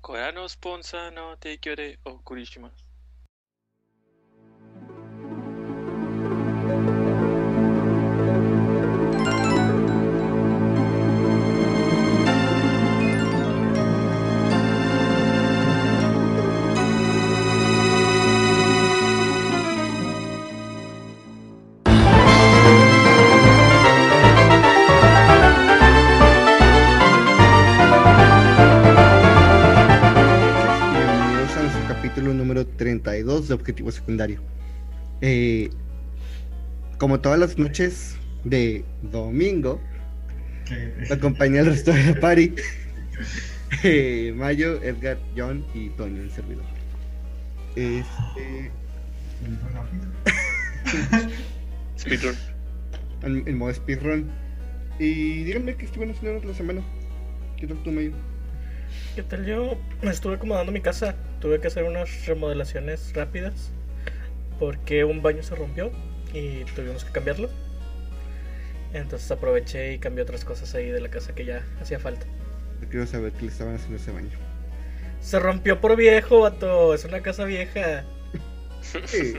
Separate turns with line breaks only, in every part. からのスポンサーの提供でお送りします。
Bienvenidos a nuestro capítulo número 32 de Objetivo Secundario. Eh, como todas las noches de domingo,
Que- este,
la acompaña el resto de la party. Eh, Mayo, Edgar, John y Toño, el servidor. Este,
Muy rápido.
Speedrun.
en, en modo speedrun. Y díganme qué estuvieron haciendo la semana. ¿Qué tal tú, Mayo?
¿Qué tal? Yo me estuve acomodando mi casa. Tuve que hacer unas remodelaciones rápidas porque un baño se rompió y tuvimos que cambiarlo. Entonces aproveché y cambié otras cosas ahí de la casa que ya hacía falta.
Yo quiero saber qué le estaban haciendo ese baño.
Se rompió por viejo, vato. Es una casa vieja.
Sí,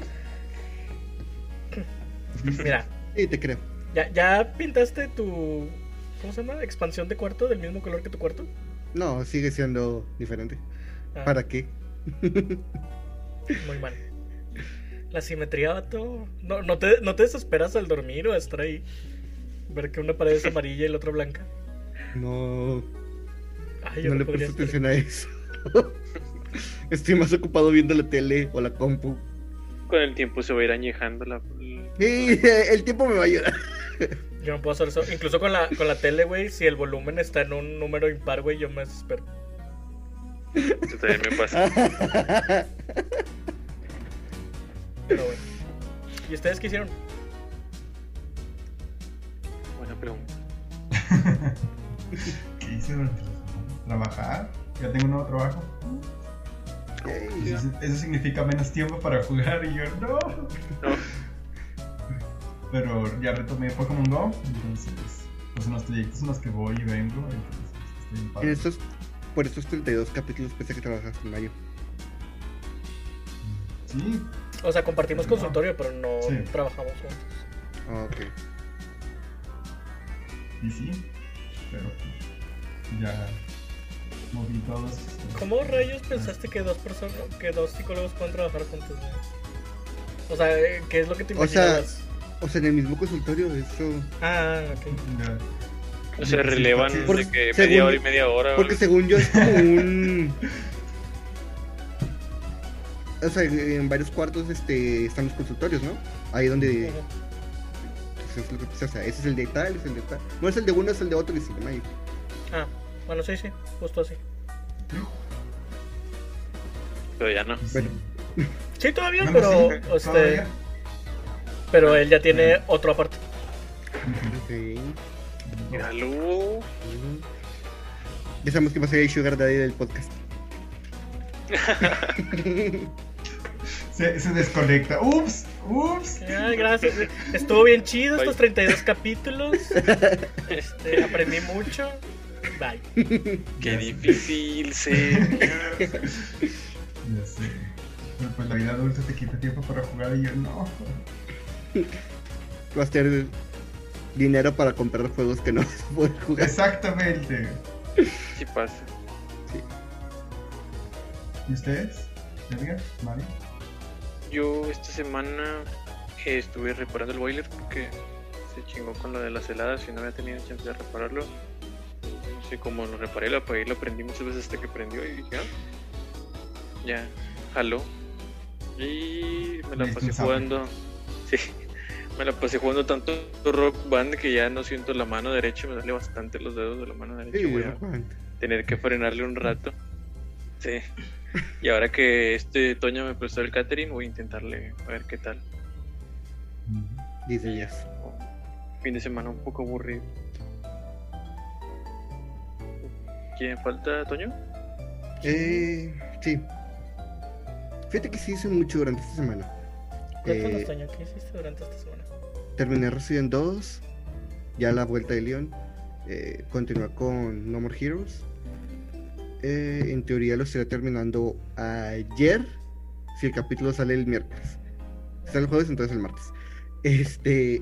Mira,
sí, te creo.
¿ya, ya pintaste tu. ¿Cómo se llama? Expansión de cuarto del mismo color que tu cuarto.
No, sigue siendo diferente.
Ah,
¿Para qué?
Muy mal. La simetría, vato. No, no, te, no te desesperas al dormir o estar ahí. Ver que una pared es amarilla y la otra blanca.
No,
Ay, yo
no
no
le
podría
presto atención
estar-
a eso. Estoy más ocupado viendo la tele o la compu.
Con el tiempo se va a ir añejando la.
Sí, el tiempo me va a ayudar.
Yo no puedo hacer eso. Incluso con la, con la tele, güey, si el volumen está en un número impar, güey, yo me desespero.
Eso también me pasa.
Ah.
Pero bueno. ¿Y ustedes qué hicieron?
Buena pregunta.
¿Qué hice durante la semana? Trabajar. Ya tengo un nuevo trabajo.
Ey,
Eso, eso significa menos tiempo para jugar y yo no.
No.
Pero ya retomé Pokémon Go. Entonces, pues en los proyectos en los que voy y vengo. Entonces, estoy en paz.
en estos, por estos 32 capítulos pensé que trabajaste en mayo.
Sí,
O sea, compartimos
No.
consultorio, pero no
Sí.
trabajamos juntos.
Ah, ok.
y sí. Pero pues, ya moví todos.
¿Cómo rayos pensaste que dos personas, que dos psicólogos pueden trabajar juntos? güey? O sea, eh, ¿qué es lo que te
O sea-
imaginabas?
O sea, en el mismo consultorio, eso.
Ah, ok.
Ya.
No se relevan
Sí,
Por-
de que
según-
media hora y media
Ah,
hora.
Porque según yo es como un. O sea, en varios cuartos este, están los consultorios, ¿no? Ahí donde.
Ujú.
eso es lo que- O sea, ese es el de tal, ese es el de tal. No es el de uno, es el de otro y se llama ahí.
Ah, bueno, sí, sí, justo así.
Pero ya no.
Pues,
Bueno,
sí.
Sí, todavía,
No,
pero,
sí,
este,
todavía. Ah.
pero él ya tiene otro aparte.
Ok.
Míralo.
Ujú. Ya sabemos que va a ser el Sugar Daddy del podcast.
Se, se desconecta. Ups, ups.
Ay, gracias. Estuvo bien chido
Bye.
estos 32 capítulos. Este, aprendí mucho. Bye.
Qué
Ya sé.
difícil se.
Ya sé. Pero pues la vida adulta te quita tiempo para jugar y yo no.
va a ser dinero para comprar juegos que no vas a poder jugar.
Exactamente.
Sí pasa.
¿Y ustedes? Edgar, Mario.
Yo esta semana eh, estuve reparando el boiler porque se chingó con lo de las heladas y no había tenido chance de repararlo. No sé cómo lo reparé, lo apagué, y lo prendí muchas veces hasta que prendió y ya. Ya, jaló. Y me la
Listo,
pasé
un zap.
jugando. Sí, me la pasé jugando tanto rock band que ya no siento la mano derecha, me duele bastante los dedos de la mano derecha.
Sí,
voy a-
Juan.
tener que frenarle un rato. Sí. Y ahora que este Toño me prestó el catering, voy a intentarle a ver qué tal.
Dice Jazz.
Fin de semana un poco aburrido. ¿Quién falta, Toño?
Eh, sí. Fíjate que sí hice mucho durante esta semana.
Cuéntanos,
Eh,
Toño, ¿qué hiciste durante esta semana?
terminé Resident 2, ya la vuelta de León. Eh, continué con No More Heroes. eh, en teoría lo estaré terminando ayer. Si el capítulo sale el miércoles. Si sale el jueves, entonces el martes. Este.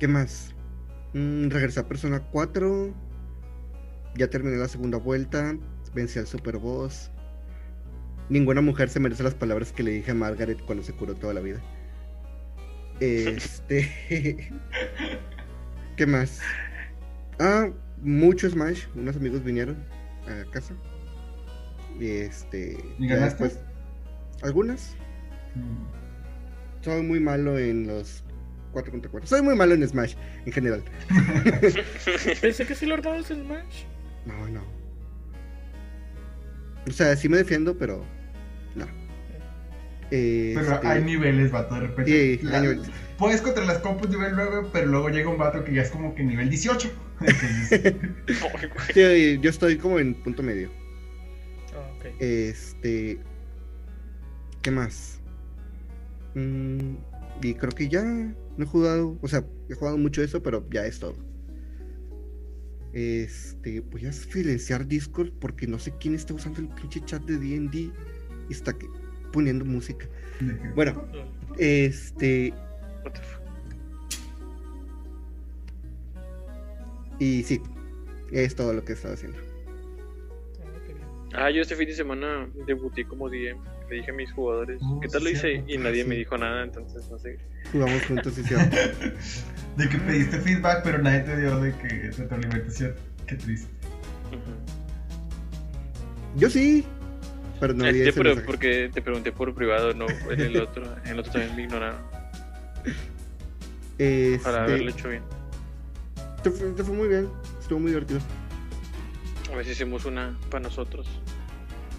¿Qué más? Mm, regresé a Persona 4. Ya terminé la segunda vuelta. Vencí al Super Boss. Ninguna mujer se merece las palabras que le dije a Margaret cuando se curó toda la vida. Este. ¿Qué más? Ah, mucho Smash. Unos amigos vinieron a casa. Y este.
¿Y
ya
ganaste?
Algunas.
Mm.
Soy muy malo en los 4 contra 4. Soy muy malo en Smash en general.
Pensé que sí lo armabas en Smash.
No, no. O sea, sí me defiendo, pero. No. Eh,
Pero
este,
hay niveles, vato, de repente.
Sí,
La-
hay niveles.
Puedes contra las compus nivel 9, pero luego llega un vato que ya es como que nivel 18. Entonces,
Ay, güey.
sí, yo estoy como en punto medio.
Ah, ok.
Eh.
Este. ¿Qué más? Mm, y creo que ya no he jugado. O sea, he jugado mucho eso, pero ya es todo. Este. Voy a silenciar Discord porque no sé quién está usando el pinche chat de DD y está que- poniendo música.
de que-
Bueno, este.
What the fuck.
Y sí, es todo lo que he estado haciendo.
Ah, qué bien.
Ah, yo este fin de semana debuté como DM. Le dije a mis jugadores,
Oh,
¿qué tal lo
sí,
hice?
cierto.
Y nadie
Sí.
me dijo nada, entonces no sé.
Jugamos juntos y cierto.
de que pediste feedback, pero nadie te dio de que de tu alimentación. Qué triste.
Ujú.
Yo sí, pero no
Ah,
vi
te-
ese
pero
mensaje.
porque te pregunté por privado, no en el otro. En el otro también me ignoraron. Para
Este,
haberlo hecho bien.
te fue- te fue muy bien, estuvo muy divertido.
A ver si hacemos una para nosotros.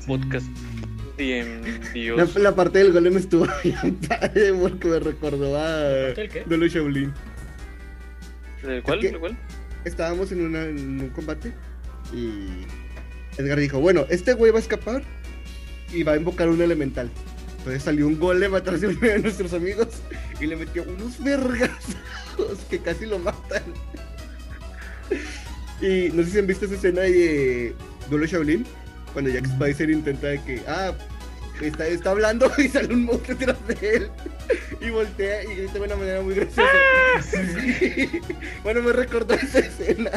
Sí.
Podcast.
Mm.
DM
La,
Dios.
la parte del golem estuvo bien padre porque me recordó
Eh.
a
¿Hotel qué?
Dolo Shaolin.
¿De cuál?
¿Qué?
¿De cuál?
Estábamos en, una- en un combate y Edgar dijo, bueno, este güey va a escapar y va a invocar un elemental. Entonces salió un golem atrás de uno de nuestros amigos y le metió unos vergazos que casi lo matan. Y no sé si han visto esa escena de Dolo Shaolin, cuando Jack Spicer intenta de que, ah, está, está hablando y sale un monstruo detrás de él y voltea y grita de una manera muy graciosa.
Sí.
Sí. Bueno, me recordó esa escena.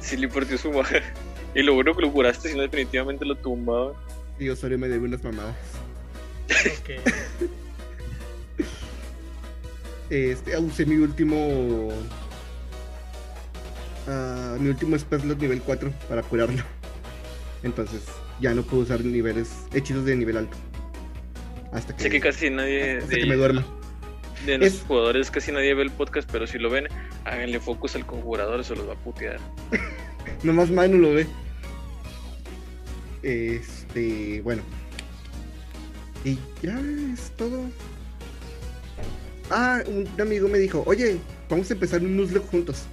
Sí, le partió su madre. Y lo bueno que lo curaste, si no, definitivamente lo tumbaba.
Y Osorio me debe unas mamadas.
Ok.
Este, ah, usé mi último. ah, mi último Spellslot nivel 4 para curarlo. Entonces, ya no puedo usar niveles hechizos de nivel alto. Hasta que,
Sé que casi nadie
hasta
de,
Ah, que me duerma.
de nuestros
Es-
jugadores casi nadie ve el podcast, pero si lo ven, háganle focus al conjurador, se los va a putear.
Nomás Manu lo ve. Este, bueno. Y ya es todo. Ah, un amigo me dijo, oye, vamos a empezar un newsletter juntos.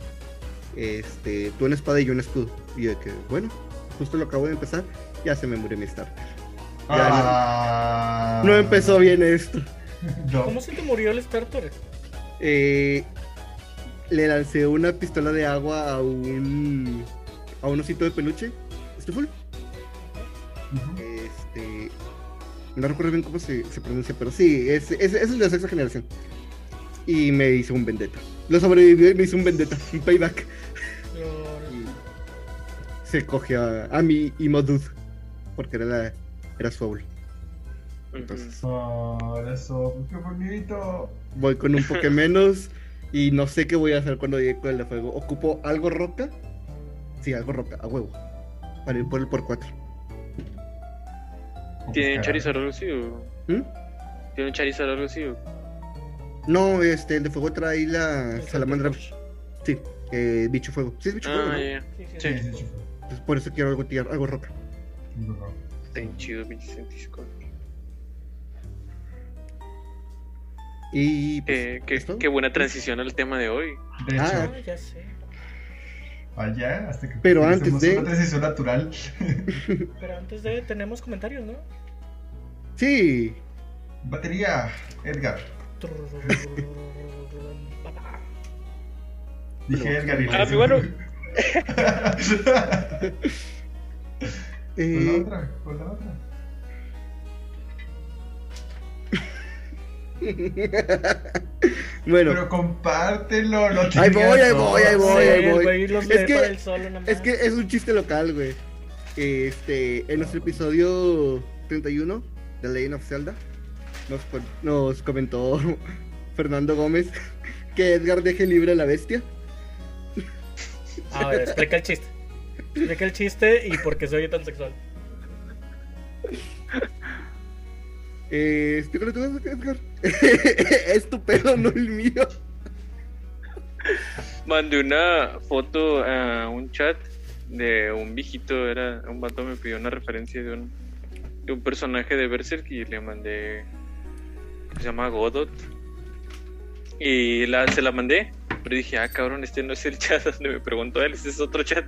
Este, tú una espada y yo un escudo. Y yo de que, bueno, justo lo acabo de empezar, ya se me murió mi starter. Ya no-
Ah.
No empezó bien esto.
No.
¿Cómo se te murió el starter?
Eh, le lancé una pistola de agua a un. a un osito de peluche. ¿Estuful?
Ujú.
Este. No recuerdo bien cómo se, se pronuncia, pero sí, es, es, es el de la sexta generación. Y me hizo un vendetta. Lo sobrevivió y me hizo un vendetta, un payback.
Lol.
Eh,
Y se cogió a, a mi Imodud, porque era la. Era su abuelo.
Ujú.
Entonces,
Ah, eso, qué bonito.
voy con un poco menos y no sé qué voy a hacer cuando llegue con el de fuego. ¿Ocupo algo roca? Sí, algo roca, a huevo. Para ir por el por 4. ah.
¿Tiene Charizard o algo así? o-
¿Mm?
¿Tiene un Charizard o algo así? o-
No, este, el de fuego trae la
El
salamandra.
Thunderbolt.
Sí, eh, bicho fuego. Sí, es bicho fuego.
Ah,
¿no?
ya.
Sí, sí,
Sí,
sí.
sí, sí, fue.
Entonces, por eso quiero algo, tirar, algo roca.
Fue rojo.
Está bien chido, pinche Santisco.
Pues, Y pues,
Qué, qué-
¿es todo?
qué buena transición al tema de hoy.
De hecho,
Ah, eh.
Ah, ya sé.
allá hasta que
Pero antes
hacemos
de-
una transición natural.
Pero antes de, tenemos comentarios, ¿no?
sí,
Batería, Edgar. Dije Edgar y le
Ah,
hice-
bueno,
Con la
Eh,
otra, con la otra.
bueno,
Pero compártelo, no te
ahí voy, ahí voy, ahí voy,
Sí,
ahí
el
voy.
güey los
Es
lee
que-
para él solo nomás.
Es que es un chiste local, güey. Este, en nuestro episodio 31 de Legend of Zelda, nos, cu- nos comentó Fernando Gómez que Edgar deje libre a la bestia.
A ver, explica el chiste. Explica el chiste y por qué se oye tan sexual.
Eh, explícalo tú, Edgar. es tu pedo, no el mío.
Mandé una foto a un chat de un viejito, era un vato me pidió una referencia de un, de un personaje de Berserk y le mandé que se llama Godot y la, se la mandé, pero dije, ah cabrón, este no es el chat donde me preguntó él, este es otro chat,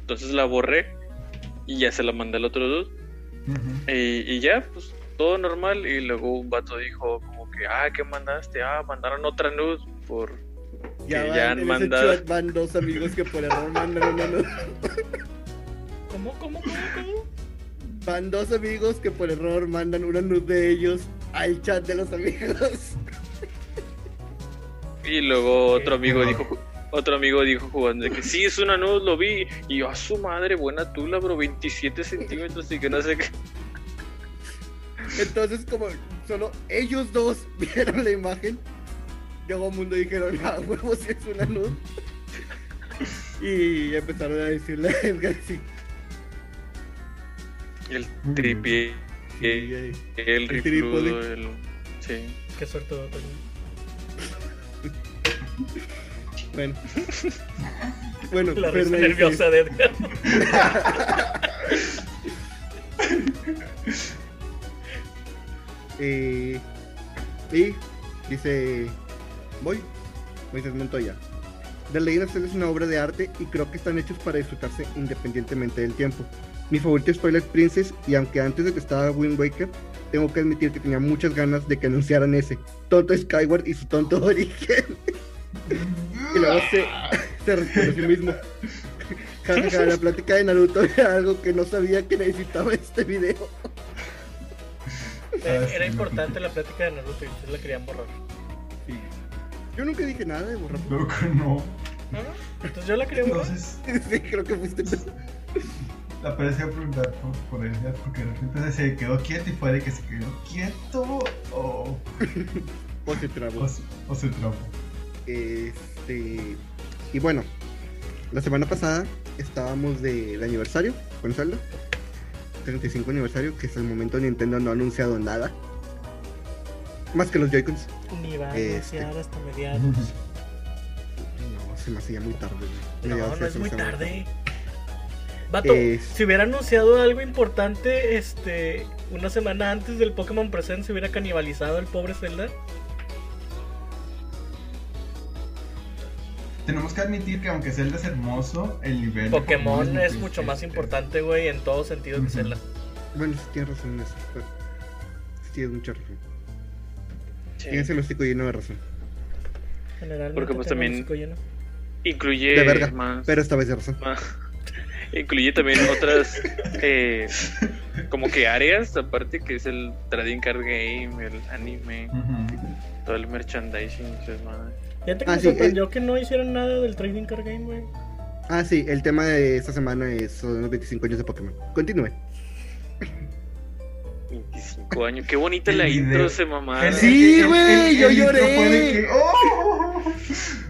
entonces la borré y ya se la mandé al otro dude
Ujú.
y, y ya, pues todo normal. Y luego un vato dijo, como que, ah, ¿qué mandaste? Ah, mandaron otra nude por. que ya han
en ese
mandado.
chat van dos amigos que por error mandaron una nude.
¿Cómo, cómo, cómo, cómo?
Van dos amigos que por error mandan una nude de ellos al chat de los amigos.
Y luego
Ok.
otro amigo dijo, otro amigo dijo jugando de que sí, es una nude, lo vi. Y yo, a su madre, buena tula, bro, 27 centímetros y que no sé qué.
Entonces, como solo ellos dos vieron la imagen, todo el mundo dijeron, ah, huevo, si es una luz. Y empezaron a decirle a Edgar, sí.
El
Mm.
Muy bien.
tripié, el,
Y, eh,
el
trípode.
rifludo, el. Sí.
Qué suerte, Toño.
Bueno. Bueno,
La
Fer
risa
me dice,
nerviosa de Edgar.
Ah,
eh, y dice, voy, Moisés Montoya. The Legend of Zelda es una obra de arte y creo que están hechos para disfrutarse independientemente del tiempo. Mi favorito es Twilight Princess y aunque antes de que estaba Wind Waker, tengo que admitir que tenía muchas ganas de que anunciaran ese. Tonto Skyward y su tonto origen. Y luego se, se responde a sí mismo. Jaja, la plática de Naruto era algo que no sabía que necesitaba este video.
Eh,
sí,
Era
no.
importante la plática de Naruto y ustedes la querían borrar.
Yo nunca dije nada de borrar.
Loco, no.
¿No? no? Entonces yo la quería borrar.
Entonces,
Sí, creo que fuiste tú.
la pareja a preguntar por, por Edgar porque de repente se quedó quieto y fue de que se quedó quieto o,
O se trabó.
o, se- o se trompa.
Este. Y bueno, la semana pasada estábamos de, de aniversario con Zelda. 35 aniversario, que hasta el momento Nintendo no ha anunciado nada. Más que los Joy-Cons.
Ni va a
Este.
iniciar hasta mediados.
Ujú.
No, se me hacía muy tarde. güey. Me
No,
llevaba
no
hacia-
es
se me
muy
hacía
tarde. Vato,
Es-
si hubiera anunciado algo importante, este, una semana antes del Pokémon Present, se hubiera canibalizado el pobre Zelda.
Tenemos que admitir que aunque Zelda es hermoso, el nivel de
Pokémon
muy
es mucho más
triste.
importante, güey, en todo sentido que
Ujú.
Zelda.
Bueno, sí tienes razón en eso. pero- Sí tienes mucha razón.
Sí.
Tienes el hocico lleno de razón.
Generalmente
Porque, pues,
tengo
también-
el hocico lleno.
Incluye
De verga,
más.
Pero esta vez de razón.
más- Incluye también otras eh, como que áreas, aparte que es el trading card game, el anime,
Ujú.
todo el merchandising, y esas madres.
Fíjate que
Ah,
me
sí,
sorprendió que no hicieran nada del Trading Card Game, güey.
Ah, sí, el tema de esta semana es son los 25 años de Pokémon. Continúe.
25 años. Qué bonita
El
la
video.
intro se
Ah,
mamaron.
Sí, güey, yo
intro
lloré.
fue de que, ¡oh!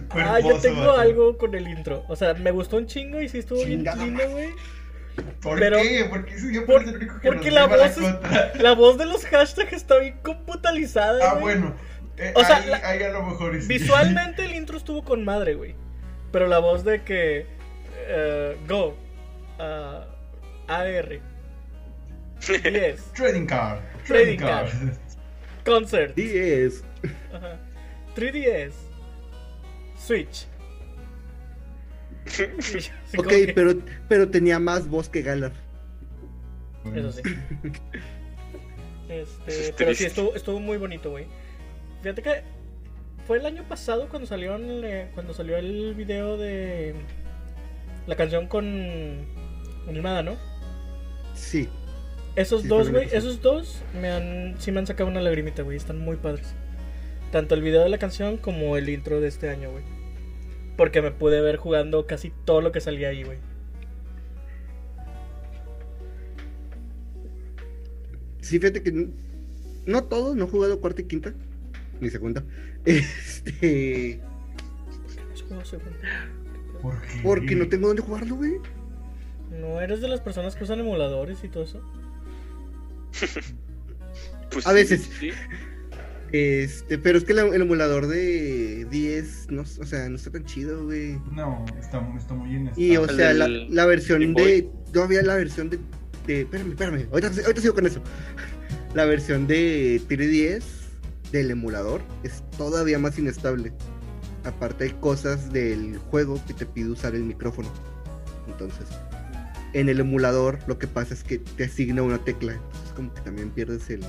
Fue
Ah, yo
hermoso,
tengo
vato.
algo con el intro. O sea, me gustó un chingo y sí estuvo bien
Chingada
lindo, güey.
¿Por
Pero-
qué? ¿Por qué si yo
por-
parece el único que
porque
nos
la
lleva
voz es-
contra?
La voz de los hashtags está bien computalizada,
Ah,
güey.
bueno. eh,
O sea,
ahí,
la-
ahí a lo mejor es...
Visualmente el intro estuvo con madre, güey. Pero la voz de que. eh, go. ah, AR. Yes.
Trading card. Trading
Trading
card.
Concert.
10.
Ajá. 3DS. Switch. Y yo así
Ok,
como que-
pero, pero tenía más voz que Galar.
Eso sí. Este,
es
pero sí,
triste.
estuvo, estuvo muy bonito, güey. Fíjate que eh, fue el año pasado cuando salió, cuando salió el video de La canción con animada, ¿no?
Sí.
Esos
Sí,
dos,
fue la
güey,
canción.
esos dos me han, sí me han sacado una lagrimita, güey. Están muy padres. Tanto el video de la canción como el intro de este año, güey. Porque me pude ver jugando casi todo lo que salía ahí, güey.
Sí, fíjate que n- no todos, no he jugado cuarta y quinta, ni segunda. Este,
Eso no sé, güey.
¿Por qué?
porque no tengo dónde jugarlo, güey.
¿No eres de las personas que usan emuladores y todo eso?
Pues
A
sí,
veces.
sí,
Este, pero es que el, el emulador de 10, no, s- o sea, no está tan chido, güey.
No, está, está muy bien.
Y o
El
sea, la,
del
la versión
Game Boy.
de. Todavía la versión de. de- espérame, espérame. Ahorita, ahorita sigo con eso. La versión de 3DS del emulador es todavía más inestable. Aparte hay cosas del juego que te pide usar el micrófono. Entonces, en el emulador lo que pasa es que te asigna una tecla. Entonces como que también pierdes el,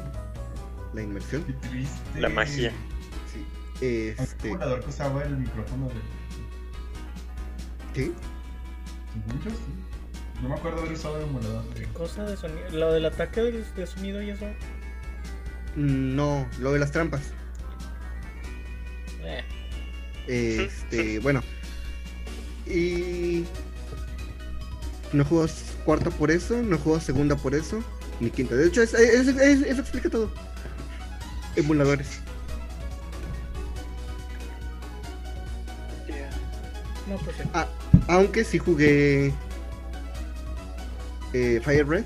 la inmersión.
Qué triste.
La magia.
Sí.
Este...
Este.
volador que usaba el micrófono de.
¿sí?
según yo, sí. No me acuerdo haber usado el emulador de.
Cosa de sonido. Lo del ataque de, de sonido y eso.
No, lo de las trampas.
Eh.
Este, bueno. Y. No jugó cuarta por eso, no jugó segunda por eso, ni quinta. De hecho, es- es- es- es- eso explica todo. Emuladores.
Yeah.
No, pues sí.
Aunque sí jugué. eh, Fire Red.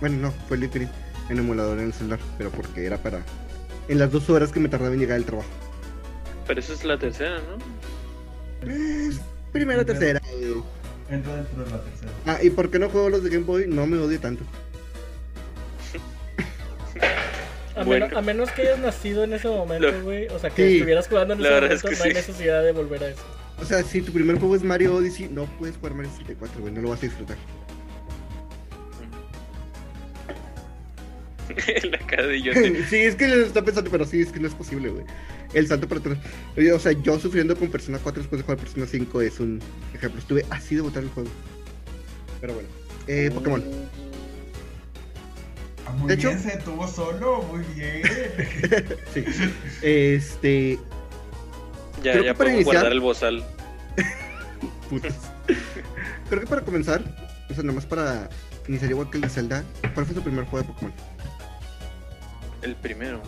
Bueno, no, fue Litri en emulador en el celular, pero porque era para. En las dos horas que me tardaba en llegar al trabajo.
Pero esa es la tercera, ¿no?
Es primera, tercera. eh.
Entra dentro de la tercera.
Ah, ¿y por qué no juego los de Game Boy? No me odio tanto.
A,
Bueno.
menos, a menos que hayas nacido en ese momento,
Lo-
güey. O sea, que
Sí.
estuvieras jugando en
La
ese
verdad
momento,
es que
no hay
sí.
necesidad de volver a eso.
O sea, si tu primer juego es Mario Odyssey, no puedes jugar Mario 64, güey, no lo vas a disfrutar.
la cara de yo.
sí, es que lo está pensando, pero sí, es que no es posible, güey. El salto para atrás. Oye, O sea, yo sufriendo con Persona 4 después de jugar Persona 5 es un ejemplo. Estuve así de botar el juego. Pero bueno. Eh,
Oh.
Pokémon.
Ah, muy
De hecho-
bien, se detuvo solo, muy bien.
Sí. Este.
Ya,
Creo que
ya
para
podemos
iniciar-
guardar el bozal.
Putas. Creo que para comenzar, o sea, nomás para iniciar igual que el de Zelda, ¿cuál fue tu primer juego de Pokémon?
El primero.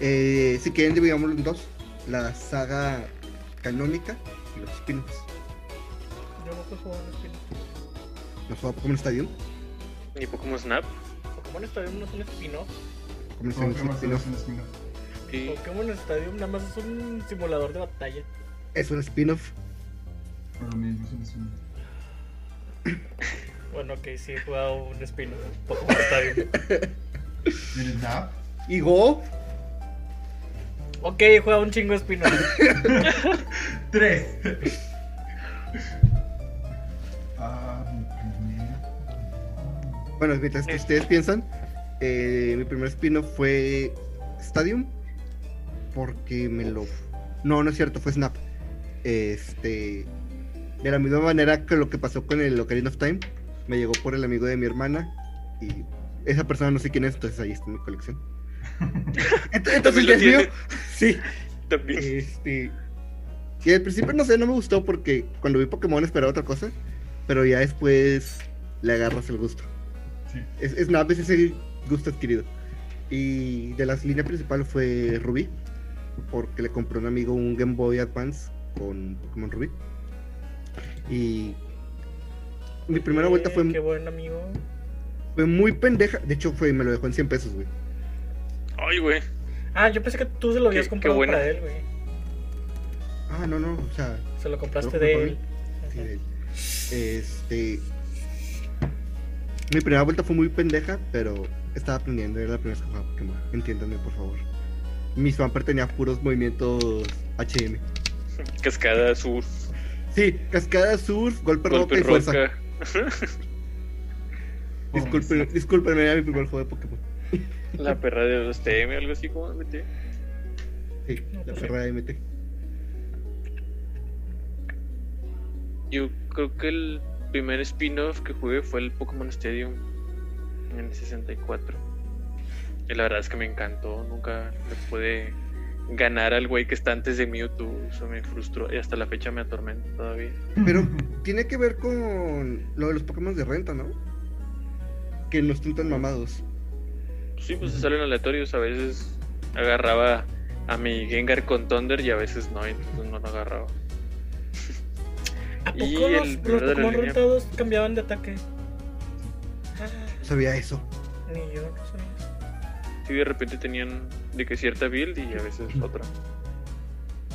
Eh, si quieren, dividámoslo en dos: la saga canónica y los spin-offs.
Yo no puedo jugar un spin.
¿No jugaba Pokémon Stadium?
Ni Pokémon Snap.
Pokémon Stadium no es un spin-off.
Pokémon
¿Cómo
Stadium
que
es
más
un spin-off.
es un spin-off?
Sí.
Pokémon Stadium nada más es un simulador de batalla.
Es un spin-off.
Por lo mismo es un spin-off.
Bueno, ok, sí he jugado un spin-off. Pokémon Stadium.
¿Del Snap?
¿Y Go?
ok, he jugado un chingo de spin-off.
¡Tres! ah, mi primera.
Bueno, mientras que ustedes piensan, eh, mi primer spin-off fue Stadium. Porque me lo. No, no es cierto, fue Snap. Este. De la misma manera que lo que pasó con el Ocarina of Time, me llegó por el amigo de mi hermana. Y esa persona no sé quién es, entonces ahí está en mi colección. Ent- entonces
¿También lo
ya es mío.
tiene?
Sí.
También.
Este. Y al principio no sé, no me gustó porque cuando vi Pokémon esperaba otra cosa. Pero ya después le agarras el gusto.
Sí.
Es, es nada, es el gusto adquirido. Y de las líneas principal fue Rubí. Porque le compró un amigo un Game Boy Advance con Pokémon Rubí. Y. Mi primera vuelta
Eh, Qué
fue,
buen amigo.
fue muy pendeja. De hecho, fue, me lo dejó en 100 pesos, güey.
Ay, güey.
Ah, yo pensé que tú se lo habías
Qué- qué
comprado
bueno.
para él, güey.
Ah, no, no, o sea,
Se lo compraste
Creo que
de
fue
él.
Sí,
Ajá.
de- Este. Mi primera vuelta fue muy pendeja, pero estaba aprendiendo. Era la primera vez que jugaba Pokémon. Entiéndanme, por favor. Mi Swampert tenía puros movimientos HM.
Cascada, sur,
Sí, cascada, surf, golpe, roca
golpe
y fuerza.
roca. Oh,
Disculpen, disculpen, era mi primer juego de Pokémon.
La perra de los TM, algo así como metí.
Sí,
No,
la
pues
perra de MT.
Yo creo que el primer spin-off que jugué fue el Pokémon Stadium en el 64. Y la verdad es que me encantó. Nunca le pude ganar al güey que está antes de Mewtwo. Eso me frustró y hasta la fecha me atormenta todavía.
Pero
Este
tiene que ver con lo de los Pokémon de renta, ¿no? Que no están tan mamados.
Sí, pues salen aleatorios. A veces agarraba a mi Gengar con Thunder y a veces no, entonces no lo agarraba.
¿A
Y
poco
el
los, los
primero de la
Pokémon
línea.
rentados cambiaban de ataque? Ah,
Sabía eso.
ni yo no sabía. eso.
Sí, de repente tenían de que cierta build y a veces otra.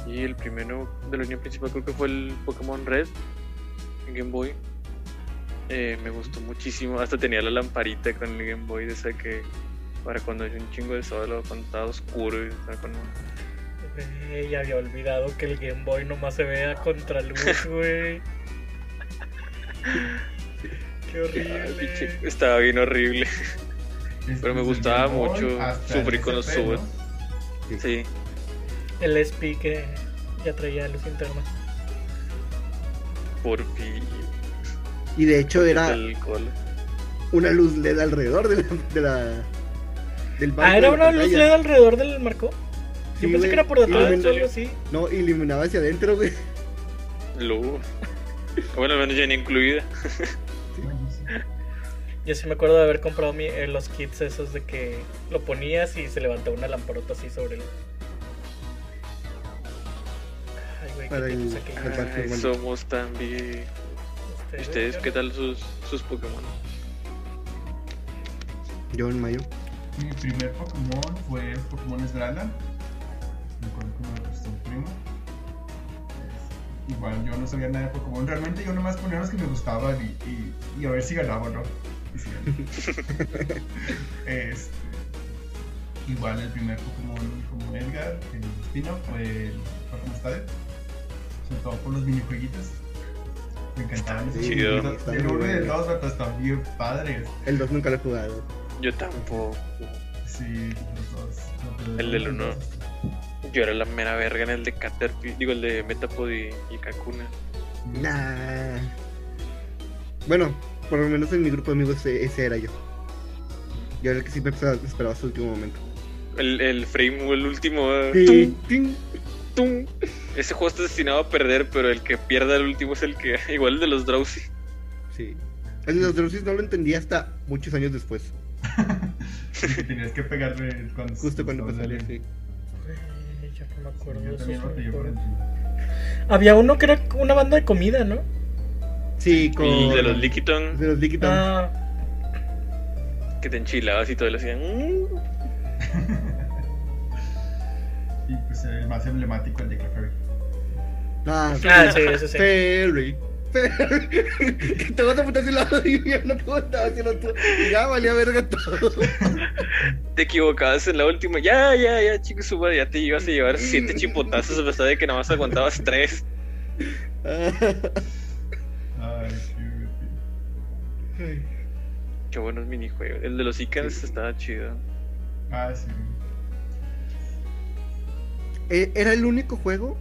Y el primero de la unión principal creo que fue el Pokémon Red en Game Boy. Eh, me gustó muchísimo. Hasta tenía la lamparita con el Game Boy de esa que para cuando hay un chingo de sol o cuando estaba oscuro y estaba con
Güey, había olvidado que el Game Boy nomás se vea contra luz, güey.
Ay,
Qué
pinche,
horrible.
Estaba bien horrible.
Es-
Pero me
desde
gustaba
el Game Boy
mucho,
hasta
sufrí
el
con los
SP, ¿no?
subes. Sí.
El SP que ya traía luz interna.
Por pi.
Y de hecho era
El alcohol.
una luz LED alrededor de la. De la del banco
Ah,
de
era
la
una luz
pantalla.
LED alrededor del marco. Yo
Sí,
pensé
güey,
que era por detrás
ilumin-
o algo así.
No, iluminaba hacia adentro, güey.
Lu. Bueno, al menos ya ni incluida.
Bueno, sí.
Yo sí me acuerdo de haber comprado mi- eh, los kits esos de que lo ponías y se levantaba una lamparota así sobre él. Ay, güey,
Para
qué
el-
tiempos aquellos.
Al parque
Ay,
urbano.
somos tan bien. ¿Y ¿Ustedes qué tal sus, sus Pokémon?
Yo en mayo.
Mi primer Pokémon fue Pokémon Esmeralda. Me acuerdo que me lo prestó un primo. Este, Igual yo no sabía nada de Pokémon. Realmente yo nomás ponía los que me gustaban y, y- y a ver si ganaba o no. Y sí gané. Este, igual el primer Pokémon como Edgar, el Espino, fue el Pokémon Stadium. Sobre todo por los minijueguitos. Me encantaban esos
Chido.
minijueguitos.
Está
El
muy
uno y el
bueno.
dos, vato, están bien padres.
El 2 nunca lo he jugado.
Yo tampoco.
Sí, los dos.
El del uno. Yo era la mera verga en el de Caterpie, digo el de Metapod y, y Kakuna.
Nah. Bueno, por lo menos en mi grupo de amigos ese, ese era yo. Yo era el que siempre esperaba, esperaba su último momento.
El, el frame, el último. eh,
Tin, tin.
tum, tum. Ese juego está destinado a perder, pero el que pierda el último es el que. Igual el de los Drowsy.
Sí. El de los Drusis no lo entendí hasta muchos años después.
que tenías que pegarle cuando
Justo cuando
cuando
pasó el sí.
salía.
Güey, yo no me acuerdo de
Yo
esos
también lo pegué por
juegos.
encima.
Había uno que era una banda de comida, ¿no?
Sí, con.
Y el de los
líquidos
Lickitung,
De los Licky Town.
Ah,
que te enchilabas y todo le hacían. "Mm".
Y pues el más emblemático, el de Clefairy.
Ah,
ah, sí, ese sí.
Ferry. Ferry. que te vas a putar hacia un lado y yo no puedo estar hacia el otro. Y Ya valía verga todo.
Te equivocabas en la última. Ya, ya, ya, chicos, suba, ya te ibas a llevar siete chipotazos a pesar de que nada más aguantabas tres.
Ay, qué divertido.
Qué buenos minijuegos. El de los Icans estaba chido.
Ah, sí.
E- Era el único juego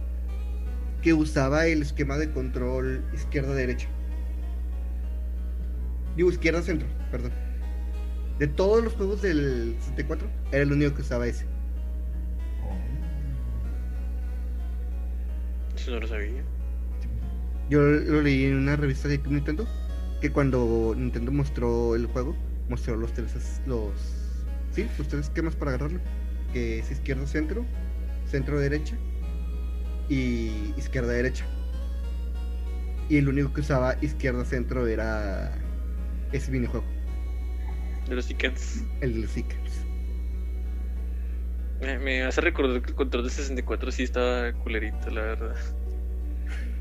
que usaba el esquema de control izquierda-derecha. Digo, izquierda-centro, perdón. De todos los juegos del 64, era el único que usaba ese.
Oh.
Eso no lo sabía.
Yo lo leí en una revista de Nintendo que cuando Nintendo mostró el juego, mostró los tres es- los sí, los tres esquemas para agarrarlo, que es izquierda centro, centro derecha y izquierda derecha. Y el único que usaba izquierda centro era ese minijuego,
De los Icans.
el de los Seekers.
Me, me hace recordar que el control de 64 sí estaba culerito, la verdad.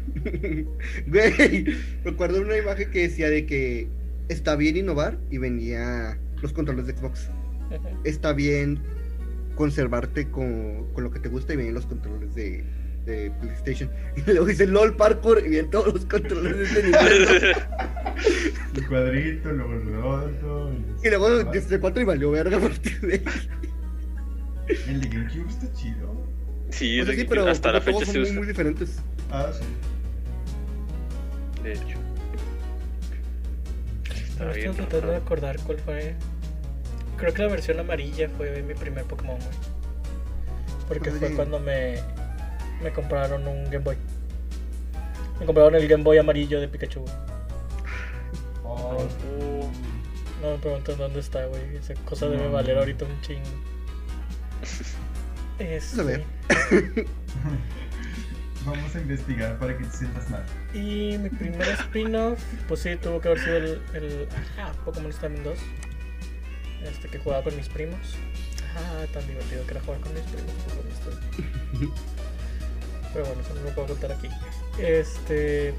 Güey, recuerdo una imagen que decía de que está bien innovar y venía los controles de Xbox.
Ujú.
está bien conservarte con, con lo que te gusta y vienen los controles de, de PlayStation. Y luego dice LOL Parkour y vienen todos los controles de este Nintendo.
El cuadrito, luego el redondo.
y luego desde 4 y valió verga Pues a partir de ahí.
El de GameCube está chido.
sí,
O sea,
de
sí,
que
pero
hasta la
los juegos
fecha se
son muy,
usa.
muy diferentes.
Ah, sí.
De hecho. Está
Ahora
bien.
estoy tratando de
raro.
acordar cuál fue. Creo que la versión amarilla fue mi primer Pokémon, güey. Porque fue
Oye.
cuando me, me compraron un Game Boy. Me compraron el Game Boy amarillo de Pikachu. güey.
Oh,
Uh,
No me pregunten dónde está, güey. Esa cosa
No,
debe
no.
valer ahorita un chingo. Este,
a ver.
vamos a investigar para que te sientas mal.
Y mi primer spin-off, pues sí, tuvo que haber sido el, el ajá, Pokémon Stadium 2. Este que jugaba con mis primos. Ah, tan divertido que era jugar con mis primos, Pokémon Stadium. Pero bueno, eso no lo puedo contar aquí. Este.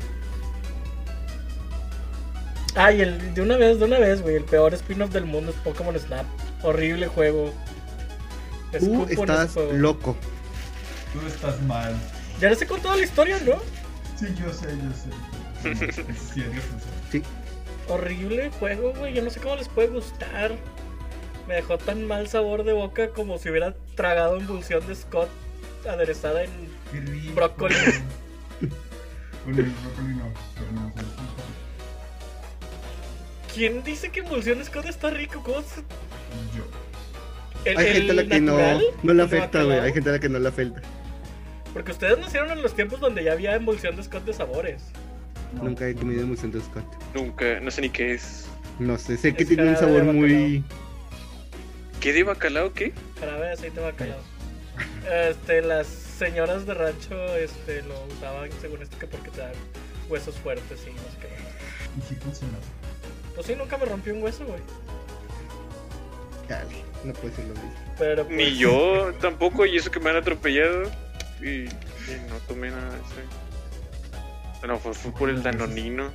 Ah, y el, de una vez, de una vez, güey, el peor spin-off del mundo es Pokémon Snap. Horrible juego.
Tú
Escupo en ese
Uh, estás
juego.
loco.
Tú estás mal.
Ya les he contado la historia, ¿no?
Sí, yo sé, yo sé. Sí, Dios lo sabe.
Horrible juego, güey. Yo no sé cómo les puede gustar. Me dejó tan mal sabor de boca como si hubiera tragado emulsión de Scott aderezada en.
Qué rico.
Brócoli.
Bueno, el brócoli no, pero no sé.
¿Quién dice que emulsión Scott está rico? ¿Cómo se-
Yo.
¿El,
Hay
el
gente a la que no,
natural?
no le
¿El
afecta, güey.
bacalao?
Hay gente a la que no le afecta.
Porque ustedes nacieron en los tiempos donde ya había emulsión de Scott de sabores.
No.
Nunca he comido en Museo de Scott.
nunca, no sé ni qué es.
No sé, sé que
Es
tiene un
jarabe
sabor
de
muy.
¿Qué de bacalao qué?
Jarabe de aceite de bacalao. Este, las señoras de rancho este, lo usaban según esto que porque te dan huesos fuertes y no sé qué.
Y sí funcionó.
Pues sí, nunca me rompí un hueso, güey.
Chale, no puede ser lo mismo.
Pero pues,
Ni yo tampoco, y eso que me han atropellado. Y, y no tomé nada de eso. No, fue, fue por el danonino.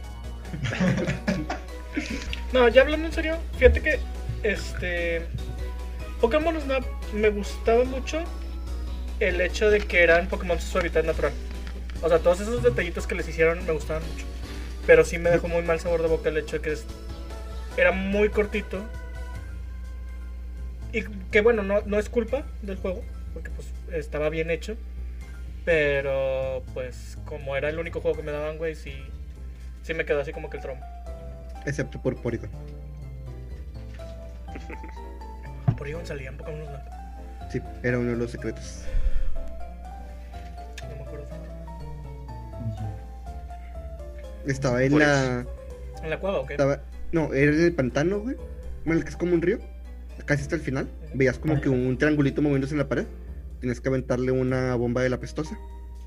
No, ya hablando en serio, fíjate que este Pokémon Snap me gustaba mucho el hecho de que eran Pokémon su hábitat natural. O sea, todos esos detallitos que les hicieron me gustaban mucho. Pero sí me dejó muy mal sabor de boca el hecho de que es- era muy cortito. Y que bueno, no, no es culpa del juego, porque pues estaba bien hecho. Pero pues como era el único juego que me daban, güey, sí, sí me quedó así como que el trombo.
Excepto por Porygon.
Por ahí salían Pokémon Snap.
Sí, era uno de los secretos.
No me acuerdo.
Y yo.
Estaba en
Por
la.
¿En la cueva o qué?
Estaba... No, era en el pantano, güey. Bueno, el que es como un río. Casi hasta el final. Veías como que un triangulito moviéndose en la pared. Tenías que aventarle una bomba de la pestosa.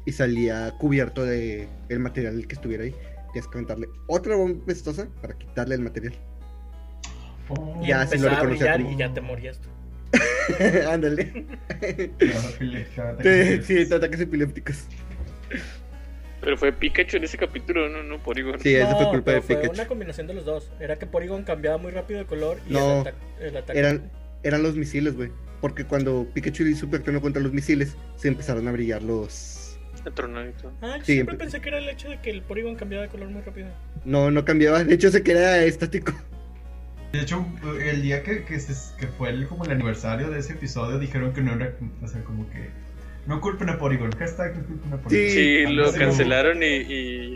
Y salía cubierto de el material que estuviera ahí. Tenías que aventarle otra bomba pestosa para quitarle el material.
Oh,
Y
Ya, sí lo
empezaba a
reconocía
brillar
como-
y ya te morías tú.
Ándale.
Ahora pelea,
Te- sí, te ataques epilépticos.
Pero fue Pikachu en ese capítulo, no, no, por igual.
Sí, esa fue
No,
culpa
pero
de Pikachu.
Fue una combinación de los dos. Era que Porygon cambiaba muy rápido de color y
No,
el, ata- el ataque.
Eran, eran los misiles, güey. Porque cuando Pikachu y Super accionó contra los misiles, se empezaron a brillar los.
Atronadito.
Ah, yo
Sí,
siempre
empe-
pensé que era el hecho de que el Porygon cambiaba de color muy rápido.
No, no cambiaba. De hecho, se quedaba estático.
De hecho, el día que, que, se- que fue el, como el aniversario de ese episodio, dijeron que no era. O sea, como que. No culpen a Porygon. Hashtag no culpen a Porygon.
Sí,
Sí, lo
sí.
cancelaron y, y.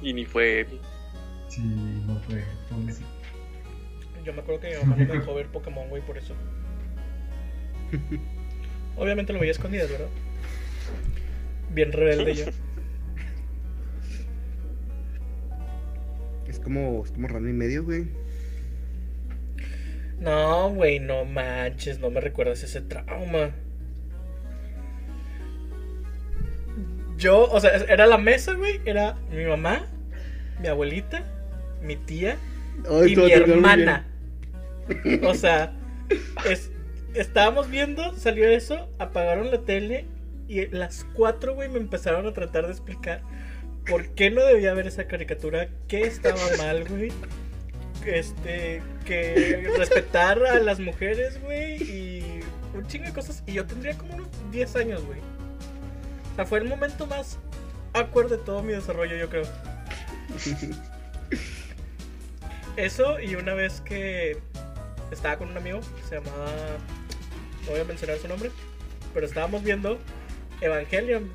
y ni fue él.
Sí, no fue. fue un-
Yo me acuerdo que mi mamá no me dejó ver Pokémon, güey, por eso. Obviamente lo veía escondido, ¿verdad? Bien rebelde yo.
Es como, es como random y medio, güey.
No, güey, no manches, no me recuerdas ese trauma. Yo, o sea, era la mesa, güey, era mi mamá, mi abuelita, mi tía
Ay,
y
todo
mi
terminó muy bien.
hermana. O sea, es- estábamos viendo, salió eso, apagaron la tele y las cuatro, güey, me empezaron a tratar de explicar por qué no debía ver esa caricatura, qué estaba mal, güey. Este, que respetar a las mujeres, güey, y un chingo de cosas. Y yo tendría como unos 10 años, güey. O sea, fue el momento más acuerdo de todo mi desarrollo, yo creo. Eso y una vez que estaba con un amigo, se llamaba, no voy a mencionar su nombre, pero estábamos viendo Evangelion,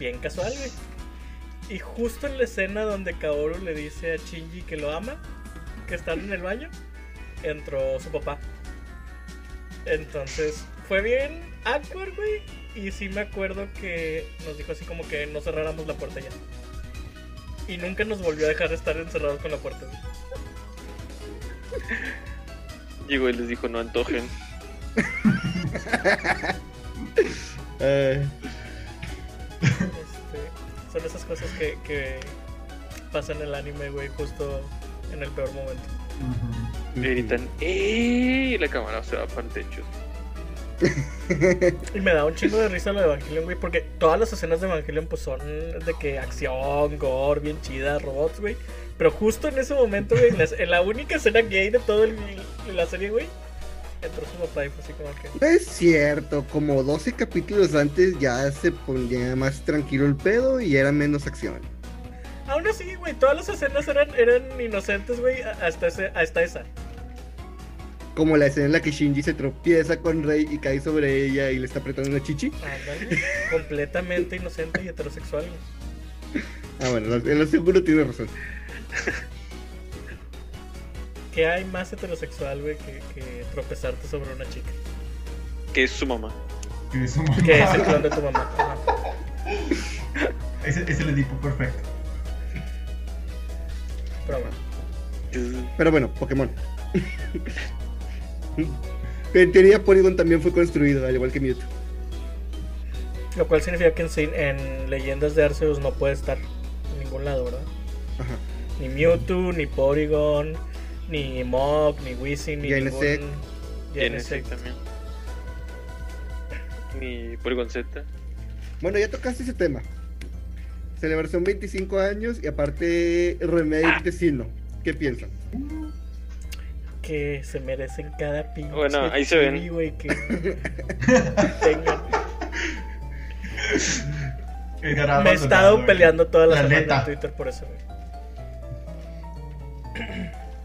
bien casual, güey. Y justo en la escena donde Kaoru le dice a Shinji que lo ama, que están en el baño, entró su papá. Entonces, fue bien awkward, güey. Y sí me acuerdo que nos dijo así como que no cerráramos la puerta ya. Y nunca nos volvió a dejar estar encerrados con la puerta, güey.
Llegó y les dijo, no antojen.
Eh,
Este, son esas cosas que, que pasan en el anime, güey, justo en el peor momento.
Ujú.
Y gritan, ¡eh! Y la cámara se va para el techo.
Y me da un chingo de risa lo de Evangelion, güey, porque todas las escenas de Evangelion pues son de que acción, gore, bien chida, robots, güey. Pero justo en ese momento, güey, en la, en la única escena gay de toda la serie, güey, entró su papá y fue así como que...
No es cierto, como 12 capítulos antes ya se ponía más tranquilo el pedo y era menos acción.
Aún así, güey, todas las escenas eran, eran inocentes, güey, a- hasta, ese- hasta esa.
Como la escena en la que Shinji se tropieza con Rey y cae sobre ella y le está apretando una chichi.
Ándale, completamente inocente y heterosexual. güey.
Ah, bueno, en lo seguro tiene razón.
¿Qué hay más heterosexual, güey, que, que tropezarte sobre una chica?
Que es su mamá.
Que es un buen-
Que es el clon de tu mamá. Ajá.
Ese es el edipo perfecto.
Pero bueno.
Pero bueno, Pokémon. en teoría, Polygon también fue construido, al igual que Mewtwo.
Lo cual significa que en, cin- en Leyendas de Arceus no puede estar en ningún lado, ¿verdad?
Ajá.
Ni Mewtwo, ni Porygon, ni Mog, ni Wizzing, ni
Genesect.
ningún...
Tiene ese
Genesect.
también. Ni Polygon Z.
Bueno, ya tocaste ese tema. Celebración 25 años y aparte remake de Sino. ¿Qué piensan?
Que se merecen cada pinche
Bueno, ahí se ven.
chibi, güey, que tengan.
Edgar ha
Me he estado
abandonado
peleando toda la,
La
semana
neta.
en Twitter por eso, güey.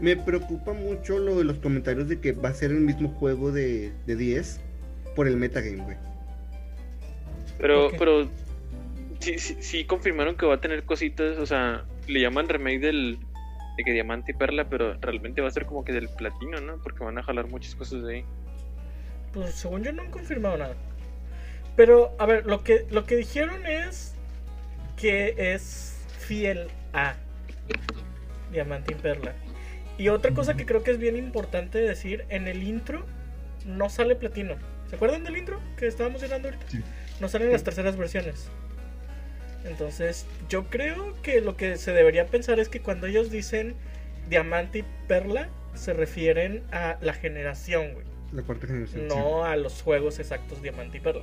Me preocupa mucho lo de los comentarios de que va a ser el mismo juego de, de 10 por el metagame, güey.
Pero,
Ok.
pero sí, sí, sí confirmaron que va a tener cositas, o sea, le llaman remake del de que diamante y perla, pero realmente va a ser como que del platino, ¿no? Porque van a jalar muchas cosas de ahí.
Pues según yo no han confirmado nada. Pero, a ver, lo que, lo que dijeron es que es fiel a Diamante y Perla. Y otra cosa que creo que es bien importante decir, en el intro no sale platino. ¿Se acuerdan del intro que estábamos llenando ahorita?
Sí.
No salen las terceras versiones. Entonces, yo creo que lo que se debería pensar es que cuando ellos dicen diamante y perla, se refieren a la generación, güey.
La cuarta generación.
No a los juegos exactos Diamante y Perla.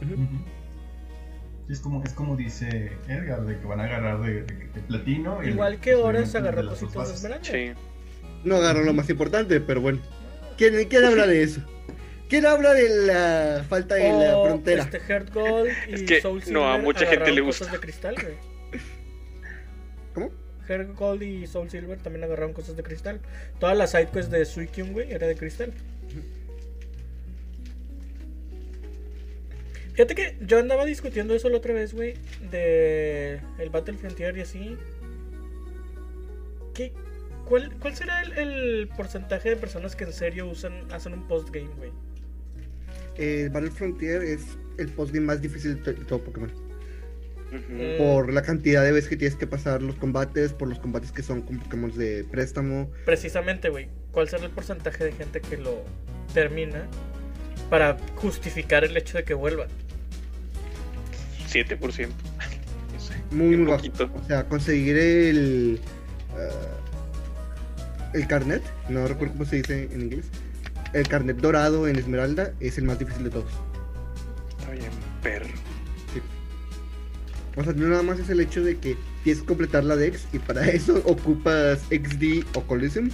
Ujú. Sí, Es como, es como dice Edgar, de que van a agarrar de, de- de platino. y- pues,
Igual que ahora se
de
agarró
las dos
cositas de
bases.
Esmeralda.
Sí.
No agarró lo más importante, pero bueno. ¿Quién, quién habla de eso? ¿Quién habla de la falta de la
O
frontera?
Este Heart Gold y
Es que
Soul Silver
no, a mucha gente le
agarraron
gusta.
cosas de cristal, güey.
¿Cómo?
Heart Gold y Soul Silver también agarraron cosas de cristal. Todas las sidequests de Suicune, güey, era de cristal. Fíjate que yo andaba discutiendo eso la otra vez, güey, de el Battle Frontier y así. ¿Qué, cuál, ¿Cuál será el, el porcentaje de personas que en serio usan, hacen un postgame, güey?
Eh, Battle Frontier es el postgame más difícil de to- de todo Pokémon.
Eh.
Ujú.
Por la cantidad de veces que tienes que pasar los combates, por los combates que son con Pokémon de préstamo.
precisamente, güey, cuál será el porcentaje de gente que lo termina para justificar el hecho de que vuelva.
7%. No sé.
Muy,
Un
muy bajo.
poquito.
O sea, conseguir el. ah, el carnet, no recuerdo cómo se dice en inglés. El carnet dorado en Esmeralda es el más difícil de todos.
Está bien, perro.
O sea, no nada más es el hecho de que tienes que completar la Dex y para eso ocupas XD o Colosseum,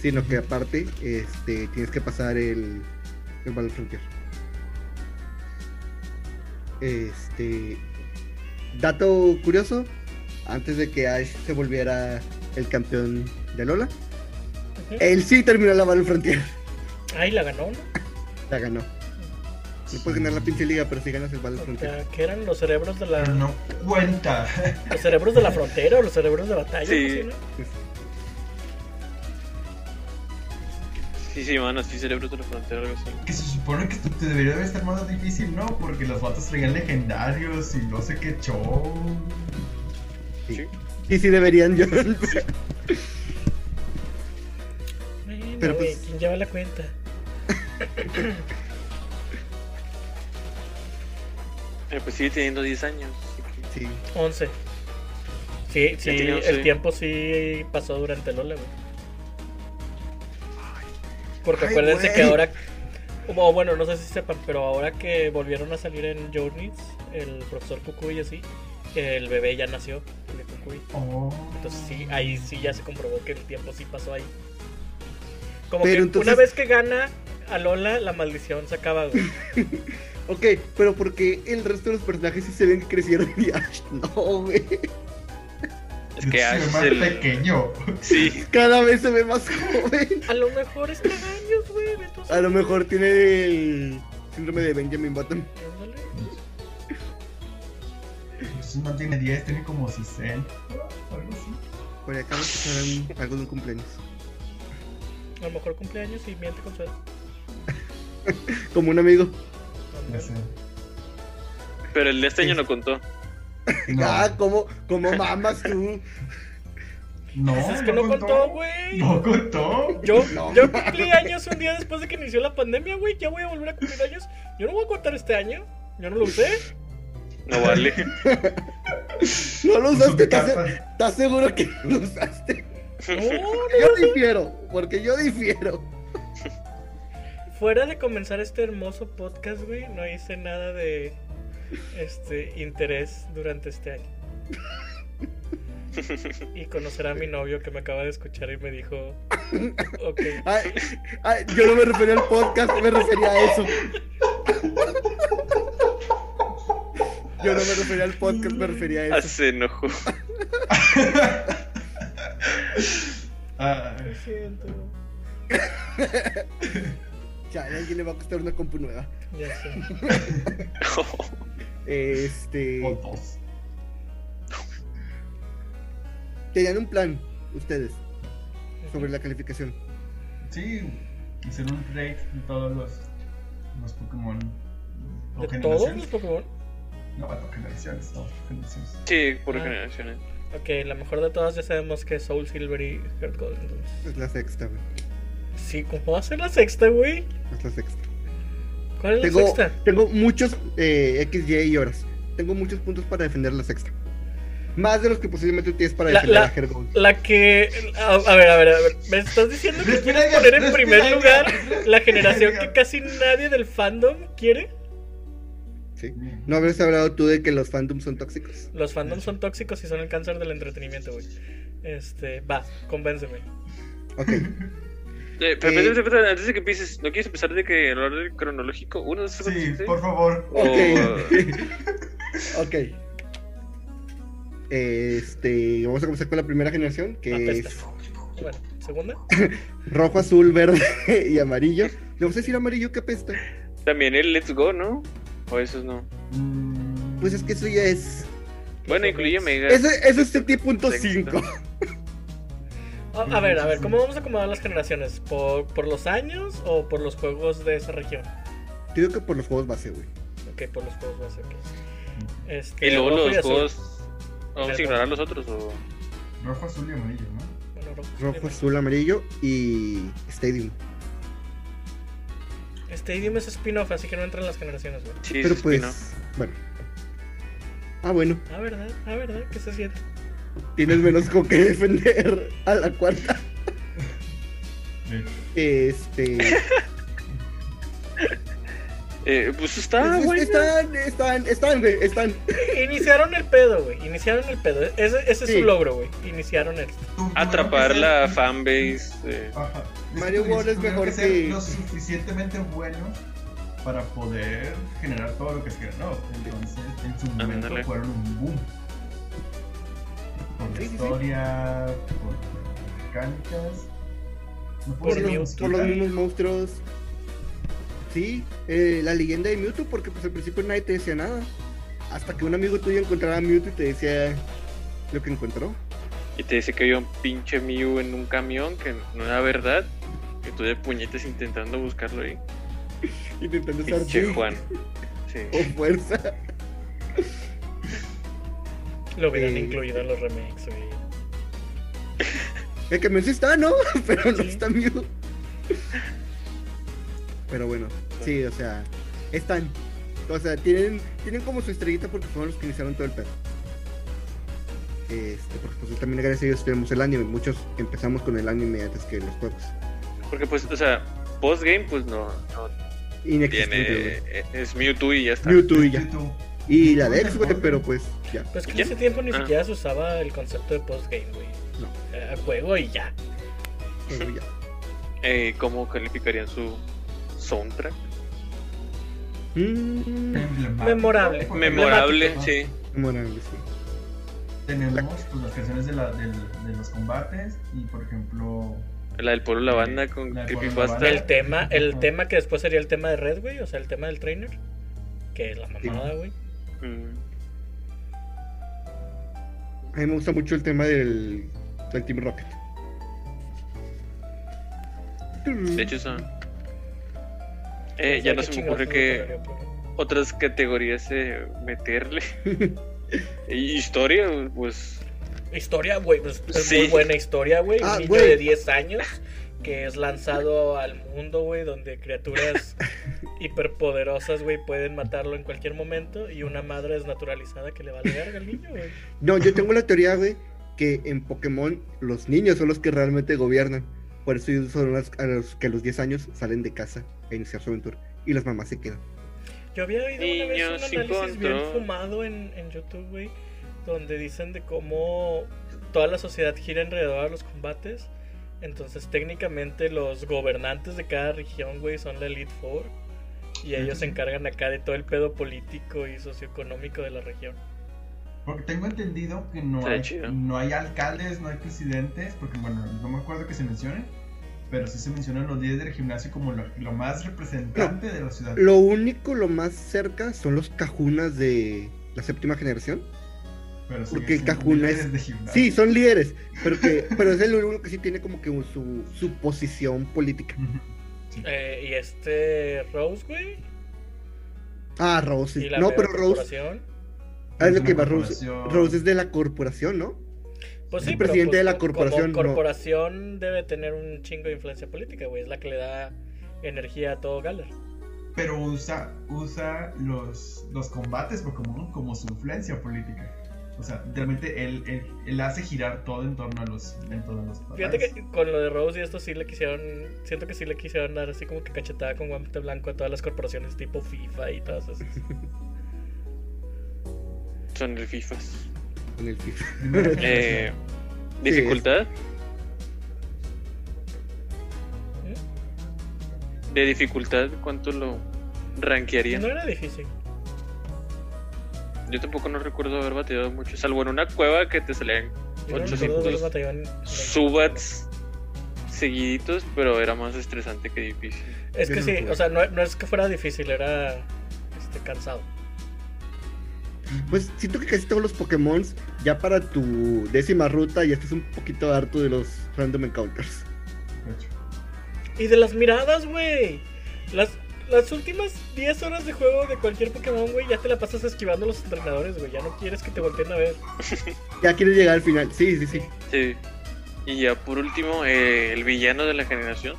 sino que aparte este, tienes que pasar el, el Battle Frontier. Este. Dato curioso: antes de que Ash se volviera el campeón de Lola,
Ujú.
él sí terminó la Battle Frontier.
Ay, la ganó, ¿no?
La ganó. No puedes ganar la pinche liga, pero sí ganas el Battle
O
Frontier.
sea, que eran los cerebros de la
Pero no cuenta.
los cerebros de la frontera o los cerebros de batalla,
Sí.
algo así, ¿no?
Sí, sí, van así cerebros de la frontera, algo así.
Que se supone que esto te debería de estar más difícil, ¿no? Porque los vatos traían legendarios y no sé qué show.
Sí.
Sí, sí, deberían yo.
Bueno,
Pero
güey,
pues-
¿quién lleva la cuenta?
Eh, pues sigue teniendo 10 años. así que-
Sí.
11. Sí, sí,
tiene once.
el tiempo sí pasó durante Lola, güey. Porque
Ay,
acuérdense
güey.
que ahora. O bueno, no sé si sepan, pero ahora que volvieron a salir en Journeys, el profesor Cucuy y así, el bebé ya nació, el de Cucuy.
Oh.
Entonces sí, ahí sí ya se comprobó que el tiempo sí pasó ahí. Como
Pero
que
entonces-
una vez que gana a Lola, la maldición se acaba, güey.
Ok, pero porque el resto de los personajes sí se ven que crecieron y Ash no, güey.
Es que Ash es
más
el.
pequeño.
Sí,
Cada vez se ve más joven.
A lo mejor está años, güey. entonces-
A lo mejor tiene el síndrome de Benjamin Button.
Ándale.
Entonces No tiene 10, tiene como 60. o Algo así.
Por acá vamos a hacer algo de un cumpleaños.
A lo mejor cumpleaños y miente con su edad.
Como un amigo.
No sé.
pero el de este año no contó.
No,
Ah, como, como mamas tú.
no,
Pues es que no contó, güey.
No contó.
Yo,
No.
yo cumplí años un día después de que inició la pandemia, güey. Ya voy a volver a cumplir años. Yo no voy a contar este año. Yo no lo usé.
No vale.
No lo
Puso
usaste,
tu
¿estás se-
carta.
¿estás seguro que no lo usaste?
No, no.
Yo difiero, porque yo difiero.
Fuera de comenzar este hermoso podcast, güey, no hice nada de este interés durante este año. Y conocer a mi novio que me acaba de escuchar y me dijo, ok,
Ay, ay, yo no me refería al podcast, me refería a eso. Yo no me refería al podcast, me refería a
Ah,
eso.
se enojó.
Ah,
lo siento,
Chale, a alguien le va a costar una compu nueva.
ya sé.
o
Este.
dos.
Tenían un plan, ustedes, sobre la calificación.
Sí, hicieron un trade de todos los, los Pokémon. o
¿De todos los
generaciones.
Pokémon?
No, bueno, generaciones, no, generaciones.
Sí, por
Ah.
generaciones.
Ok, la mejor de todas ya sabemos que es Soul Silver y Heart Gold. Entonces.
Es la sexta, güey.
Sí, ¿cómo va a ser la sexta, güey?
Es la sexta.
¿Cuál es la
Tengo,
sexta?
tengo muchos eh, X, Y y horas. Tengo muchos puntos para defender la sexta. Más de los que posiblemente tienes para
La-
defender
la-
a Hergold.
La que. A, a ver, a ver, a ver. Me estás diciendo que
Respira,
quieres
Edgar,
poner en
respira,
primer
Edgar.
lugar la generación que
Edgar.
casi nadie del fandom quiere.
¿sí? No habrías hablado tú de que los fandoms son tóxicos.
Los fandoms son tóxicos y son el cáncer del entretenimiento, güey. Este, va, convénceme.
Ok.
Eh, pero
Eh.
espérate, espérate, antes de que empieces, ¿no quieres empezar de que el orden cronológico? ¿Uno, dos, tres,
Sí,
cuatro,
por favor.
O-
Oh.
Ok. Este, vamos a comenzar con la primera generación, que
Apesta.
es
Bueno, segunda.
rojo, azul, verde y amarillo. Le vamos a decir amarillo que apesta.
También el Let's Go, ¿no? O esos no.
Mm,
Pues es que eso ya es.
Bueno, incluye Mega.
Eso, eso es 7.5.
Sexta.
A, Ah, a ver, a ver, ¿cómo vamos a acomodar las generaciones? ¿Por, por los años o por los juegos de esa región?
Te digo que por los juegos base, güey.
Ok, por los juegos base, ok.
Mm,
Este,
Y luego
rojo
los
azul.
juegos. ¿Vamos a ignorar los otros o.?
Rojo, azul y amarillo, ¿no?
Bueno, rojo,
Rojo,
azul.
azul, amarillo y Stadium.
Este idioma es spin-off, así que no entran las generaciones, güey.
Sí,
Pero
sí,
pues,
no.
bueno. Ah, bueno,
Ah, ¿verdad? Ah, ¿verdad? ¿Qué se siente?
tienes menos con que defender a la cuarta.
Sí.
Este.
Eh, pues está,
es-
güey.
están, están, están, güey, están.
Iniciaron el pedo, güey. Iniciaron el pedo. Ese, ese es
Sí.
su logro, güey. Iniciaron el.
Tuvieron que
Atrapar
ser-
la fanbase. eh,
Ajá.
Mario
Tuvieron-
World es
tuvieron
mejor
ser
que-
Lo suficientemente bueno para poder generar todo lo que se generó. Entonces, en su momento
Ándale.
fueron un boom. Por
Sí,
la
sí, sí.
historia, por las mecánicas. No puedo
Por
por,
decir
los,
Mewtwo.
por los mismos monstruos. Sí, eh, la leyenda de Mewtwo, porque pues al principio nadie te decía nada. Hasta que un amigo tuyo encontraba a Mewtwo y te decía lo que encontró.
y te dice que había un pinche Mew en un camión, que no era verdad. Que tú de puñetes intentando buscarlo ahí.
Intentando
Pues
estar
Pinche
big
Juan. Sí.
con fuerza.
Lo hubieran
Sí.
incluido en los remakes, güey.
El camión sí está, ¿no? Pero no
Sí.
está mute. Pero bueno, sí, o sea, están. O sea, tienen, tienen como su estrellita porque fueron los que iniciaron todo el pedo. Este, porque pues también gracias a ellos tenemos el anime. Muchos empezamos con el anime antes que los juegos.
Porque pues, o sea, postgame pues no, no tiene... eh,
Inexistente.
Es Mewtwo y ya está.
güey. Mewtwo y ya.
Mewtwo.
Y la de X, güey, pero pues ya.
Pues que en
¿Ya?
ese tiempo ni
Ah.
siquiera se usaba el concepto de postgame, güey.
No.
Era juego y ya.
pero ya.
Eh, ¿Cómo calificarían su soundtrack?
Mm,
Emblemático,
Memorable.
porque
Memorable,
¿no?
sí.
memorable, sí.
Tenemos pues, las canciones de, la, del- de los combates y, por ejemplo,
La del pueblo Lavanda con
La del Pueblo
Creepypasta.
Lavanda.
El tema, el
Ajá.
tema que después sería el tema de Red, güey, o sea, el tema del trainer. Que es la mamada, güey.
Mm.
A mí me gusta mucho el tema del, del Team Rocket.
De hecho, son... Eh,
O sea,
ya no
qué
se me
chingados
ocurre
no
que...
tocaría, pero-
otras categorías eh, meterle. Y Historia, pues.
Historia, güey, pues es
Sí.
muy buena historia, güey.
Ah,
Un niño
güey.
de 10 años que es lanzado al mundo, güey, donde criaturas hiperpoderosas, güey, pueden matarlo en cualquier momento y una madre desnaturalizada que le va a verga al niño, güey.
No, yo tengo la teoría, güey, que en Pokémon los niños son los que realmente gobiernan. Por eso ellos son las- a los que a los 10 años salen de casa a iniciar su aventura. Y las mamás se quedan.
Yo había oído una
Niños
vez
sin
un análisis bien
control.
fumado en, en YouTube, güey, donde dicen de cómo toda la sociedad gira alrededor de los combates. Entonces, técnicamente, los gobernantes de cada región, güey, son la Elite Four. Y ellos se encargan acá de todo el pedo político y socioeconómico de la región.
Porque tengo entendido que no
Está
hay,
chido.
no hay alcaldes, no hay presidentes, porque bueno, no me acuerdo que se mencionen, pero sí se mencionan los líderes del gimnasio como lo, lo más representante de la ciudad.
Lo único, lo más cerca son los cajunas de la séptima generación.
pero siguen
porque el
siendo
Cajuna es-
líderes de gimnasio.
Sí, son líderes, pero, que, pero es el único que sí tiene como que un- su, su posición política.
Ujú.
Eh, y este Rose, güey.
Ah, Rose.
y
sí.
la
No,
mega
pero Rose.
corporación.
Ah, es lo
una
que va Rose.
corporación.
Rose es de la corporación, ¿no?
Pues
Es
sí,
el
pero,
presidente
pues,
de la
co-
corporación,
Como
no.
corporación debe tener un chingo de influencia política, güey. Es la que le da energía a todo Galar.
Pero usa, usa los, los combates Pokémon como su influencia política. O sea, realmente él, él, él hace girar todo en torno a los. En torno a los
Fíjate
batallas.
que con lo de Rose y esto sí le quisieron. Siento que sí le quisieron dar así como que cachetada con guante blanco a todas las corporaciones tipo FIFA y todas esas.
Son el FIFAs.
En el FIFA.
Primera
Eh,
generación.
dificultad. ¿Eh? De dificultad, ¿cuánto lo rankearían?
No era difícil.
Yo tampoco no recuerdo haber bateado mucho, salvo en una cueva que te salían
Yo no me
800
acuerdo de los batallones.
subats seguiditos, pero era más estresante que difícil.
Es que
Yo no
sí,
jugué.
o sea, no, no es que fuera difícil, era este, cansado.
Pues siento que casi todos los Pokémon, ya para tu décima ruta, ya estás un poquito harto de los random encounters.
Ocho.
Y de las miradas, güey. Las, las últimas 10 horas de juego de cualquier Pokémon, güey, ya te la pasas esquivando a los entrenadores, güey. Ya no quieres que te volteen a ver.
Ya quieres llegar al final. Sí, sí, sí.
Sí. Y ya por último, eh, el villano de la generación.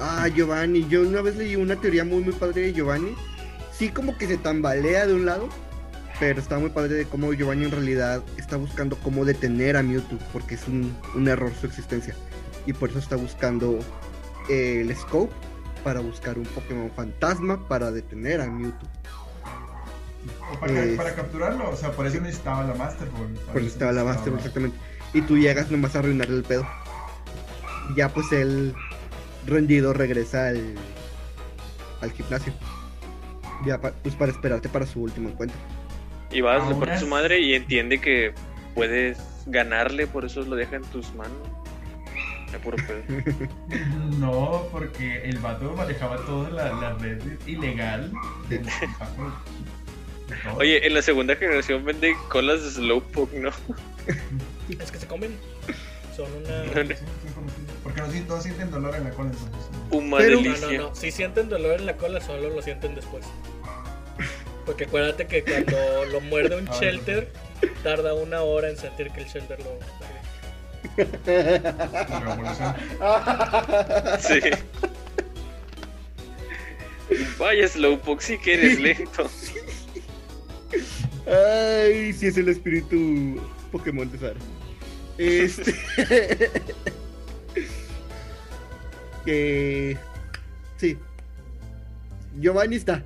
Ah, Giovanni. Yo una vez leí una teoría muy, muy padre de Giovanni. Sí, como que se tambalea de un lado, pero está muy padre de cómo Giovanni en realidad está buscando cómo detener a Mewtwo, porque es un, un error su existencia. Y por eso está buscando eh, el Scope para buscar un Pokémon fantasma para detener a Mewtwo.
O para,
Eh,
para capturarlo, o sea, por eso necesitaba la Master Ball. para
Por eso estaba la Master,
necesitaba-
exactamente. Y tú llegas nomás a arruinarle el pedo. Y ya pues él rendido regresa al, al gimnasio. Ya pa- pues para esperarte para su último encuentro.
Y vas, le
Ahora
partes su
sí.
madre y entiende que puedes ganarle, por eso lo deja en tus manos. Ay, puro pedo.
No, porque el vato manejaba toda la, la red ilegal de de todo.
Oye, en la segunda generación vende colas de Slowpoke, ¿no?
Es que se comen. Son una.
Sí, sí, sí, sí. Porque no, si- no sienten dolor en la cola, entonces.
Puma
Pero-
No, no,
delicia.
no. Si sienten dolor en la cola, solo lo sienten después. Porque acuérdate que cuando lo muerde un
Ah,
shelter, tarda una hora en sentir que el shelter lo.
Ah,
La
Ah,
revolución.
Sí. Vaya Slowpoke, sí que eres lento.
Ay, si es el espíritu Pokémon de Sara. Este. que. Sí. Giovanni está.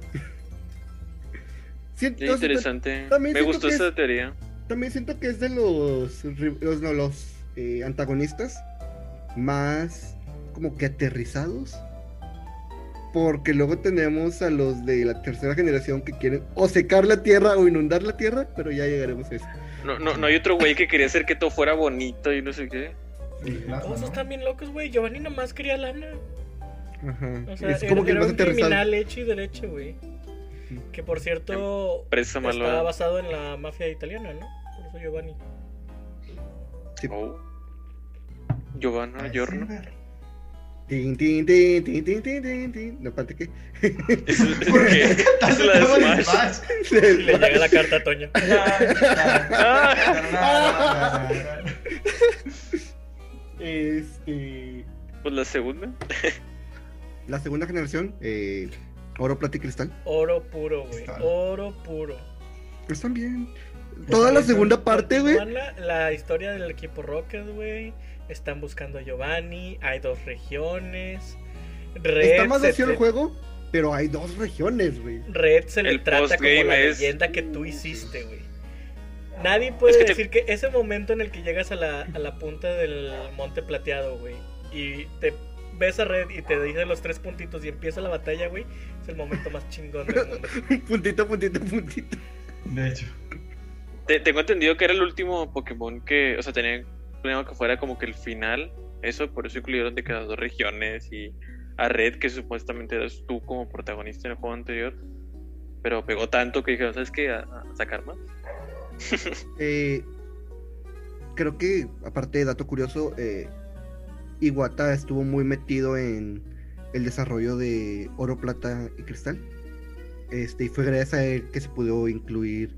Siento,
Qué interesante.
también
Me
siento
gustó
que
esa
es-
teoría.
También siento que es de los, ri- los, no, los eh, antagonistas más como que aterrizados. Porque luego tenemos a los de la tercera generación que quieren o secar la tierra o inundar la tierra, pero ya llegaremos a eso.
No, no, no hay otro güey que quería hacer que todo fuera bonito y no sé qué.
Sí, plasma,
¿Cómo
¿no?
están bien locos, güey? Giovanni nomás quería lana.
Ajá.
O sea,
es
era,
como que el
era
más
un
aterrizado.
criminal hecho y derecho, güey.
Sí.
Que por cierto,
Presa
está
malo.
basado en la mafia italiana, ¿no? Por eso Giovanni.
Oh. Giovanna,
Ay,
Giorno.
Silver.
Tin, tin, tin, tin, tin, tin, tin, tin. No, aparte que.
Es, es porque es la de
Todo el
Smash.
Smash.
Y le llega la carta a Toño.
Ah,
Este.
pues la segunda.
La segunda generación, eh, oro, plata y cristal.
Oro puro, güey.
Está.
Oro puro.
Están bien. Toda la segunda parte, güey.
Continúan La, la historia del equipo Rocket, güey. Están buscando a Giovanni. Hay dos regiones. Red
Está más
se
vacío el
te-
juego, pero hay dos regiones, güey.
Red se le
El
trata como
postgame
la
es-
leyenda que tú hiciste, güey. Nadie puede
Es que te-
decir que ese momento en el que llegas a la, a la punta del monte plateado, güey, y te ves a Red y te dice los tres puntitos y empieza la batalla, güey, es el momento más chingón del mundo.
puntito, puntito, puntito.
De hecho.
Te- tengo entendido que era el último Pokémon que, o sea, tenían planeado que fuera como que el final. Eso, por eso incluyeron de que las dos regiones y a Red, que supuestamente eras tú como protagonista en el juego anterior. Pero pegó tanto que dijeron, ¿sabes qué? A, a sacar más.
Eh, creo que, aparte de dato curioso, eh, Iwata estuvo muy metido en el desarrollo de oro, plata y cristal. Este, y fue gracias a él que se pudo incluir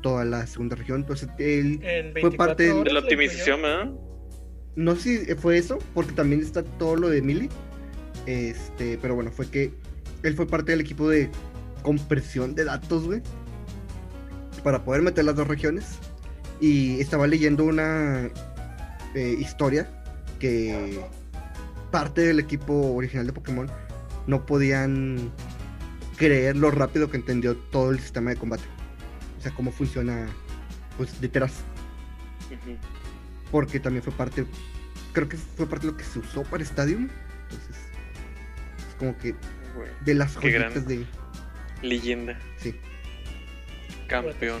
toda la segunda región. Entonces, él
En 24
Fue parte del-
De
horas
la
lo incluyó.
optimización, ¿verdad?
No sé si fue eso, porque también está todo lo de Mili. Este, pero bueno, fue que él fue parte del equipo de compresión de datos, güey. Para poder meter las dos regiones. Y estaba leyendo una eh, historia que parte del equipo original de Pokémon no podían creer lo rápido que entendió todo el sistema de combate. O sea, cómo funciona pues detrás
Ujú.
porque también fue parte, creo que fue parte de lo que se usó para Stadium. Entonces, es como que
Güey,
de las
Qué gran-
joyitas de.
Leyenda,
Sí.
campeón.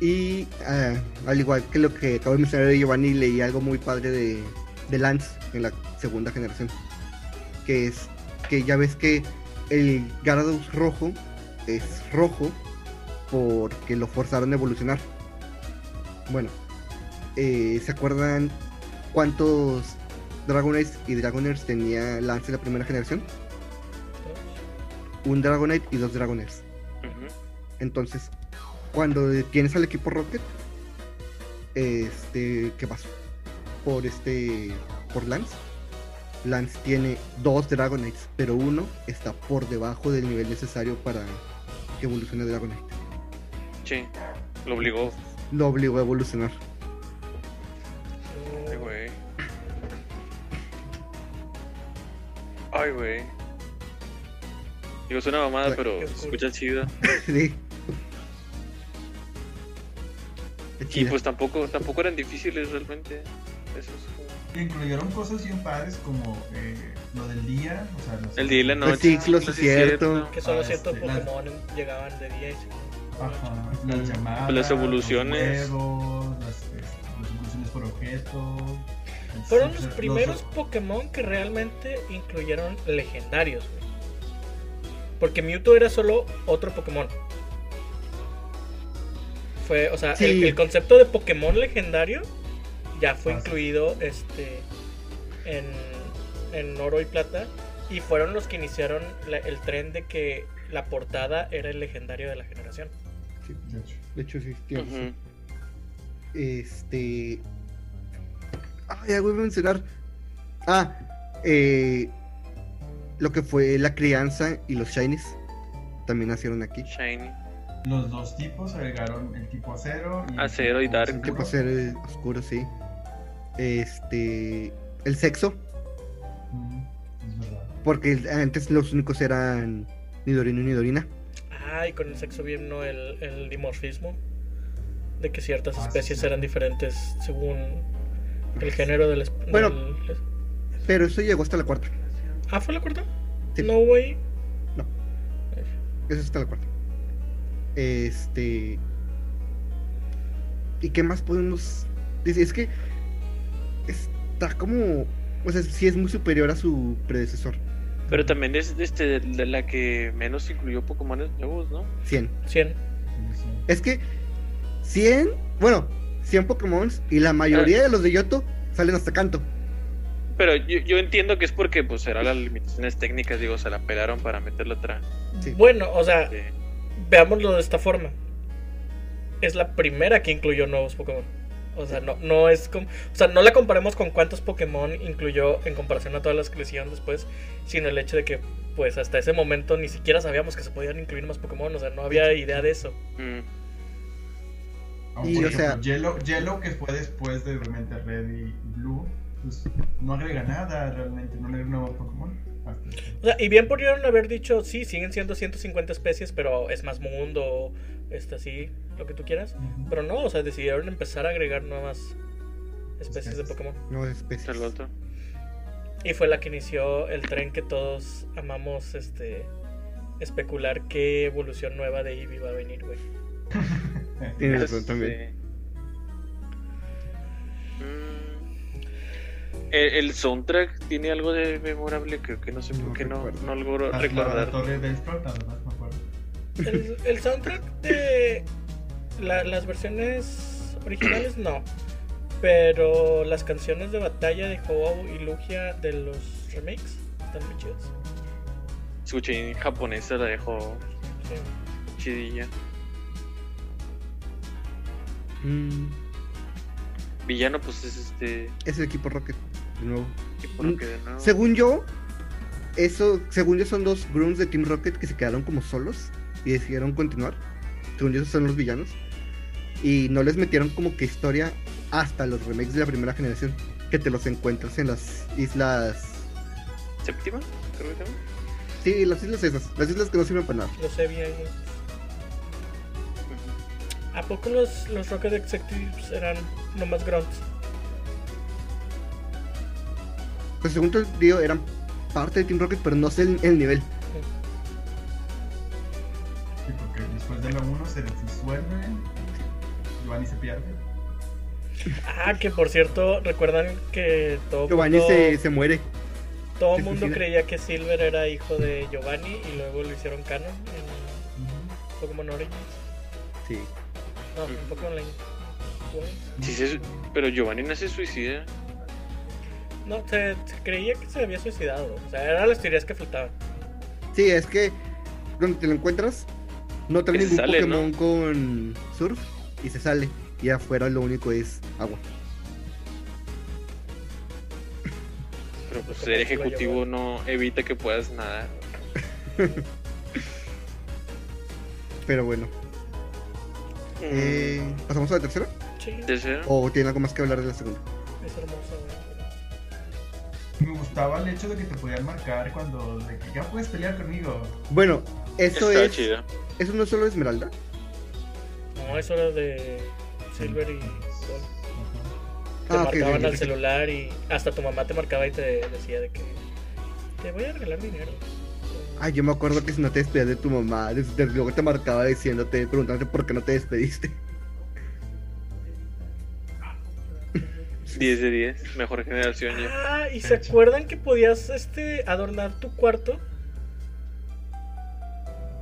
Y ah, al igual que lo que acabo de mencionar de Giovanni, leí algo muy padre de, de Lance en la segunda generación. Que es que ya ves que el Garados rojo es rojo porque lo forzaron a evolucionar. Bueno, eh, ¿se acuerdan cuántos Dragonite y Dragoners tenía Lance en la primera generación? Un Dragonite y dos Dragoners.
Ujú.
Entonces, cuando tienes al equipo Rocket, este, que vas por este, por Lance. Lance tiene dos Dragonites, pero uno está por debajo del nivel necesario para que evolucione Dragonite.
Sí, lo obligó.
Lo obligó a evolucionar.
Ay, güey. Ay, güey. Digo, suena mamada,
Ay,
pero
qué
se escucha chida.
Sí. Qué
Y
chida.
pues tampoco, tampoco eran difíciles realmente. Eso es como-
Incluyeron cosas bien padres como eh, lo del día, o sea, los-
El día y la noche.
ciclos,
sí,
Pues es cierto.
Que solo
Ah,
ciertos
este, las-
Pokémon llegaban de 10.
Ajá, las llamadas,
Las evoluciones.
los huevos, las, este, las evoluciones por objeto. el
Fueron
sub-
los primeros Pokémon que realmente incluyeron legendarios, güey. Porque Mewtwo era solo otro Pokémon. Fue, o sea, el,
Sí.
el concepto de Pokémon legendario ya fue
Ah, sí.
incluido este en, en oro y plata y fueron los que iniciaron la- el tren de que la portada era el legendario de la generación.
De hecho.
De hecho, sí, tienes razón. Este. Ay, algo iba a mencionar. Ah, eh, lo que fue la crianza y los shinies también nacieron aquí.
Shiny.
Los dos tipos agregaron el tipo acero y el
Acero y
tipo
dark.
El
oscuro.
tipo ser eh, oscuro, sí. Este. El sexo,
Mm, es verdad.
porque antes los únicos eran Nidorino y Nidorina.
Ah, y con el sexo vino el, el dimorfismo de que ciertas
Ah, sí,
especies
sí.
eran diferentes según el género del... es-
Bueno.
del-
Pero eso llegó hasta la cuarta.
ah, ¿fue la cuarta?
Sí.
No, güey.
Eso está la cuarta. Este. ¿Y qué más podemos decir? Es que está como. O sea, sí es muy superior a su predecesor.
Pero también es este, de la que menos incluyó Pokémon nuevos, ¿no?
100.
100.
Sí, sí.
Es que 100. Bueno, 100 Pokémon y la mayoría de los de Yoto salen hasta canto.
Pero yo, yo entiendo que es porque pues será las limitaciones técnicas, digo, se la pelaron para meterla otra.
Sí.
Bueno, o sea,
eh,
veámoslo de esta forma. Es la primera que incluyó nuevos Pokémon. O sea, no, no es como. O sea, no la comparemos con cuántos Pokémon incluyó en comparación a todas las que le hicieron después, sino el hecho de que, pues, hasta ese momento ni siquiera sabíamos que se podían incluir más Pokémon. O sea, no había idea de eso.
mm.
Aunque,
Y,
por
o sea-
ejemplo, Yellow, Yellow, que fue después de realmente Red y Blue, pues no agrega nada realmente, no agrega nuevos Pokémon. Hasta este.
O sea, y bien podrían haber dicho, sí, siguen siendo 150 especies, pero es más mundo, este, así, lo que tú quieras.
Ujú.
Pero no, o sea, decidieron empezar a agregar nuevas especies de Pokémon.
No es especies.
el otro.
Y fue la que inició el tren que todos amamos este especular qué evolución nueva de Eevee va a venir, güey.
Tiene razón
Este,
también.
mm, El, el soundtrack tiene algo de memorable, creo que no sé
No
por qué no,
recuerdo. Ah,
no logro
Hasta La
recordar.
torre del Prota, ¿verdad? Me acuerdo.
El, el soundtrack de la- las versiones originales no, pero las canciones de batalla de Hoenn y Lugia de los remakes están muy chidas.
Escuché en japonés, se la dejo
Sí.
chidilla.
Mm,
Villano, pues es este
es el equipo Rocket, de nuevo.
tipo
Mm,
que de nuevo.
Según yo, eso, según yo son dos grooms de Team Rocket que se quedaron como solos y decidieron continuar. Según yo, esos son los villanos. Y no les metieron como que historia hasta los remakes de la primera generación, que te los encuentras en las islas.
Séptima, creo que se llama.
Sí, las islas esas, las islas que no sirven para nada.
Los Eevee, ahí, güey. ¿A poco los, los Rocket Executives eran nomás grunts?
Pues según te digo, eran parte de Team Rocket, pero no sé el, el nivel.
Sí, porque después de la 1 se disuelve, Giovanni se pierde.
Ah, que por cierto, recuerdan que todo
Giovanni
mundo-
se, se muere.
Todo
Se
el mundo
suicida.
creía que Silver era hijo de Giovanni y luego lo hicieron canon en
Ujú.
Pokémon Origins.
Sí.
No, en Pokémon Legends.
Sí, se- pero Giovanni no se suicida.
No, se, se creía que se había suicidado. O sea, eran las teorías que flotaban.
Sí, es que donde te lo encuentras, no trae
Que se
ningún
sale,
Pokémon con surf y se sale. Y afuera lo único es agua.
Pero pues ser
Porque pues, iba a
ejecutivo no evita que puedas nadar.
Pero bueno,
Mm.
eh, ¿pasamos a la tercera?
Sí,
Mm, tercero.
¿O tiene algo más que hablar de la segunda?
es hermoso. güey.
Me gustaba el hecho de que te podían marcar cuando de que ya puedes pelear conmigo.
Bueno, eso
Está
es.
chido.
Eso no es solo Esmeralda.
No, eso era de Silver y Gold.
Ajá.
Te
Ah, ok,
marcaban
ok,
al
ok.
celular y hasta tu mamá te marcaba y te decía de que te voy a regalar dinero.
Ay, Ah, yo me acuerdo que si no te despedías de tu mamá, desde luego te marcaba diciéndote, preguntándote por qué no te despediste.
10 de 10. Mejor generación ya.
Ah, y se acuerdan que podías este adornar tu cuarto.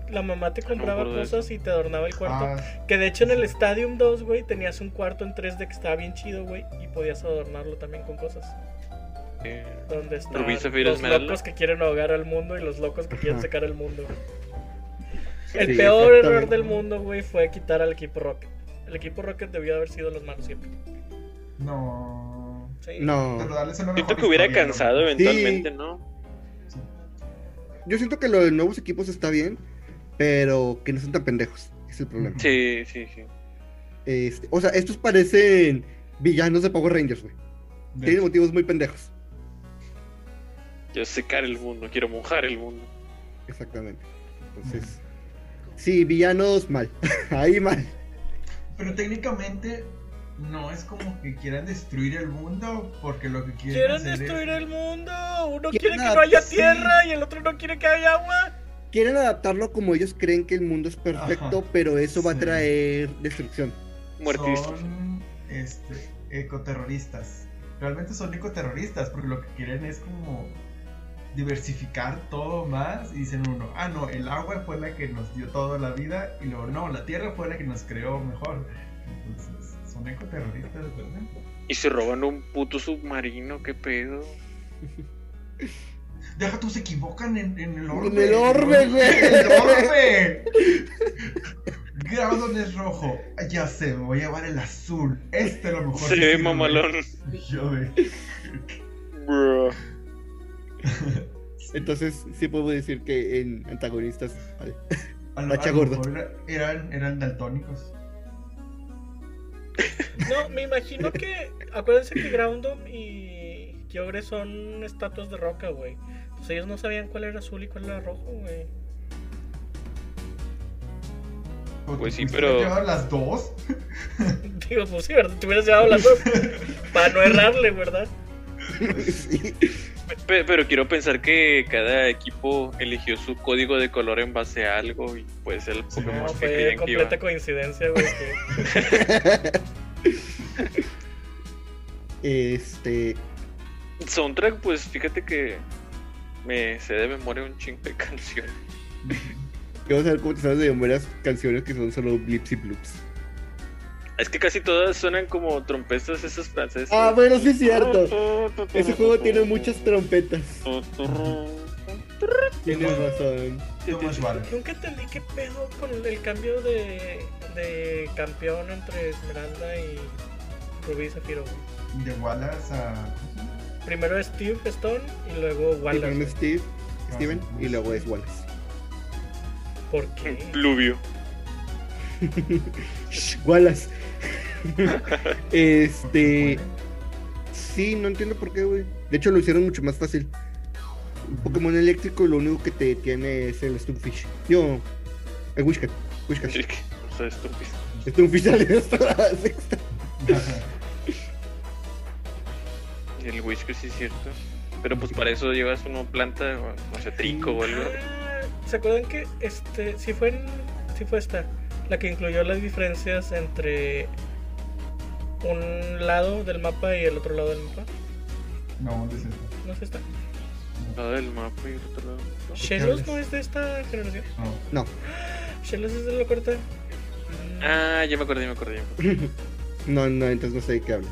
la mamá te
me
compraba
acuerdo de eso.
cosas y te adornaba el cuarto.
Ah,
Que de hecho en el Stadium 2, güey, tenías un cuarto en 3D que estaba bien chido, güey, y podías adornarlo también con cosas.
Eh,
Donde están
Rubí, Zafiro,
los
Esmeralda.
locos que quieren ahogar al mundo y los locos que quieren
Ajá.
sacar al mundo. güey. El
Sí,
peor error
exactamente.
del mundo, güey, fue quitar al equipo Rocket. El equipo Rocket debió haber sido los malos siempre.
no.
Sí.
Pero
No.
darles
Siento
una mejor
que hubiera
historia, ¿no?
cansado eventualmente, ¿no?
Yo siento que lo de nuevos equipos está bien, pero que no son tan pendejos. Es el problema.
Sí, sí, sí.
Este, o sea, estos parecen villanos de Power Rangers, güey.
De-
Tienen motivos muy pendejos.
Yo secar el mundo, quiero mojar el mundo.
Exactamente. Entonces. Sí, villanos mal. Ahí mal.
Pero técnicamente no es como que quieran destruir el mundo, porque lo que quieren
Quieren
hacer
destruir
es...
el mundo. Uno quiere
Quieren
que no haya
adaptarse.
tierra y el otro no quiere que haya agua.
Quieren adaptarlo como ellos creen que el mundo es perfecto,
Ajá.
pero eso va a
Sí.
traer destrucción.
Muertista.
Son este, ecoterroristas. Realmente son ecoterroristas, porque lo que quieren es como diversificar todo más y dicen uno, ah no, el agua fue la que nos dio toda la vida y luego no, la tierra fue la que nos creó mejor. Entonces, son ecoterroristas, ¿verdad?
Y se roban un puto submarino, qué pedo.
Deja tú, se equivocan en, en el orbe.
En el orbe, güey.
En el orbe. Groudon es rojo. Ya sé, me voy a llevar el azul. Este a lo mejor.
Se
sí
ve
sirve.
mamalón.
Yo, güey.
Bro.
Entonces, sí podemos decir que en antagonistas. vale.
A
Tacha
a
gordo.
mejor era- Eran, eran daltónicos.
No, me imagino que. Acuérdense que Groundom y Kyogre son estatuas de roca, güey. Pues ellos no sabían cuál era azul y cuál era rojo, güey.
O te
Pues sí,
pudiste
pero-
haber llevado las dos?
Digo, pues sí, ¿verdad? Te hubieras llevado las dos. Para no errarle, ¿verdad?
Pues.
Sí.
Pe- pero quiero pensar que cada equipo eligió su código de color en base a algo y puede ser el
Sí,
Pokémon
No,
que
fue
creían que iba.
completa coincidencia, güey. que-
Este.
Soundtrack, pues fíjate que me sé de memoria un chingo de canciones.
Vamos a ver cómo te sabes de buenas canciones que son solo blips y bloops.
Es que casi todas suenan como trompetas esas francesas.
Ah, bueno, sí es cierto. Ese juego tiene muchas trompetas. Tienes razón.
Toma, Schwarz.
Nunca entendí qué pedo con el, el cambio de, de campeón entre Esmeralda y Rubí y Zafiro, güey.
De Wallace a.
Primero Steve Stone y luego Wallace.
Primero
güey.
es Steve,
Ah,
Steven y luego es Wallace.
¿Por qué?
Pluvio.
Shh, Wallace.
Porque
este.
puede.
Sí, no entiendo por qué, güey. De hecho, lo hicieron mucho más fácil. Un Pokémon eléctrico lo único que te tiene es el Stunfish. Yo. El Wishcat. Wishcat.
Sí, que- o sea, estúpido.
Stunfish salió hasta la sexta.
Y El whisky sí es cierto. Pero pues para eso llevas una planta, o no sé, trinco o algo.
Ah, ¿Se acuerdan que este si fue en- si fue esta la que incluyó las diferencias entre un lado del mapa y el otro lado del mapa?
No, ¿dónde es eso?
¿No es esta?
Lado del mapa y el otro lado.
Shelos no es de esta generación.
No.
No.
Shelos es de la cuarta.
Ah, ya me acordé, ya me acordé. ya me acordé.
No, no, entonces no sé de qué hablo.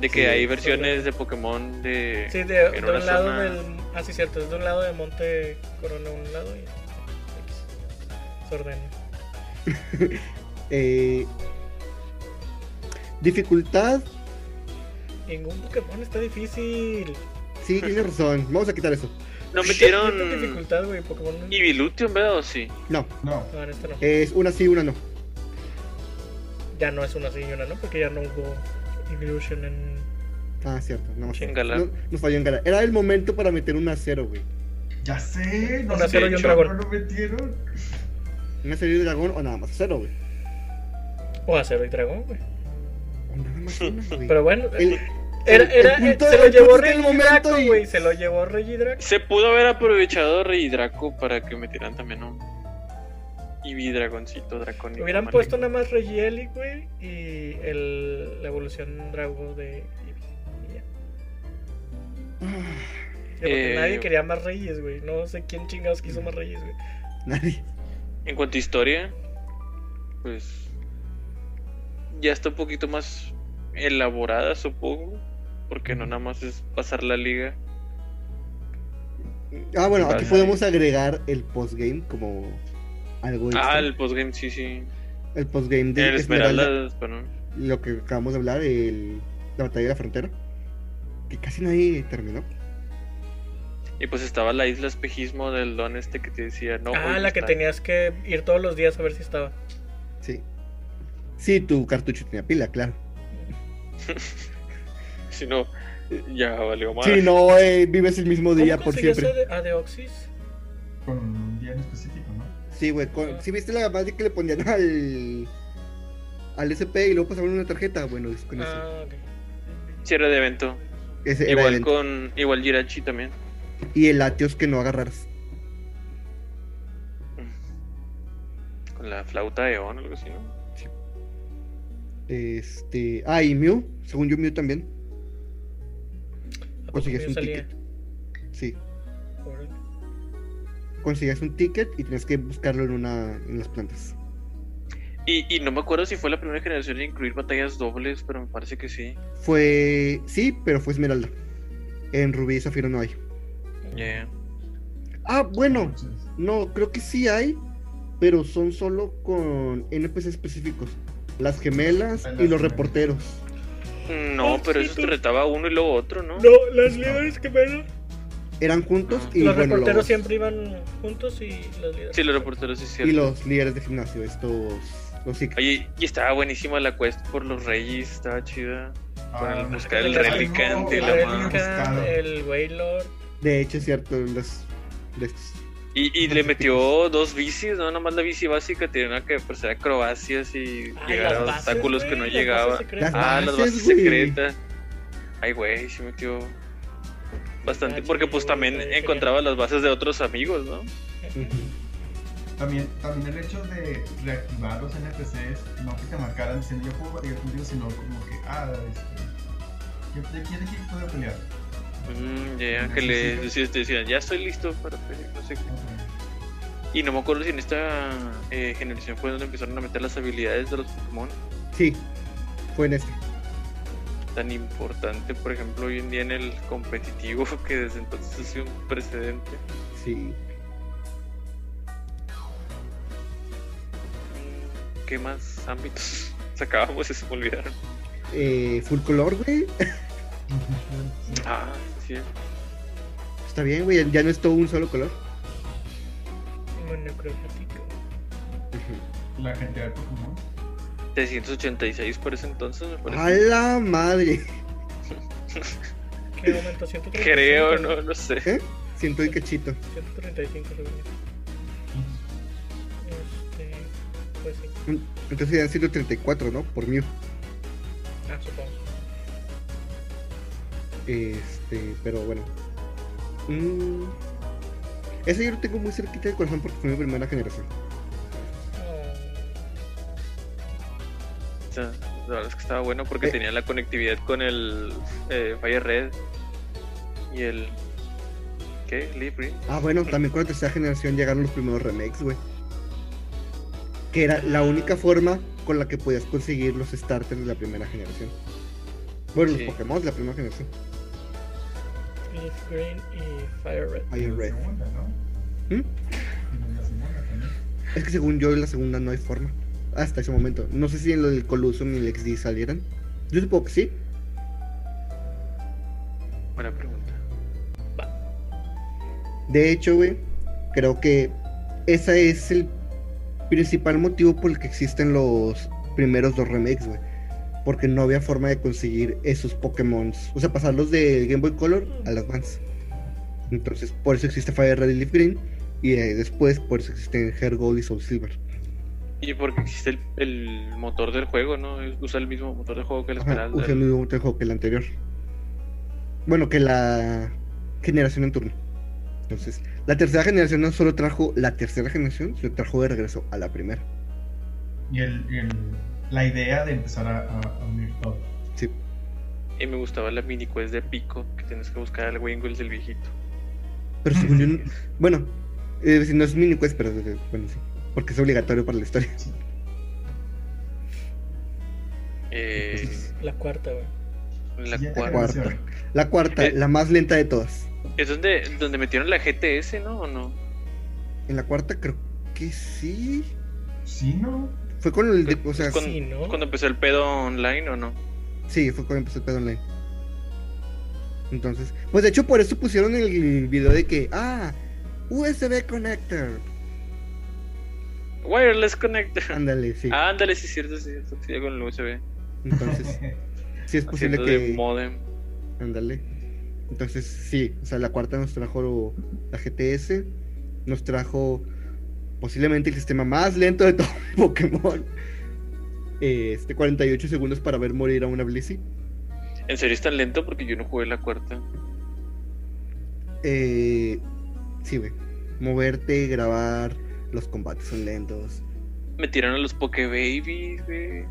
De que hay versiones de Pokémon de.
Sí, de,
en
de
una
un lado
zona-
del. Ah, sí, cierto, es de un lado de Monte Corona, un lado y. X. Se ordena.
Eh, dificultad.
Ningún Pokémon está difícil.
Sí, tiene razón. Vamos a quitar eso.
No
Yo tengo
metieron.
dificultad, güey, Pokémon. no-
Ibilutium, ¿verdad? ¿O sí?
No.
No.
No, en esta no.
Es una sí, una no.
Ya no es una sí y una no, porque ya no hubo Evolution en.
Ah, cierto. No,
Chingala.
no, nos falló en ganar. Era el momento para meter una cero, güey.
Ya sé. No
Una
sé
cero y un
por qué
dragón.
No lo metieron.
Una serie de dragón o nada más cero, güey.
O acero y dragón, güey.
O nada más una, güey.
Pero bueno,
El-
era,
el-
era, eh,
el punto-
se lo
el
llevó
punto es que el
Regidraco,
momento y-
güey. Se lo llevó Regidraco.
Se pudo haber aprovechado Rey Draco para que metieran también un. Eevee Dragoncito, Dracónico.
Hubieran
Mané.
puesto nada más Regieli, güey, y el, la evolución Drago de Eevee. Y ya. Sí, porque
Eh, Mm.
nadie quería más reyes, güey. No sé quién chingados quiso más reyes, güey.
Nadie.
En cuanto a historia, pues ya está un poquito más elaborada, supongo, porque no nada más es pasar la liga.
Ah, bueno,
Vale.
aquí podemos agregar el postgame como algo extra.
Ah, el postgame, sí, sí.
El postgame de
El
Esmeralda,
Esmeralda, perdón.
lo que acabamos de hablar, el, la batalla de la frontera, que casi nadie terminó.
Y pues estaba la isla espejismo del don este que te decía, no. hoy
ah,
no
la que
está.
tenías que ir todos los días a ver si estaba.
Sí. Sí, tu cartucho tenía pila, claro.
Si no, ya valió más.
Sí, no, eh, vives el mismo día por
¿Cómo conseguías
siempre.
a de- a Deoxys?
Con un día en específico, ¿no?
Sí, güey. con- Si viste la madre que le ponían al. al SP y luego pasaban una tarjeta, bueno, es con eso.
Ah, ok.
Cierre de evento.
Ese era
Igual
el-
con. Igual Jirachi también.
Y el Latios que no agarrarás.
Con la flauta de Eon, algo así, ¿no?
Este. Ah, y Mew, según yo, Mew también.
¿A poco
Conseguías
yo
un
salía?
ticket. Sí.
Órale.
Conseguías un ticket y tenías que buscarlo en una. en las plantas.
Y, y no me acuerdo si fue la primera generación en incluir batallas dobles, pero me parece que sí.
Fue. sí, pero fue Esmeralda. En Rubí y Zafiro no hay.
Yeah.
Ah, bueno.
Entonces,
No, creo que sí hay, pero son solo con NPC específicos. Las gemelas
Las
y los
gemelas.
reporteros.
No, pero eso te retaba uno y luego otro, ¿no?
No, las líderes que me
Eran juntos y
Los
bueno,
reporteros
los,
siempre iban juntos y los líderes.
Sí, los reporteros sí es
y
cierto.
los líderes de gimnasio, estos los Zika.
Oye, y estaba buenísima la quest por los reyes, estaba chida. Con el
ah,
buscar el
algo-
relicante,
El
la
algo
madre.
rebuscado.
Relican, el Waylord.
De hecho, es cierto, los de estos.
Y, y le metió dos bicis, ¿no? Nomás la bici básica tenía que hacer acrobacias y
Ay,
llegar
las
a
bases,
obstáculos que
güey,
no
las
llegaba.
bases secretas.
Las
Ah, las
bases,
bases
güey.
secretas. Ay, güey, sí metió bastante.
Ah,
Porque
sí,
pues
güey,
también
está bien
encontraba las bases de otros amigos, ¿no?
Ujú.
También, también el hecho de reactivar los NPCs, no que te marcaran diciendo yo puedo pelear contigo, sino como que, ah, este, yo te quiero que puedo pelear.
Mm, ya,
Ah,
Sí,
que
sí,
le
sí.
decías- te decían, ya estoy listo para pelear, no sé qué.
Ok.
Y no me acuerdo si en esta eh, generación fue donde empezaron a meter las habilidades de los Pokémon.
Sí, fue en este.
Tan importante, por ejemplo, hoy en día en el competitivo, que desde entonces ha sido un precedente.
Sí.
Mm, ¿Qué más ámbitos sacábamos y se me olvidaron?
Eh, full color, güey.
Sí.
Ah, sí.
Está bien, güey. Ya no es todo un solo color.
Bueno, creo que sí, que-
Ujú.
La gente de Pokémon.
386 por ese entonces, me parece.
A la madre.
¿Qué momento? 135.
Creo, no, no sé.
¿Eh? Siento el cachito.
135 según yo. Este. Pues sí.
Entonces serían 134, ¿no? Por Mew.
Ah, supongo.
Este, pero bueno. Mm. Ese yo lo tengo muy cerquita del corazón porque fue mi primera generación.
Oh,
O sea, la verdad es que estaba bueno porque
Eh.
tenía la conectividad con el eh, Fire Red y el. ¿Qué? Libre.
Ah, bueno, también con la tercera generación llegaron los primeros remakes, güey. Que era la única forma con la que podías conseguir los starters de la primera generación. Bueno,
Sí.
los Pokémon de la primera generación.
Leaf Green y Fire Red.
Hay
Y la
Red.
segunda, ¿no?
¿Mm?
Y la segunda también.
Es que según yo, en la segunda no hay forma. Hasta ese momento. No sé si en lo del Colosseum y el XD salieran. Yo supongo que sí.
Buena pregunta.
De hecho, güey, creo que ese es el principal motivo por el que existen los primeros dos remakes, güey. Porque no había forma de conseguir esos Pokémon. O sea, pasarlos del Game Boy Color al Advance. Entonces, por eso existe Fire Red y Leaf Green. Y eh, después, por eso existen Hair Gold y Soul Silver.
Y porque existe el, el motor del juego, ¿no? Es- Usa el mismo motor de juego que el
Ajá,
Esmeralda.
usa el mismo juego que el anterior. Bueno, que la generación en turno. Entonces, la tercera generación no solo trajo la tercera generación, sino trajo de regreso a la primera.
Y el, y el- la idea de empezar a, a- a unir todo.
Sí.
Y me gustaba la mini quest de Pico, que tienes que buscar al Wingles del viejito.
Pero según yo, no- bueno, Eh, si no es mini quest, pero eh, bueno, sí. Porque es obligatorio para la historia.
Eh,
La cuarta, güey.
la
Siguiente
cuarta.
cuarta.
canción.
La cuarta,
Eh.
la más lenta de todas.
Es donde, donde metieron la GTS, ¿no? ¿O no?
En la cuarta creo que sí.
Sí, ¿no?
Fue con el... de- o sea,
Con-
Sí, ¿no?
¿Cuando empezó el pedo online o no?
Sí, fue cuando empezó el pedo online. Entonces, pues de hecho por eso pusieron el video de que, ah, USB connector.
Wireless Connector.
Ándale, sí.
Ah, ándale, sí, es cierto, sí, es cierto, sí, con el USB.
Entonces, sí es posible
Haciendo de
que...
modem.
Ándale. Entonces, sí, o sea, la cuarta nos trajo la GTS, nos trajo posiblemente el sistema más lento de todo Pokémon. Eh, Este, 48 segundos para ver morir a una Blissey.
¿En serio es tan lento? Porque yo no jugué la cuarta.
Eh, sí, güey. Moverte, grabar, los combates son lentos.
Me tiraron a los Pokebabies, güey.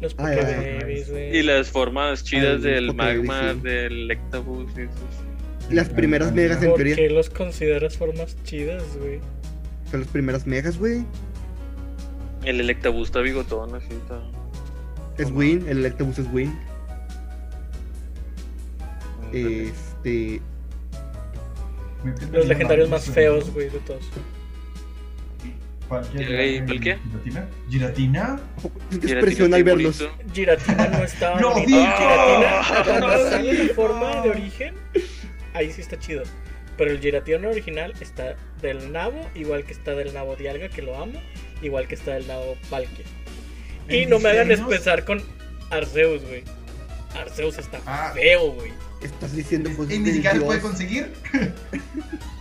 Los
Ah, ya, ya.
Pokebabies, güey.
Y las formas chidas
Ah, los
del
Pokebabies,
magma,
sí.
del Lectabuzz y esos.
Las primeras megas en
¿Por
teoría.
qué los consideras formas chidas, güey?
Son las primeras megas, güey.
El Electabuzz está bigotón, así está.
Eh, Es
Ajá.
Win, el Electabuzz es Win. Este.
Los legendarios más feos, güey, de todos.
¿Cuál qué?
Ey, ¿cuál qué?
¿Giratina? ¿Giratina?
Sientes
Giratina
presión al
está
verlos.
bonito.
Giratina no estaba.
¡Lo
bonito.
dijo!
Giratina, cuando
¡Lo
sale la
dijo!
forma de origen, ahí sí está chido. Pero el Giratina original está del nabo, igual que está del nabo de alga, que lo amo, igual que está del nabo palque. Y
¿En
no me hagan
serio?
empezar con Arceus, güey. Arceus está
Ah.
feo, güey.
Estás diciendo pues, cosas
¿Y ni
del
siquiera lo
dios.
puede conseguir?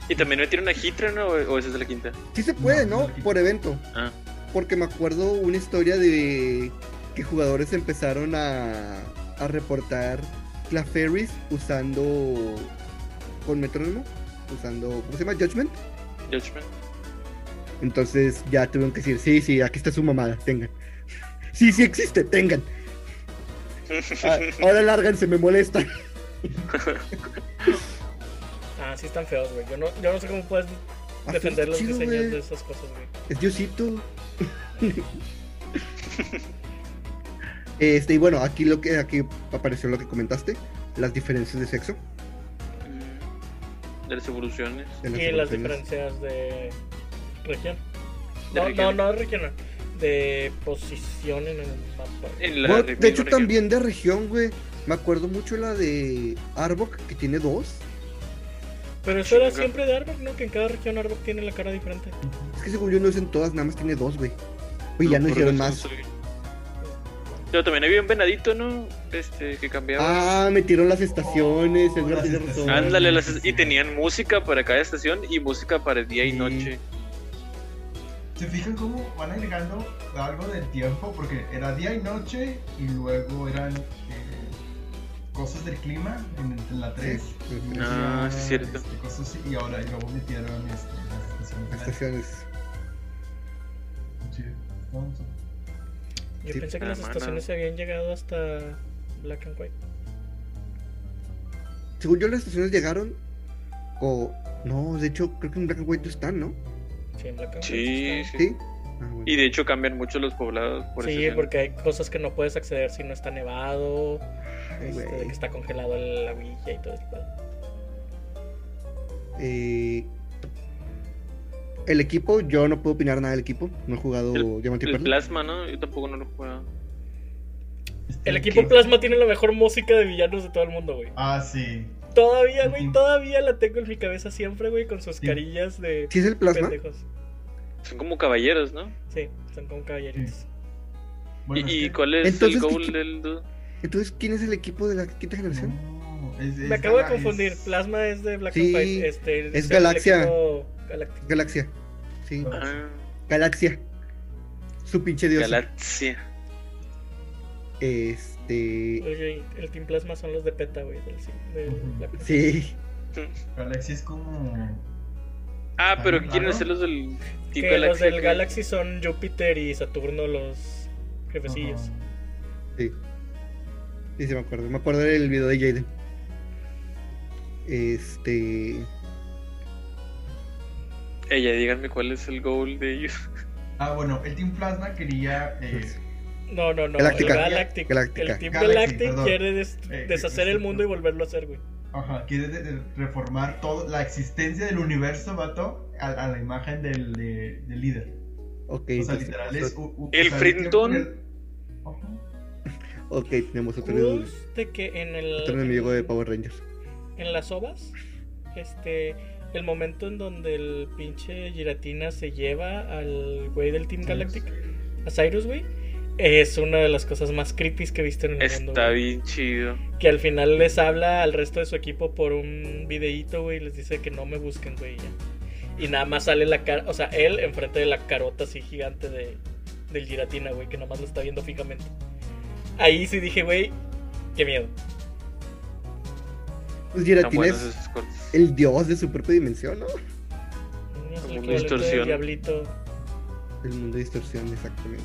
Y también metieron a Hitra, ¿no? ¿O esa es la quinta?
Sí se puede,
No,
¿no?
no.
Por evento.
Ah.
Porque me acuerdo una historia de que jugadores empezaron a, a reportar Ferries usando. con metrónomo. Usando. ¿Cómo se llama? Judgment.
Judgment.
Entonces ya tuvieron que decir: sí, sí, aquí está su mamada, tengan. Sí, sí existe, tengan. Ah, ahora lárganse, me molesta.
Ah, sí están feos, güey. Yo no, yo no sé cómo puedes defender los
Chido,
diseños
güey.
de esas cosas, güey.
Es Diosito. este, y bueno, aquí lo que aquí apareció lo que comentaste, las diferencias de sexo. Mm.
de las evoluciones.
de
Y las
evoluciones.
diferencias de región.
De
No, no,
regiones.
no regional. De posición en el mapa.
En la
Bueno,
de-
de hecho,
región.
también de región, güey. Me acuerdo mucho la de Arbok, que tiene dos.
Pero eso era
Chinga.
siempre de Arbok, ¿no? Que en cada región Arbok tiene la cara diferente.
Es que según yo no usan todas, nada más tiene dos, güey. Oye, ya no
Por
hicieron
eso
más.
soy- Pero también había un venadito, ¿no? Este, que cambiaba.
Ah, metieron las estaciones,
Oh,
seguro
las
tiene razón.
estaciones.
Ándale, las-
sí, sí.
y tenían música para cada estación y música para día y
Sí.
noche.
¿Se fijan cómo van agregando algo del tiempo? Porque era día y noche y luego eran eh, cosas del clima en, en la 3.
Sí.
Y
Ah,
decía,
sí, cierto.
este, cosas así, y ahora y luego metieron este, las estaciones. de la-
Estaciones.
Chido. Vamos a-
Yo
Sí,
pensé que las
hermana.
estaciones se habían llegado hasta Black and White.
Según yo las estaciones llegaron o no, de hecho creo que en Black and White no están, ¿no?
Sí, en Black and
Sí,
White.
sí.
Sí. Ah, bueno.
Y de hecho cambian mucho los poblados por
Por sí,
estación.
porque hay cosas que no puedes acceder si no está nevado,
Ay,
este,
güey.
que está congelado la villa y todo eso.
Eh, el equipo, yo no puedo opinar nada del equipo. No he jugado Diamante y
El
Perla.
plasma, ¿no? Yo tampoco no lo jugaba.
Este,
El equipo
¿qué?
Plasma tiene la mejor música de villanos de todo el mundo, güey.
Ah, sí.
Todavía, güey,
Ujú.
todavía la tengo en mi cabeza siempre, güey, con sus
Sí.
carillas de
¿Sí es el plasma?
pendejos.
Son como caballeros, ¿no?
Sí, son como caballeritos.
¿Y,
Bueno, es
y
que-
cuál es
Entonces,
el
¿qué-
goal
qué-
del dude?
Entonces, ¿quién es el equipo de la quinta generación?
No, es- es
Me acabo de
Galax.
confundir, Plasma es de Black
Sí,
and White. Este, el-
es
el
Galaxia.
equipo galáctico.
Galaxia. Sí.
Ah.
Ah,
Galaxia. Su pinche dios.
Galaxia.
Este.
Oye, y el Team Plasma son los de PETA, güey, del, del
Ujú.
Black and White.
Sí.
Galaxy es como.
Ah, pero
Ah,
¿qué quieren
¿no?
hacer los del
Que
Team
los
Galaxia?
del Galaxy son Júpiter y Saturno los jefecillos.
Ajá.
Sí, sí, me acuerdo. Me acuerdo del video de Jaden. Este.
Ella, díganme cuál es el goal de ellos.
Ah, bueno, el Team Plasma quería. eh,
Pues,
No, no, no.
Galáctica.
El Galactic.
Galáctica.
El Team
Galaxy,
Galactic
perdón.
quiere des-
Eh,
deshacer
eh,
el mundo y volverlo a hacer, güey.
Ajá, quiere de- de- reformar todo, la existencia del universo, vato, a, a la imagen del, de- del líder.
Ok, este,
o sea,
entonces-
literal es. u- u-
El
o sea,
Frintón.
el- Ajá.
ok, tenemos otro,
Plus de que en el.
otro enemigo de Power Rangers.
en las ovas, este, el momento en donde el pinche Giratina se lleva al güey del Team Galactic, a Cyrus, güey, es una de las cosas más creepy que he visto en el mundo.
Está
güey.
bien chido.
Que al final les habla al resto de su equipo por un videíto, güey, y les dice que no me busquen, güey, y ya. Y nada más sale la cara, o sea, él enfrente de la carota así gigante de, del Giratina, güey, que nada más lo está viendo fijamente. Ahí sí dije, güey, qué miedo.
Pues
Están
Giratina
buenos
es
esos cortes.
el dios de su propia dimensión, ¿no?
No es
Como
el
una
equivalente del
distorsión.
Diablito.
El mundo de distorsión, exactamente.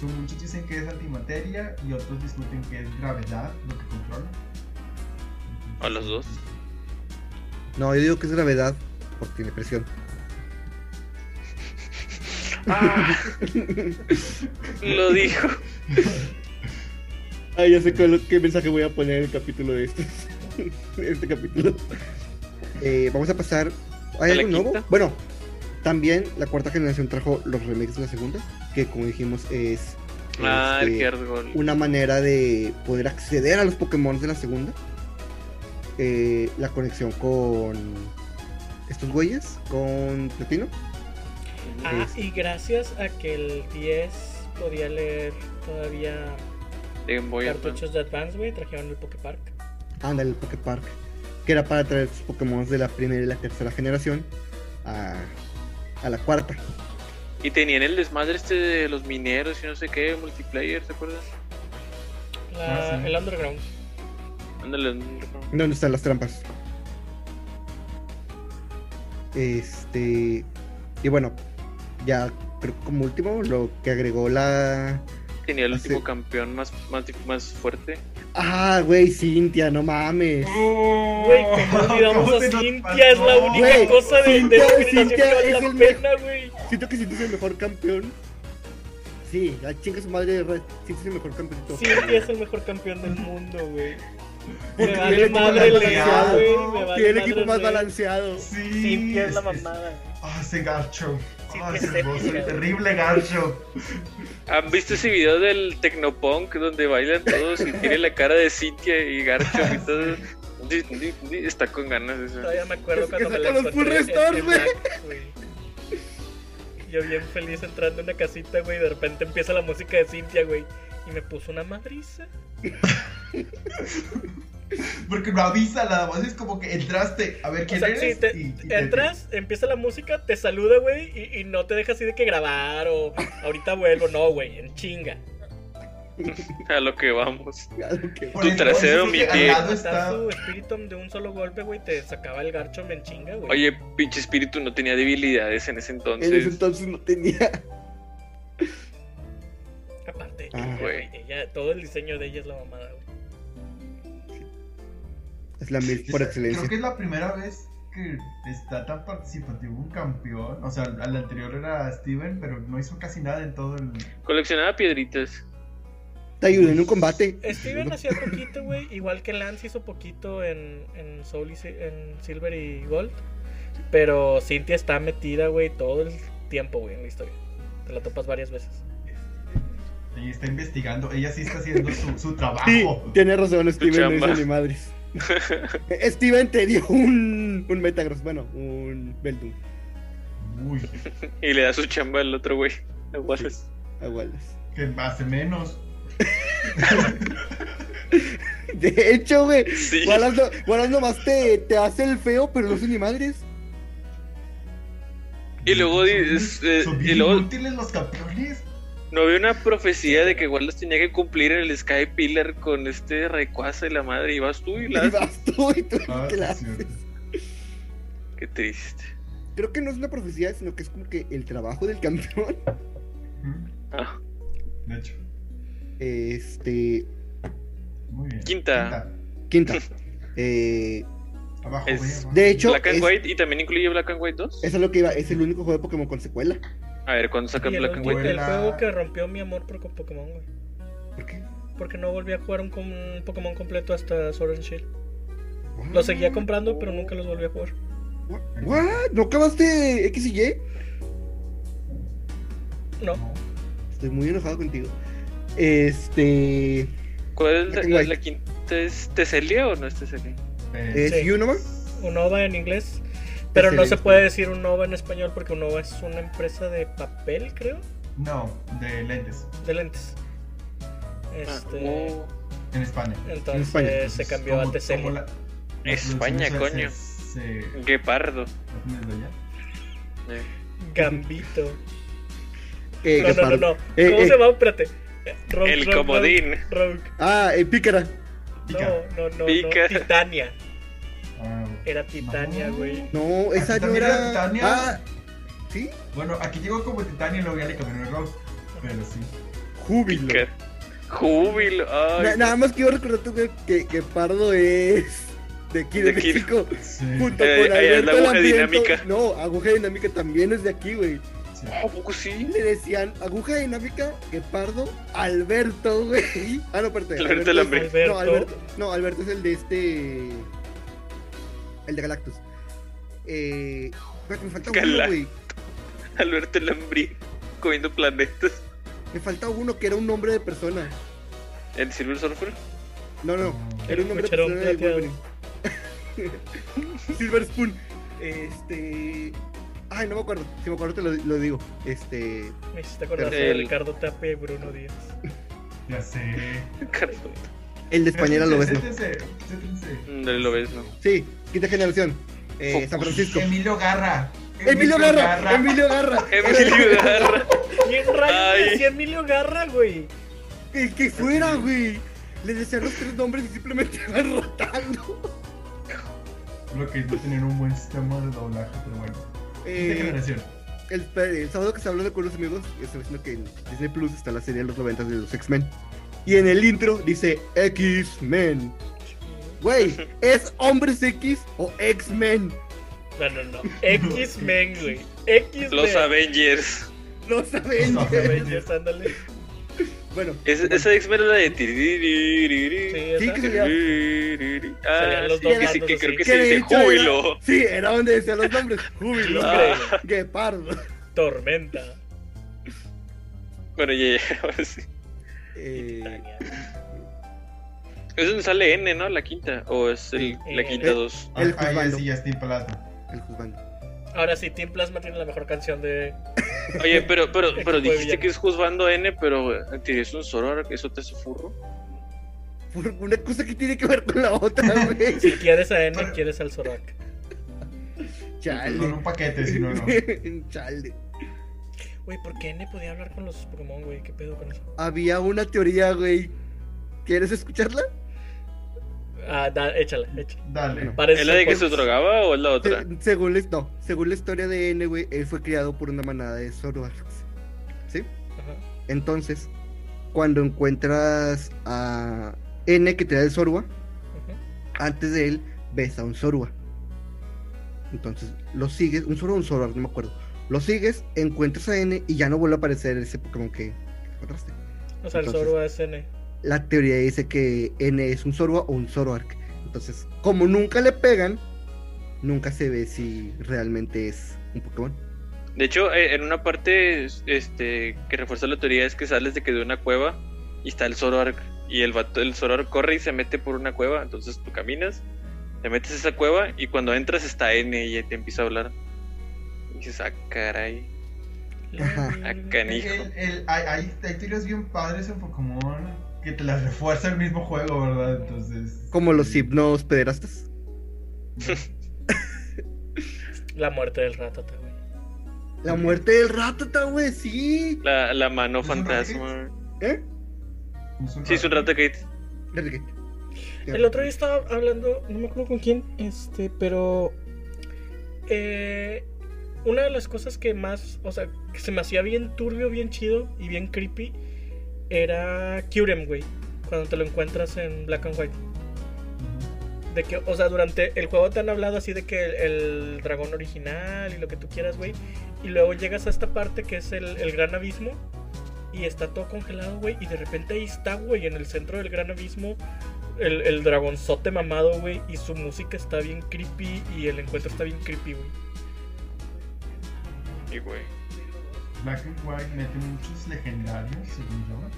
Tú- Muchos dicen que es antimateria y otros discuten que es gravedad lo que controla.
A los dos.
No, yo digo que es gravedad porque tiene presión.
¡Ah! Lo dijo.
Ah, ya sé cuál- qué mensaje voy a poner en el capítulo de este. de este capítulo. Eh, vamos a pasar. ¿Hay
¿A la
algo nuevo?
quinta?
Bueno, también la cuarta generación trajo los remakes de la segunda, que como dijimos es.
Ah, el
este,
Heart Gold.
una manera de poder acceder a los Pokémon de la segunda. Eh, la conexión con estos güeyes, con Platino.
Ah,
Es-
y gracias a que el 10 podía leer todavía
Game Boy Advance.
cartuchos de Advance, güey, trajeron el Poképark.
Ándale, el Poképark. Que era para traer sus Pokémon de la primera y la tercera generación a, a la cuarta.
Y tenían el desmadre este de los mineros y no sé qué, multiplayer, ¿te acuerdas?
La-
Ah, sí.
El Underground.
Ándale, no.
¿Dónde están las trampas? Este. Y bueno, ya creo que como último, lo que agregó la.
tenía el
Ah,
último
sí.
campeón más, más, dif- más fuerte.
Ah, güey, Cintia, no mames.
Güey, ¿cómo olvidamos
¿Cómo
a
se nos
Cintia? Es la
pasó?
única
Güey,
cosa de, de
Cintia-
discriminación que
Cintia
vale
es
la
el
pena, güey.
Siento que Cintia es el mejor campeón. Sí, la chinga su madre de red. Cintia es el mejor campeón.
Cintia es el mejor campeón del mundo, güey.
Porque
Me
tiene el
vale
equipo más
madre Lea,
balanceado.
güey. Me vale
Tiene el
madre
equipo más
Lea.
balanceado.
Sí.
Cintia es la
es-
mamada. güey.
Ah, ese garcho.
Sí,
Ah,
que
ese
se
hermoso,
pica,
el
güey.
terrible garcho.
¿Han visto ese video del Tecnopunk donde bailan todos y tiene la cara de Cintia y Garcho y todo? Di- di- di- Está con ganas eso.
Todavía me acuerdo
Es que
cuando me
saca
la
los
encontré
full
en
restore,
Team
güey.
Black, güey. Yo bien feliz entrando a una casita, güey, y de repente empieza la música de Cintia, güey. Y me puso una madriza.
Porque no avisa nada más. Es como que entraste a ver
O
quién
sea,
eres.
sí, te,
y- y te-
entras, empieza la música, te saluda, güey, y, y no te deja así de que grabar o ahorita vuelvo. No, güey, en chinga.
A lo que vamos.
Claro que-
Por
Tu
eso
trasero,
dices
mi
que al
pie.
lado
Matar
Ah, está-
su espíritu de un solo golpe, güey, te sacaba el garcho en chinga, güey.
Oye, pinche espíritu no tenía debilidades en ese
En ese
entonces.
entonces no tenía.
Aparte,
Ah,
ella,
güey.
güey, ella- todo el diseño de ella es la mamada, güey.
Es la mil por
Esa-
excelencia.
Creo que es la primera vez que está tan participativo un campeón. O sea, al anterior era Steven, pero no hizo casi nada en todo el.
Coleccionaba piedritas.
Te ayudó en un combate.
Steven hacía poquito, güey, igual que Lance hizo poquito en, en Soul y Si- en Silver y Gold. Pero Cynthia está metida, güey, todo el tiempo, güey, en la historia. Te la topas varias veces.
Ella está investigando, ella sí está haciendo su, su trabajo.
Sí, tiene razón, Steven, no
chamba.
hizo ni madres. Eh, Steven te dio un, un Metagross, bueno, un Beldum,
Uy,
Y le da su chamba al otro güey. a Wallace.
a Wallace.
que hace menos.
De hecho, güey,
Sí.
Wallace, no- Wallace nomás te, te hace el feo, pero no hizo ni madres.
Y luego di-
Son-
es, eh,
son
y
bien
luego-
inútiles los campeones.
No había una profecía de que Wallace tenía que cumplir el Sky Pillar con este Rayquaza y la madre. Y vas tú y la.
Y vas tú y tú
Ah,
que la
sí, cierto.
haces.
Qué triste.
Creo que no es una profecía, sino que es como que el trabajo del campeón.
Ujú,
Ah,
De hecho,
Este.
muy bien.
Quinta.
Quinta. Eh,
Abajo,
Es-
güey, abajo.
De hecho,
Black and
es-
White y también incluye Black and White 2.
eso es lo que iba, es el único juego de Pokémon con secuela.
A ver, ¿cuándo sacan
Y el,
Black and
ulti-
White?
White.
el juego que rompió mi amor por co- Pokémon, güey.
¿Por qué?
Porque no volví a jugar un, com- un Pokémon completo hasta Sword and Shield. Los seguía comprando, pero nunca los volví a jugar.
What? What? ¿No acabaste X y Y?
No,
No.
Estoy muy enojado contigo. Este.
¿Cuál es
Black
la,
and
la-
White.
la quinta? ¿Es Teselia o no es Teselia?
Eh,
¿Es
Sí.
Unova?
un OVA en inglés. Pero no se
Excelente.
puede decir un OVA en español porque un OVA es una empresa de papel, creo,
no, de lentes.
de lentes.
Ah,
Este,
oh.
En España.
En España.
entonces se cambió
Como-
a TCL.
como la- las
España,
producciones se- se- se
Guepardo.
hacen desde allá.
Eh,
Gambito.
Eh,
No, no, no,
Gaspar.
no.
Eh,
¿Cómo
eh.
se llama? Espérate. Eh, Rogue,
El
Rogue,
comodín.
Rogue, Rogue.
Ah, el Pícara.
Pica.
No, no, no, no.
Pica.
Titania.
Ah, güey.
Era Titania,
No.
güey.
No, esa
Aquí
no
también
era.
era Titania.
Ah, sí.
Bueno, aquí llegó como Titania y luego ya le cambiaron el rock. Pero sí.
Júbilo.
pica. Júbilo. Ay,
Na- nada más quiero recordarte güey, que, que Pardo es de aquí, de,
De aquí.
México.
Sí.
Junto
Eh,
con
ahí es la
Alberto
aguja
Lambiento.
dinámica.
No, aguja dinámica también es de aquí, güey.
sí.
¿A poco sí?
Le decían aguja dinámica, que Pardo, Alberto, güey. Ah, no, espérate.
Alberto
es-
Lambre.
Alberto.
No, Alberto, no, Alberto es el de este. El de Galactus. Eh. espérate, Me falta uno,
Galact-
güey.
Alberto el Lambrí comiendo planetas.
Me falta uno que era un nombre de persona.
¿El Silver Surfer?
No, no, no. Era un nombre de
Cucharón
persona de
plateado.
Wolverine. Silver Spoon. Este. Ay, no me acuerdo. Si me acuerdo, te lo, lo digo. Este.
Me hiciste acordar
Pero
de
el-
Ricardo Tapia y Bruno Díaz.
Ya sé.
Carajo.
El de española lo ves, ¿no?
Siéntense, siéntense.
Dale, lo ves, ¿no?
Sí, quinta generación. Eh, San Francisco.
Emilio Garra.
Emilio Garra, Emilio Garra.
Emilio Garra.
¿Quién rayos
Ay.
decía Emilio Garra, güey?
El que fuera, güey. Le decían los tres nombres y simplemente van rotando.
Lo que es no tener un buen sistema de doblaje, pero bueno. Quinta
Eh,
generación.
el, el sábado que se habló de con los amigos, estoy diciendo que en Disney Plus está la serie de los 90 de los X-Men. Y en el intro dice X-Men. Güey, ¿es Hombres X o X-Men?
No, no, no. X-Men, güey. X-Men.
Los Avengers.
No saben.
Los
Los Avengers, ándale.
Bueno,
Es- esa X-Men era de... tiriririririri.
Sí,
sí
esa.
que sería.
Tiririri. Ah,
Salían los
sí,
dos
que sí,
bandos
que creo
así.
que
Que
se
de
dice
hecho era-
júbilo.
Sí, era donde decían los nombres. Júbilo.
Ah.
Increíble.
Guepardo.
Tormenta.
Bueno, ya, ya, ahora sí.
Eh,
Titania.
Es donde sale N, ¿no? La quinta. O es el- la
Eh,
quinta
eh.
2.
El
Ajá, ya
Osvaldo.
sí, Justin Palazzo.
el juzgando.
Ahora sí, Team Plasma tiene la mejor canción de.
Oye, pero, pero,
Equipo
pero
de
dijiste
villanos.
que es juzgando N, pero eh, ¿tienes un Soror? ¿Eso te hace furro?
Por una cosa que tiene que ver con la otra, güey.
Si quieres a N, quieres al Zorak.
Con
Chale.
un paquete, si no, no.
Chale.
Güey, ¿por qué N podía hablar con los Pokémon, güey? ¿Qué pedo con eso?
Había una teoría, güey. ¿Quieres escucharla?
Ah, da, échala, échala.
Dale.
Parece
¿Es la de que
por-
se drogaba o es la otra?
Se- Eh, según, la, no, según la historia de N, güey, él fue criado por una manada de Zoroarks. ¿Sí?
Ajá.
Entonces, cuando encuentras a N que te da el Zorua,
Ujú.
antes de él ves a un Zorua. Entonces, lo sigues, un Zorua o un Zoroark, no me acuerdo. Lo sigues, encuentras a N y ya no vuelve a aparecer ese Pokémon que encontraste.
O sea, el
Entonces-
Zorua es N.
La teoría dice que N es un Zorua o un Zoroark. Entonces, como nunca le pegan, nunca se ve si realmente es un Pokémon.
De hecho, eh, en una parte este, que refuerza la teoría es que sales de que de una cueva y está el Zoroark. Y el, vato- el Zoroark corre y se mete por una cueva. Entonces tú caminas, te metes a esa cueva y cuando entras está N y te empieza a hablar. Y dices, ah, caray,
Ajá.
ah,
Es
canijo.
que el- el- hay, hay, hay teorías bien padres en Pokémon que te las refuerza el mismo juego, ¿verdad? Entonces. eh,
Como los hipnos pederastas.
La muerte del Ratata, güey.
La muerte del Ratata, güey, sí.
La, la mano
¿Es un
fantasma.
¿Eh?
Sí, es un rato que
Enrique.
El otro día estaba hablando, no me acuerdo con quién, este, pero eh, una de las cosas que más, o sea, que se me hacía bien turbio, bien chido y bien creepy era Kyurem, güey, cuando te lo encuentras en Black and White. De que, o sea, durante el juego te han hablado así de que el, el dragón original y lo que tú quieras, güey. Y luego llegas a esta parte que es el, el gran abismo. Y está todo congelado, güey. Y de repente ahí está, güey, en el centro del gran abismo. El, el dragonzote mamado, güey. Y su música está bien creepy. Y el encuentro está bien creepy, güey.
Y güey.
Black and White mete muchos legendarios, según yo.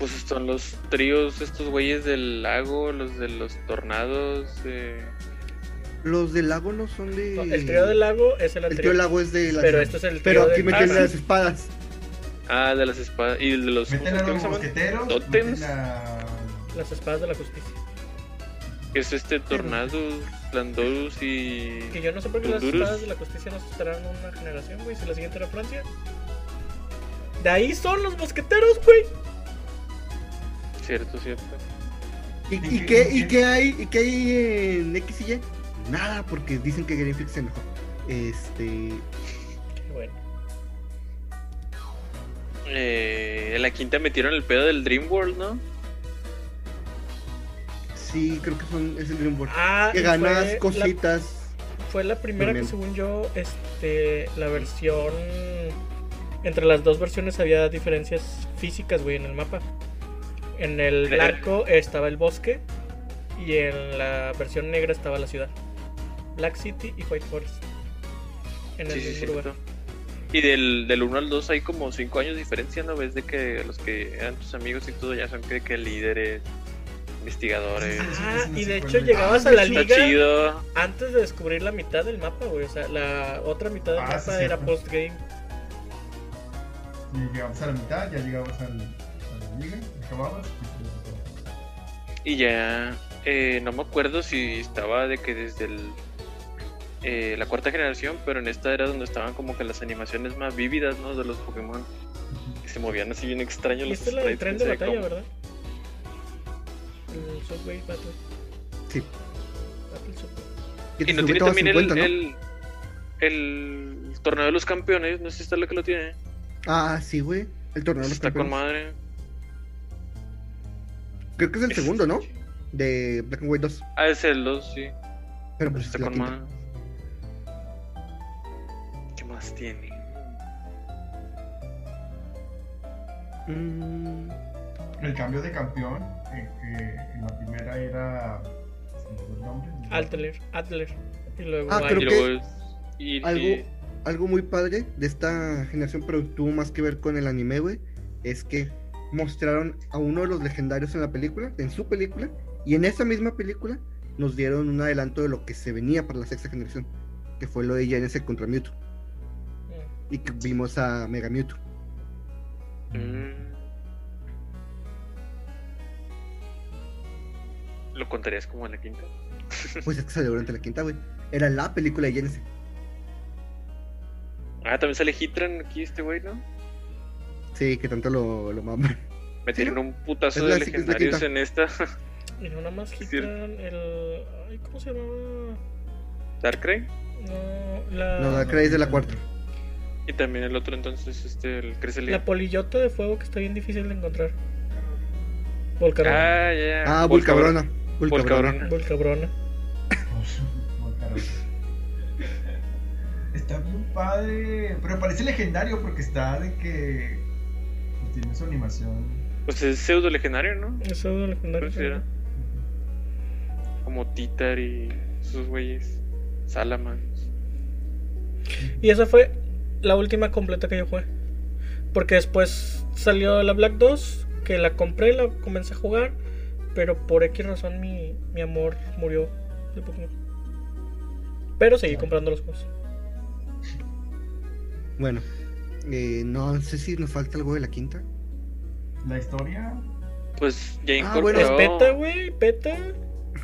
Pues son los tríos, estos güeyes del lago, los de los tornados. eh,
Los del lago no son de.
No, el trío del lago es el
El trío
anterior.
del lago es de la.
pero este es el
Pero
trío
aquí
del-
meten
Ah, sí.
las espadas.
Ah, de las espadas. Y el de los.
Meten a
¿cómo
los
se llaman?
mosqueteros, eh,
Tótems.
meten a.
Las espadas de la justicia.
Que es este tornado, Landorus y.
Que yo no sé por pues, qué las
Honduras.
espadas de la justicia nos estarán una generación, güey. Si la siguiente era Francia. De ahí son los mosqueteros, güey.
Cierto, cierto.
¿Y,
¿En
y
qué-
qué,
en
y
qué?
qué hay, y qué hay en X y Y? Nada, porque dicen que Greenfix se mejor. Este.
Qué bueno.
Eh, en la quinta metieron el pedo del Dream World, ¿no?
Sí, creo que son, es el Dream World.
Ah,
que
y
ganas
fue la-
cositas.
fue la primera que,
Tremendo.
según yo, este, la versión. Entre las dos versiones había diferencias físicas, güey, en el mapa. En el
Verga.
blanco estaba el bosque. Y en la versión negra estaba la ciudad. Black City y White Forest. En el
Sí, sí,
mismo
cierto.
lugar.
Y del, del 1 al 2 hay como 5 años de diferencia, ¿no? Ves de que los que eran tus amigos y todo ya son de que líderes, investigadores.
Sí, sí,
Ah,
sí, sí,
y de
sí,
hecho
sí.
llegabas
Ah,
a la
Está
liga
chido.
antes de descubrir la mitad del mapa, güey. O sea, la otra mitad del
Ah, sí,
mapa era
cierto.
postgame.
Y llegamos a la mitad, ya llegamos al, a la liga, acabamos. y-
Y ya, eh, no me acuerdo si estaba de que desde el, eh, la cuarta generación, pero en esta era donde estaban como que las animaciones más vívidas, ¿no? De los Pokémon. Que se movían así bien extraños
Y
los
esta es la del
sprites, quién
tren de
sabe
batalla,
cómo.
¿verdad? El Subway Battle.
Sí.
Battle Subway.
que te
Y no
sube
tiene
todo a
también
50,
el,
¿no?
el, el torneo de los campeones, no sé si está la que lo tiene.
Ah, sí, güey. El torneo de los
está con
campeones.
madre.
Creo que es el
Ese
segundo,
está
¿no?
chido.
De Black and White 2.
Ah, es el 2, sí.
Pero pues
Está
es la
con
quinta.
madre. ¿Qué más tiene?
Mm,
El cambio de campeón, eh, que en la primera era. se me fue el nombre, ¿no?
Adler, Adler. Y luego
Ah, creo
y
Adler.
luego es. E Y,
algo-
y-
algo muy padre de esta generación, pero tuvo más que ver con el anime, güey, es que mostraron a uno de los legendarios en la película, en su película, y en esa misma película nos dieron un adelanto de lo que se venía para la sexta generación, que fue lo de Genesis contra Mewtwo,
Mm.
y que vimos a Mega Mewtwo.
Mm. ¿Lo contarías como en la quinta?
Pues es que salió durante la quinta, güey. Era la película de Genesis.
Ah, también sale Hitran aquí este güey, ¿no?
Sí, que tanto lo, lo maman.
Metieron
¿no?
un putazo
Es la-
de
es la
legendarios
quinta.
en esta.
Y no nada más
Sí.
quitan el. Ay, ¿cómo se llamaba?
Darkrai.
No, la.
No, la creéis de la cuarta.
Y también el otro entonces, este, el Cresselia.
La polillota de fuego que está bien difícil de encontrar. Volcarona.
Ah, ya.
Ah,
Volcabrona.
Vulcabrona.
Volcabrona.
Vulcabrona.
Volcabrona.
Volcarona. Está bien padre, pero parece legendario porque está de que pues, tiene su animación.
Pues es pseudo legendario, ¿no?
Eso es
Pues
legendario.
Considera.
¿no?
Como Titar y sus güeyes. Salaman.
Y esa fue la última completa que yo jugué. Porque después salió la Black 2, que la compré, la comencé a jugar, pero por X razón mi, mi amor murió de Pokémon. Pero seguí comprando los juegos.
Bueno, eh, no sé si nos falta algo de la quinta.
La historia,
Pues ya
Ah, bueno.
incorporó.
Es beta, güey, beta.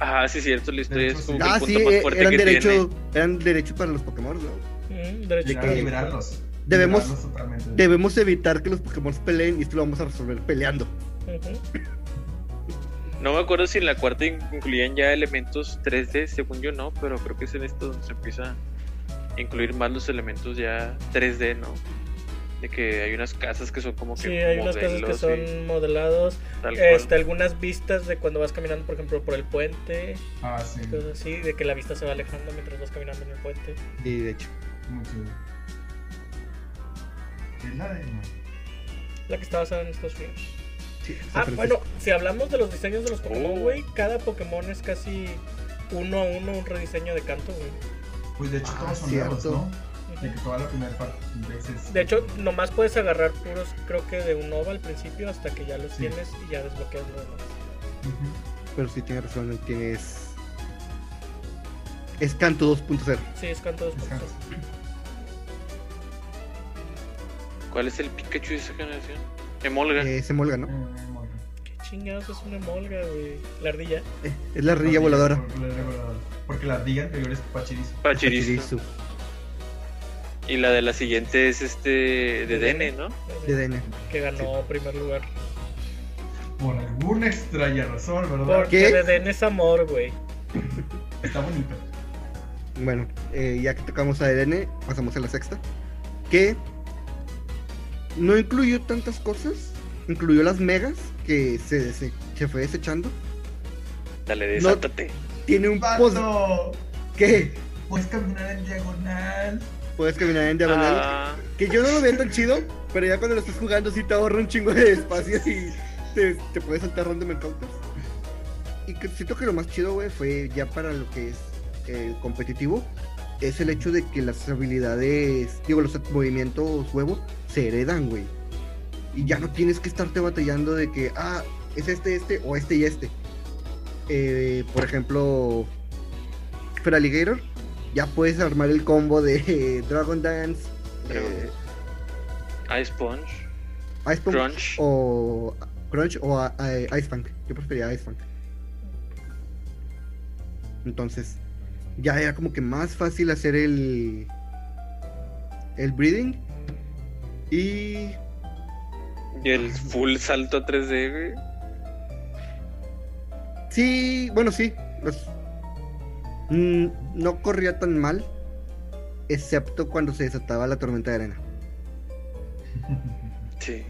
ah, sí, cierto, la historia es como que
Ah,
el punto
sí,
más
eh,
fuerte
eran
que tiene.
derecho, eran derecho para los Pokémon, ¿no?
Mm, derecho.
llegar a
que-
liberarlos.
Debemos-
liberarlos totalmente.
Debemos evitar que los Pokémon peleen y esto lo vamos a resolver peleando.
Ujú.
No me acuerdo si en la cuarta in- incluían ya elementos 3D, según yo no, pero creo que es en esto donde se empieza a incluir más los elementos ya 3D, ¿no? De que hay unas casas que son como que.
Sí, hay unas casas que
modelos y
son modelados.
tal cual.
Este, algunas vistas de cuando vas caminando, por ejemplo, por el puente.
Ah, sí.
Cosas así, de que la vista se va alejando mientras vas caminando en el puente.
Y de hecho,
Muy chido. Es la de.
La que está basada en Estados Unidos.
sí, San
Ah,
Francisco.
bueno, si hablamos de los diseños de los Pokémon,
Oh.
güey, cada Pokémon es casi uno a uno un rediseño de canto, güey.
Pues de hecho,
Ah,
todos son nuevos,
cierto.
¿no? De que
Ujú.
toda la primera parte. Entonces,
De hecho, nomás puedes agarrar puros, creo que de un OVA al principio hasta que ya los
Sí.
tienes y ya desbloqueas lo demás.
ujú.
Pero sí tienes razón, tienes. Es canto 2.0.
Sí, es canto dos
Descansa.
Pokémon.
¿Cuál es el Pikachu de esa generación? Emolga.
Eh, se molga, ¿no?
Eh, bueno.
Qué chingados es una molga, güey. La ardilla.
Eh, es la ardilla voladora.
Por- por la ardilla voladora. Porque la ardilla anterior es Pachirizo.
Pachirisu.
Pachirisu,
Y la de la siguiente es este. De Dene, ¿no?
De DN.
Que ganó primer lugar.
Por alguna extraña razón, ¿verdad?
Porque
¿Qué?
le den es amor, güey.
Está bonita.
Bueno, eh, ya que tocamos a DN, pasamos a la sexta. Que no incluyó tantas cosas. Incluyó las megas que se, se- se fue desechando.
Dale, desátate.
Tiene un post
¡Vato!
pues- que
Puedes caminar en diagonal.
puedes caminar en diagonal.
Ah,
Que yo no lo veo tan chido, pero ya cuando lo estás jugando sí te ahorra un chingo de espacio y te, te puedes saltar random encounters. Y que siento que lo más chido, güey, fue ya para lo que es el competitivo, es el hecho de que las habilidades, digo, los movimientos huevos se heredan, güey. Y ya no tienes que estarte batallando de que, ah, es este, este, o este y este. Eh, por ejemplo, para Alligator, ya puedes armar el combo de eh, Dragon Dance,
Dragon
eh,
Ice Punch.
Ice Punk
Crunch.
o Crunch o a- a- Ice Punk. Yo prefería Ice Punk. Entonces, ya era como que más fácil hacer el el breeding y
Y el full salto a 3D, güey.
sí, bueno, sí, los- mm, no corría tan mal excepto cuando se desataba la tormenta de arena.
Sí.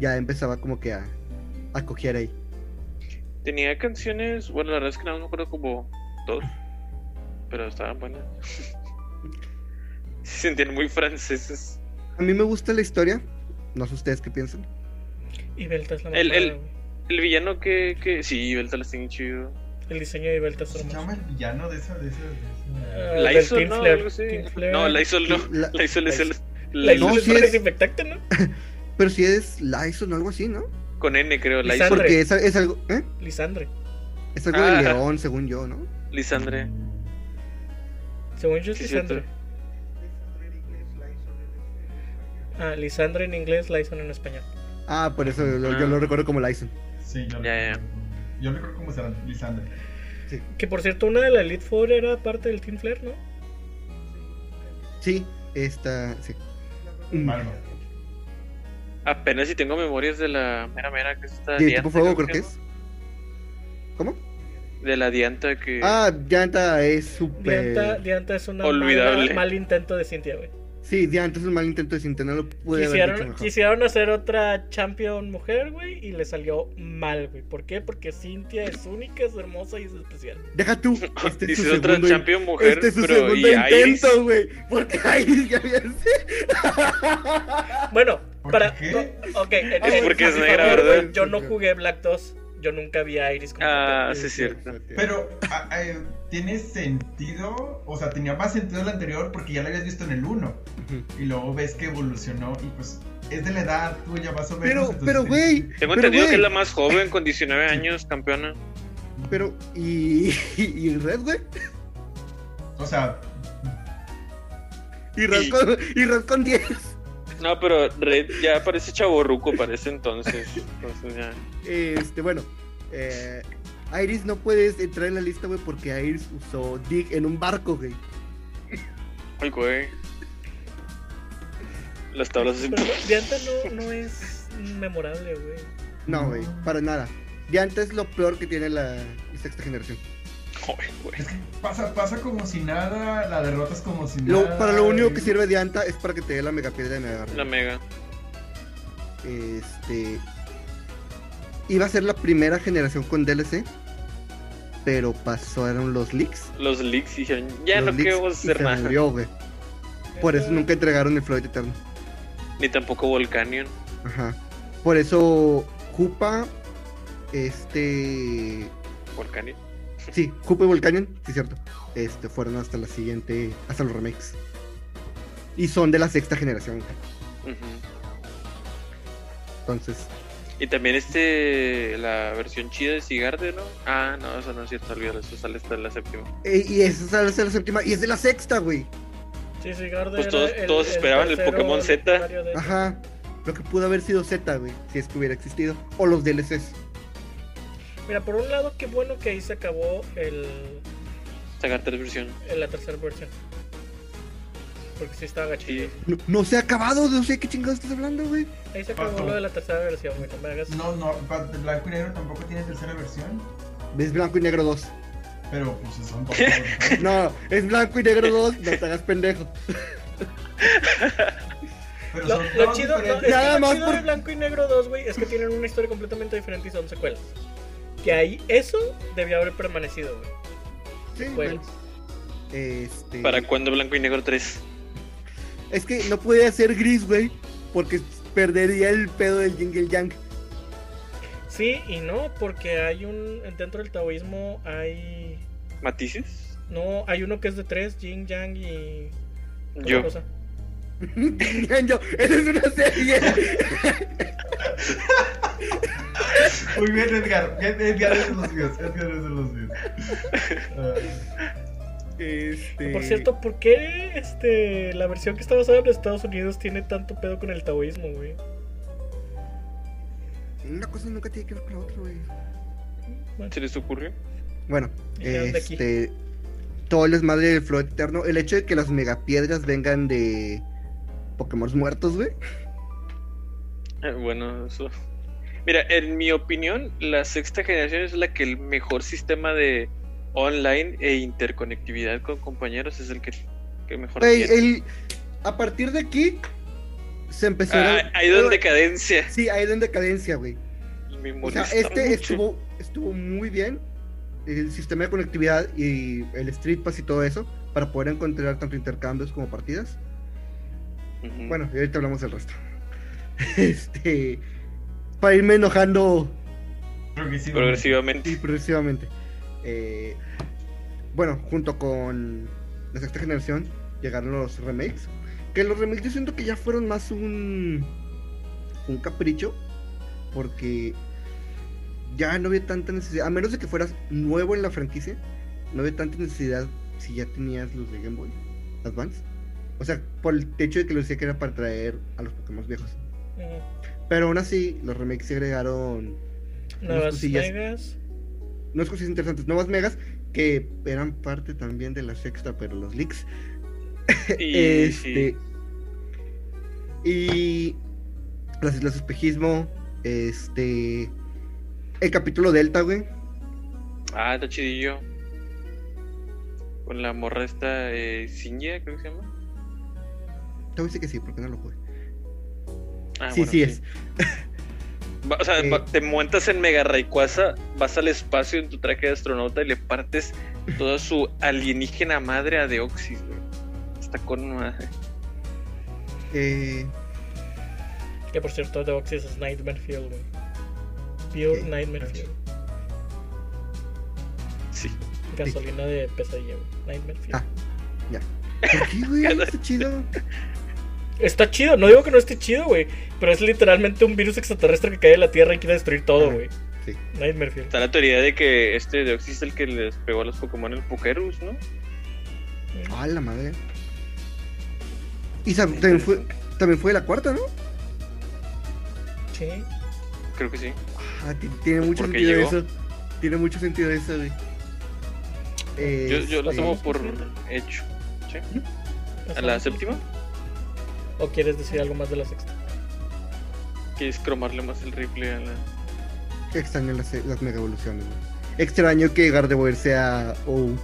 Ya empezaba como que a a cojear ahí.
Tenía canciones. Bueno, la verdad es que no me acuerdo como dos. Pero estaban buenas. Se sentían muy franceses.
A mí me gusta la historia, no sé ustedes qué piensan.
Y Belta es la
El-
mamada,
el-
güey.
El villano que. que... Sí, Belta las tiene chido.
El diseño de Belta es
Se
hermoso.
llama el villano de esa. De esa, de
Ah,
La
del
hizo,
Team
¿no?
Flare,
Algo así.
Team Flare.
No, la hizo, no.
La-
La hizo es el.
La hizo
No,
es
sí
para
es-
desinfectante, ¿no?
Pero si es Lyson o algo así, ¿no?
Con N, creo. La hizo
Lisandre.
Porque es, es algo, ¿eh?
Lisandre.
Es algo
Ah.
de León, según yo, ¿no?
Lisandre.
Según yo es
Sí,
Lisandre.
cierto.
Ah, Lisandre en inglés, Lyson en español.
Ah, por eso lo- yo
Ah.
lo recuerdo como Lyson.
Sí, yo
Ya,
lo Yo recuerdo cómo será Lisandra.
Que por cierto, una de la Elite Four era parte del Team Flare, ¿no?
Sí, esta, sí. Mm.
Malva.
Apenas si tengo memorias de la mera mera que es esta.
De
dianta,
tipo fuego
creo
creo que es. ¿Cómo?
De la dianta que.
Ah, Dianta es
Dianta,
súper...
Dianta es una
Olvidable.
mala- mal intento de Cintia, güey.
Sí, Dianta es un mal intento de Cintia, no lo pude haber dicho
Quisieron,
mejor.
quisieron hacer otra champion mujer, güey, y le salió mal, güey. ¿Por qué? Porque Cintia es única, es hermosa y es especial.
Deja tú, este es
Dices
su
otra
segundo... in-
champion mujer,
este es su
pero.
segundo
Y Iris.
intento, güey. Porque Iris ya había
Bueno,
¿Por
para.
qué?
no, ok, en
Ah,
ese-
porque es
a mi
negra,
favor,
¿verdad?
güey, Yo no jugué Black 2, yo nunca vi a Iris como
Ah,
campeón.
sí, es cierto.
Pero, a- a- eh, ¿tiene sentido? O sea, tenía más sentido el anterior porque ya lo habías visto en el 1.
Ujú.
Y luego ves que evolucionó y pues es de la edad tuya más o menos.
Pero,
entonces
pero,
te-
güey.
Tengo
pero,
entendido que es
güey,
la más joven, con 19 años, campeona.
Pero, ¿y, y, y Red, güey?
O sea,
Y Red
Y-
con, y Red con 10.
No, pero Red ya parece chaborruco para ese entonces. Entonces ya.
Este, bueno. eh, Iris no puedes entrar en la lista, güey, porque Iris usó Dig en un barco, güey.
Ay, güey. Las tablas así.
Pero no, Dianta no, no es memorable, güey.
No, güey, para nada. Ya antes lo peor que tiene la sexta generación.
Ay, güey.
es que pasa, pasa como si nada, la derrotas como si
Lo-
nada.
para lo único
y-
que sirve Dianta es para que te dé la megapiedra de Megarra.
La mega.
Este. Iba a ser la primera generación con DLC. Pero pasaron los leaks.
Los leaks dijeron, ya
los
no
leaks
queremos
y
hacer
se
nada.
murió, güey. Por eso nunca entregaron el Floyd Eterno.
Ni tampoco Volcanion.
Ajá. Por eso Jupa. Este.
Volcanion.
Sí, Jupa y Volcanion, sí, cierto. Este, fueron hasta la siguiente. Hasta los remakes. Y son de la sexta generación, güey.
Ujú.
Entonces,
Y también este, la versión chida de Cigarde, ¿no? Ah, no, eso no es cierto, olvídalo, eso sale hasta la séptima.
Eh, y esa sale de la séptima. Y es de la sexta, güey.
Sí, sí, Garde
Pues
era
todos- todos esperaban el
tercero
Pokémon Z.
legendario de-
Ajá. Lo que pudo haber sido Z, güey. Si es que hubiera existido. O los DLCs.
Mira, por un lado, qué bueno que ahí se acabó el,
Sacar tres versiones.
en la tercera versión. Porque sí estaba gachillo.
Sí.
No, no se ha acabado. No sé qué chingados estás hablando, güey.
Ahí se acabó
Pato.
lo de la tercera versión, güey. No me hagas.
No, no, pa- Blanco y Negro tampoco tiene tercera versión,
Es blanco y negro 2.
pero pues son dos. ¿no?
No, es blanco y negro 2. No te hagas pendejo.
Pero
Lo,
son
lo
dos
chido, no, es que
diferentes.
Nada
lo
más
chido
por-
de Blanco y Negro 2, güey, es que tienen una historia completamente diferente y son secuelas. Que ahí eso debió haber permanecido, güey.
Sí, pues.
Bueno.
bueno. Este.
¿Para cuándo Blanco y Negro 3?
Es que no podía ser gris, güey. Porque perdería el pedo del Jingle Yang.
Sí y no, porque hay un. Dentro del taoísmo hay.
¿Matices?
No, hay uno que es de tres: Yin, Yang y. otra
Yo.
cosa.
Yo, esa es una serie.
Muy bien, Edgar. Ed- Edgar es de los míos. Edgar es de los míos. Ah,
Este.
Por cierto, ¿por qué este, la versión que está basada en Estados Unidos tiene tanto pedo con el taoísmo, güey?
Una cosa nunca tiene que ver con la otra, güey.
Bueno,
¿Se les ocurrió?
Bueno,
Ya, de aquí.
este. Todo el desmadre del Flood Eterno. El hecho de que las megapiedras vengan de Pokémon muertos, güey.
Eh, Bueno, eso. Mira, en mi opinión, la sexta generación es la que el mejor sistema de online e interconectividad con compañeros es el que, que mejor
Güey,
tiene.
el- a partir de aquí se empezó.
Ah, ahí donde decadencia.
Sí, ahí donde decadencia, güey.
Me
O sea,
molesta
este
mucho.
estuvo, estuvo muy bien. El sistema de conectividad y el Street Pass y todo eso. Para poder encontrar tanto intercambios como partidas.
Ujú.
Bueno, y ahorita hablamos del resto. Este. Para irme enojando
Creo que sí.
y
progresivamente.
progresivamente. Eh, bueno, junto con la sexta generación llegaron los remakes. Que los remakes yo siento que ya fueron más un, un capricho. Porque ya no había tanta necesidad. A menos de que fueras nuevo en la franquicia, no había tanta necesidad si ya tenías los de Game Boy Advance. O sea, por el hecho de que lo decía que era para traer a los Pokémon viejos.
ujú.
Pero aún así, los remakes se agregaron
Nuevas
cosillas.
Vegas.
unas cosas interesantes, nuevas megas que eran parte también de la sexta, pero los leaks.
Y,
este,
sí.
y las islas espejismo, este, el capítulo Delta, güey.
Ah, está chidillo. Con la morra esta, eh, Sinye, creo que se llama.
Te dice que sí, porque no lo jugué.
Ah,
sí,
bueno,
sí, es.
Va- o sea,
Eh.
va- te montas en Mega Rayquaza, vas al espacio en tu traje de astronauta y le partes toda su alienígena madre a Deoxys, güey. Está con madre.
Eh,
Que por cierto, The Boxes es Nightmare Fuel, güey. Pure
Ok,
Nightmare
cacho.
Fuel.
Sí.
Gasolina de pesadilla, güey. Nightmare Fuel.
Ah. ¿Por qué, güey? Está chido.
Está chido, no digo que no esté chido, güey. Pero es literalmente un virus extraterrestre que cae de la Tierra y quiere destruir todo,
Ajá,
güey.
sí.
Nightmare Fuel.
Está la teoría de que este Deoxys es el que les pegó a los Pokémon el Pokerus, ¿no?
A la madre. Y sab- también fue, también fue la cuarta, ¿no?
Sí.
Creo que sí.
Ah, ti- tiene mucho
Pues porque
sentido
llegó.
eso. Tiene mucho sentido eso, güey.
Yo, yo lo
Este,
tomo por hecho. ¿A la séptima?
¿O quieres decir algo más de la sexta?
¿Quieres cromarle más el rifle a la...
Extraño las, las mega evoluciones, güey. Extraño que Gardevoir sea O.
Mm.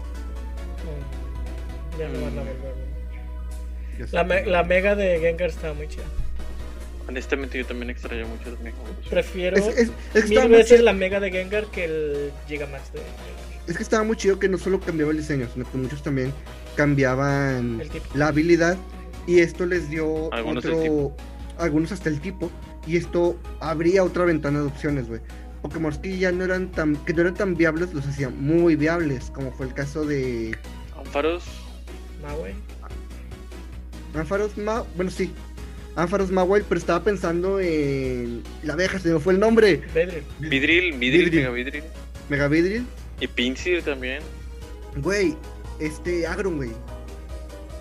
No. Ya no van a volver, güey.
Yo sé.
La, me- la mega de Gengar estaba muy chida.
Honestamente, yo también extraño mucho los Mega Evolution.
Prefiero
Es, es- es que estaba
mil
muy
veces
chido-
la Mega de Gengar que el Gigamax de Gengar.
es que estaba muy chido que no solo cambiaba el diseño, sino que muchos también cambiaban
El tipo.
la habilidad y esto les dio
Algunos el
otro,
tipo.
algunos hasta el tipo y esto abría otra ventana de opciones, güey. Pokémon que ya no eran tan que no eran tan viables los hacía muy viables, como fue el caso de
Ampharos,
Ah, güey.
Ánfaros Ma, bueno sí, Ánfaros Mawile, pero estaba pensando en la abeja, se me fue el nombre,
Bedrin.
Vidril, Vidril,
Vidril.
Mega Vidril.
Megavidril,
Y Pinsir también.
güey, este Agron, güey.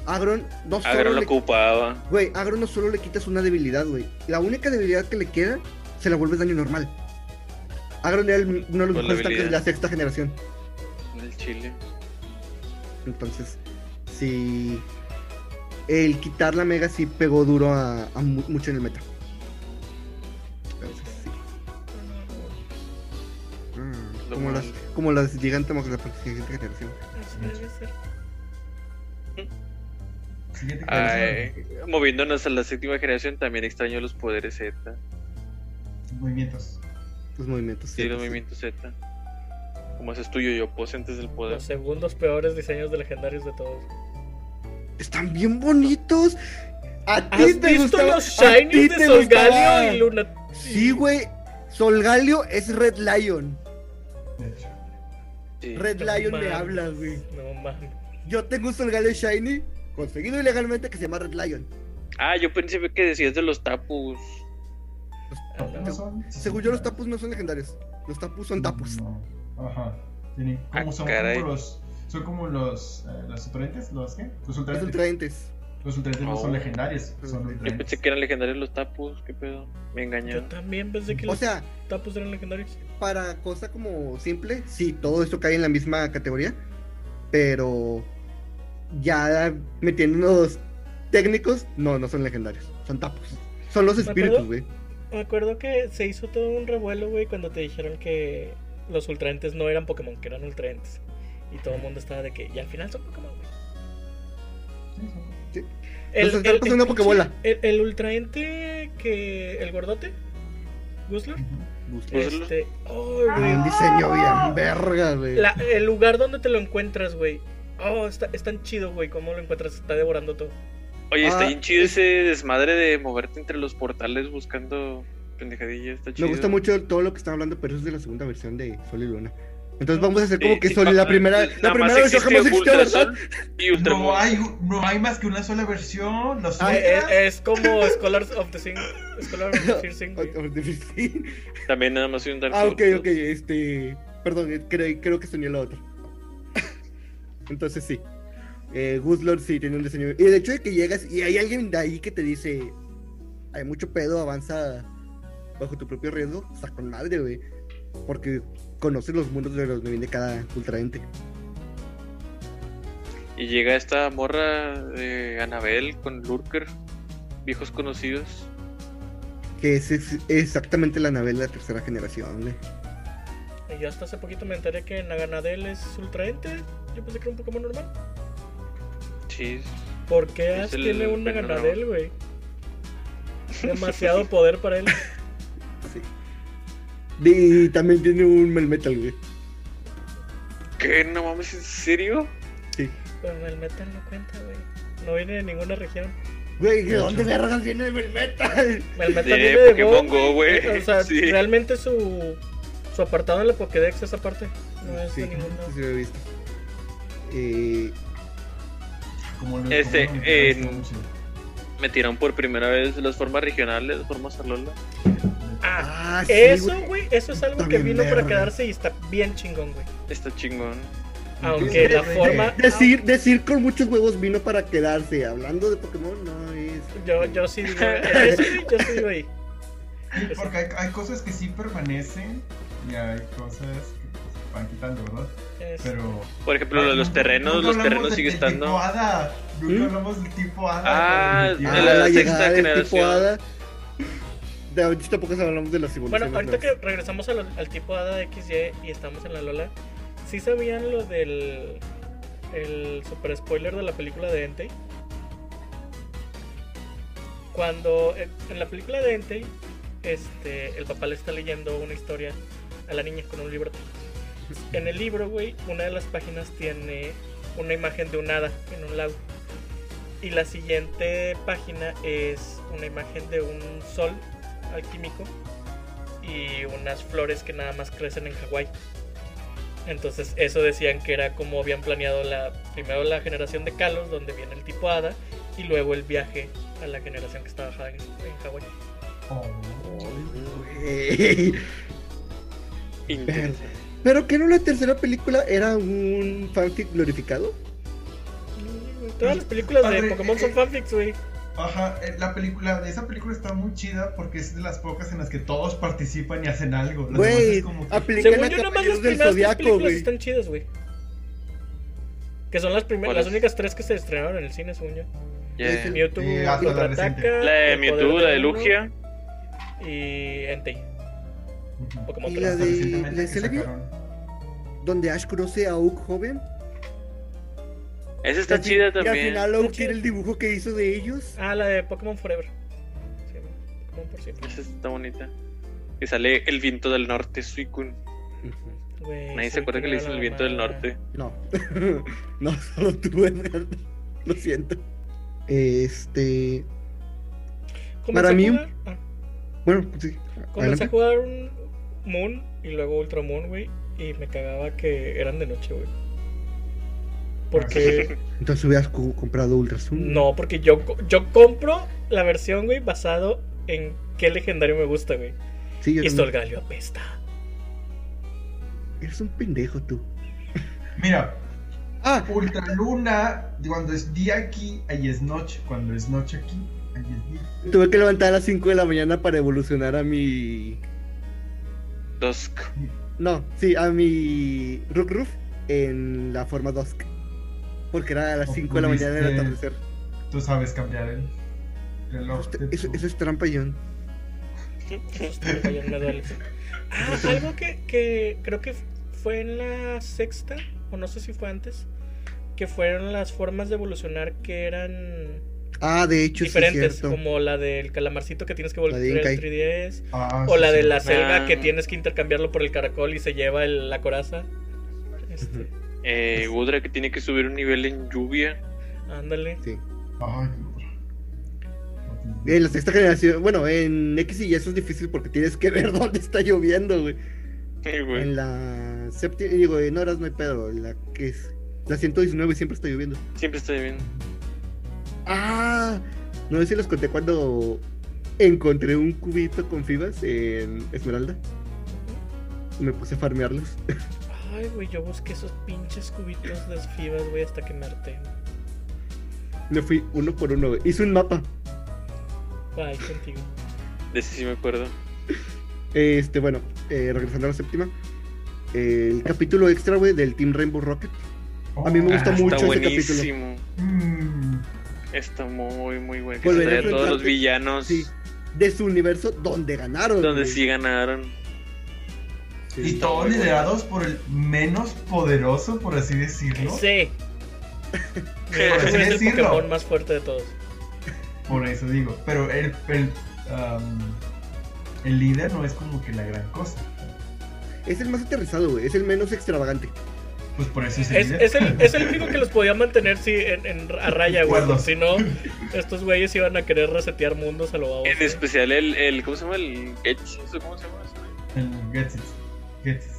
Agron no solo
Agro Ah, lo
le-
ocupaba.
Güey, Agro no solo le quitas una debilidad, güey. La única debilidad que le queda, se la vuelves daño normal. Agron era el- uno de
Con
los mejores tanques de
debilidad.
la sexta generación.
Del Chile.
Entonces, sí. El quitar la mega sí pegó duro a, a mu- mucho en el meta. Entonces, sí. Mm,
Lo
como,
mal.
las, como las gigantes de la siguiente generación.
Así debe ser.
Siguiente
Ay,
generación.
Ah, eh, moviéndonos a la séptima generación, también extraño los poderes Z.
Movimientos.
Los movimientos.
Sí, los
sí.
movimientos Z. Como haces tuyo y oposentes del poder.
Los segundos peores diseños de legendarios de todos.
Están bien bonitos. A ti
¿Has
te
visto
gustaba-
los
a ti
shinies de
te
Solgaleo
gustaba.
y Luna?
Sí, güey. Solgaleo es Red Lion.
De hecho.
Sí.
Red
No
Lion me
mames,
habla, güey.
No mames.
Yo tengo un Solgaleo Shiny conseguido ilegalmente que se llama Red Lion.
Ah, yo pensé que decías de los tapus.
Ah, no.
¿Cómo son?
Según yo, los tapus no son legendarios. Los tapus son tapus.
No. Ajá. Tienen,
Ah,
como, son
caray.
como los. Son como los. eh, los ultraentes, ¿los qué? Los
Los
ultraentes.
ultraentes.
Los ultraentes no
Oh.
son legendarios.
Los
Son
Yo
ultraentes.
pensé
ultraentes.
que eran legendarios los tapus. ¿Qué pedo? Me
Yo
engañaron.
también pensé que
O
los
sea,
tapos eran legendarios.
para cosa como simple, sí, todo esto cae en la misma categoría. Pero ya metiéndonos técnicos, no, no son legendarios. Son tapus. Son los
¿Me acuerdo?
espíritus, güey.
Me acuerdo que se hizo todo un revuelo, güey, cuando te dijeron que los ultraentes no eran Pokémon, que eran ultraentes. Y todo el mundo estaba de que, y al final son Pokémon, güey.
Sí, son-
Los ultraentes son una
pinche-
Pokébola.
El, el ultraente que. El gordote. Gusler.
Ujú.
Gusler.
Este. Oh, güey.
Ah. Un diseño
Ah.
bien verga, güey.
La- el lugar donde te lo encuentras, güey. Oh, está, es tan chido, güey. ¿Cómo lo encuentras? Está devorando todo.
Oye, está
Ah,
bien chido
es-
ese desmadre de moverte entre los portales buscando pendejadillas. Está
Me
chido.
gusta mucho todo lo que están hablando, pero eso es de la segunda versión de Sol y Luna. Entonces vamos a hacer
Sí,
como que
sí,
Sol
pa-
y la primera,
nada más
la primera versión
existe
jamás existió, ¿verdad?
Ultrasol Y Ultramon.
No hay, no hay más que una sola versión. Los
Ay,
Eh,
ultras.
eh, es, como Scholars of the Sing. Scholars of the Fear Sing, güey.
Sí.
También nada más hay un Dark
Ah, ok,
Souls.
ok, este... Perdón, eh, creo, creo que soñé la otra. Entonces sí. Eh, Good Lord sí tiene un diseño. Y el hecho de que llegas y hay alguien de ahí que te dice, hay mucho pedo, avanza bajo tu propio riesgo, está con madre, güey. Porque conoces los mundos de los que viene cada ultraente.
Y llega esta morra de Anabel con Lurker, viejos conocidos.
Que es, es exactamente la novela de la tercera generación, güey.
Y Yo hasta hace poquito me enteré que Naganadel es ultraente. Yo pensé que era un Pokémon normal.
Sí,
¿Por qué
Es
Ash
el
tiene un
veneno.
Naganadel, güey? Demasiado poder para él.
Sí. Y también tiene un Melmetal, güey.
¿Qué? No mames, ¿en serio?
Pero el metal no cuenta, güey. No viene de ninguna región.
Güey, ¿de dónde vergas viene el Melmetal?
El
De
metal viene de
Pokémon
Go,
Go, güey.
O sea,
Sí.
realmente su, su apartado en la Pokédex, esa parte, no es de ningún lado.
sí lo he visto. Eh,
Como lo-
Este,
como lo-
eh,
está muy chido.
Me tiraron por primera vez las formas regionales, las formas Alola.
Ah,
ah, sí,
eso, güey, eso es algo
Está
que
bien
vino para
verga.
quedarse y está bien chingón, güey.
Está chingón.
Aunque la
Sí.
forma.
Decir, decir con muchos huevos vino para quedarse. Hablando de Pokémon, no es.
Yo, yo sí digo, eh, eso sí, yo sí digo ahí.
Sí, porque hay, hay cosas que sí permanecen y hay cosas que pues, van quitando, ¿verdad?
Es-
Pero.
Por ejemplo, lo de los terrenos,
Nunca
los
Ah, hablamos
terrenos
de-
sigue
del
estando.
Tipo hada. Nunca
¿Mm?
hablamos del tipo hada.
Ah,
pero-
de la- sexta generación.
Hada. De ahorita tampoco hablamos de la segunda.
Bueno, ahorita que regresamos a lo- al tipo Hada XY y estamos en la Lola, ¿sí sabían lo del el super spoiler de la película de Entei? Cuando en en la película de Entei, este, el papá le está leyendo una historia a la niña con un libro. En el libro, güey, una de las páginas tiene una imagen de un hada en un lago. Y la siguiente página es una imagen de un sol alquímico y unas flores que nada más crecen en Hawái. Entonces eso decían que era como habían planeado la primero la generación de Kalos, donde viene el tipo Hada, y luego el viaje a la generación que estaba ja- en Hawái.
Oh,
Güey.
Intenso.
Pero que no la tercera película era un fanfic glorificado.
Todas las películas de
Padre,
Pokémon son
eh,
fanfics, güey.
Ajá, eh, la película, esa película está muy chida porque es de las pocas en las que todos participan y hacen algo. Las demás
Güey,
es como que-
apliqué
Según
la
yo, nomás las
Caballeros del
primeras tres
Zodiaco,
películas
güey.
están chidas, güey. Que son las primeras,
¿Cuáles?
las únicas tres que se estrenaron en el cine, según yo.
Ya.
Sí,
Mewtwo,
Sí, hasta la
Contraataca,
reciente.
La de
El Poder
Mewtwo, la de
Uno
Lugia.
Y Entei,
Ujú.
Pokémon
Y
tres.
la
Hasta
de-
recientemente
de
que
Celebi-
sacaron.
Donde Ash conoce a Oak joven.
Esa
Y
está
al fin-
chida
Y al
también.
final
Está
Oak
chida.
tiene el dibujo que hizo de ellos.
Ah, la de Pokémon Forever. Sí, güey, Pokémon por siempre.
Esa está bonita. Y sale el viento del norte, Suicune.
Güey,
Nadie
sí,
se acuerda que le
era
dicen
la
el viento del
mamada.
norte.
No. no, solo tú, Edgar. Lo siento. Este.
Comencé
Para
a
mí-
jugar- ah.
Bueno, pues sí.
Comencé a
adelante.
jugar un Moon y luego Ultra Moon, güey. Y me cagaba que eran de noche, güey. Porque.
Entonces hubieras co- comprado Ultra Sun.
no, porque yo, co- yo compro la versión, güey, basado en qué legendario me gusta, güey.
Sí, yo
Y
también.
Solgaleo apesta.
Eres un pendejo tú.
Mira,
Ah,
ultraluna, cuando es día aquí, ahí es noche. Cuando es noche aquí, ahí es día.
tuve que levantar a las 5 de la mañana para evolucionar a mi.
Dusk.
No, sí, a mi Rook Roof en la forma Dusk. Porque era a las
O
5 de la mañana del
pudiste-
atardecer. Este,
Tú sabes cambiar el reloj. de
Eso,
tu-
eso es trampa, John.
Ayer me duele. Ah, algo que, que creo que fue en la sexta, o no sé si fue antes, que fueron las formas de evolucionar que eran
Ah, de hecho, sí es
diferentes,
cierto.
como la del calamarcito que tienes que
La de
volver
Inkai.
el 3DS,
Ah,
o
sí,
la de
sí.
la selga
Ah.
que tienes que intercambiarlo por el caracol y se lleva el- la coraza. Este,
Eh, Gudra que tiene que subir un nivel en lluvia.
ándale.
Sí.
Ay, qué
En la sexta generación, bueno, en X y Y eso es difícil porque tienes que ver dónde está lloviendo, güey.
Eh, güey.
En la séptima, digo, en horas no hay pedo, en la que es la 119 siempre está lloviendo.
Siempre está bien.
Ah, no sé si los conté cuando encontré un cubito con fibas en Esmeralda. Me puse a farmearlos.
Ay, güey, yo busqué esos pinches cubitos de fibas, güey, hasta que me harté.
Me fui uno por uno, güey. Hice un mapa.
Bye contigo.
De ese sí me acuerdo.
Este, bueno, eh, regresando a la séptima. El capítulo extra, güey, del Team Rainbow Rocket.
horror.
A mí me gusta
Ah,
mucho
está
ese
buenísimo.
Oh, Mm,
Está muy, muy bueno. Que
Volver
se trae
a
a todos
enfrentarte.
los villanos.
Sí. De su universo donde ganaron.
Donde
güey.
sí ganaron.
Sí.
Y todos liderados por el menos poderoso, por así decirlo.
Sí.
Por
Ese
así
güey es el
decirlo.
Pokémon más fuerte de todos.
Por eso digo. Pero el, el, am, el líder no es como que la gran cosa.
Es el más aterrizado, güey. Es el menos extravagante.
Pues por eso es el
Es,
líder.
es el, es el único que los podía mantener sí, en, en- a raya, güey.
Cuerdos.
Si no, estos güeyes iban a querer resetear mundos a lo baboso.
En especial el, el. ¿Cómo se llama? El Edge. ¿eso ¿Cómo se llama? ese güey?
El Getsis. Getsis.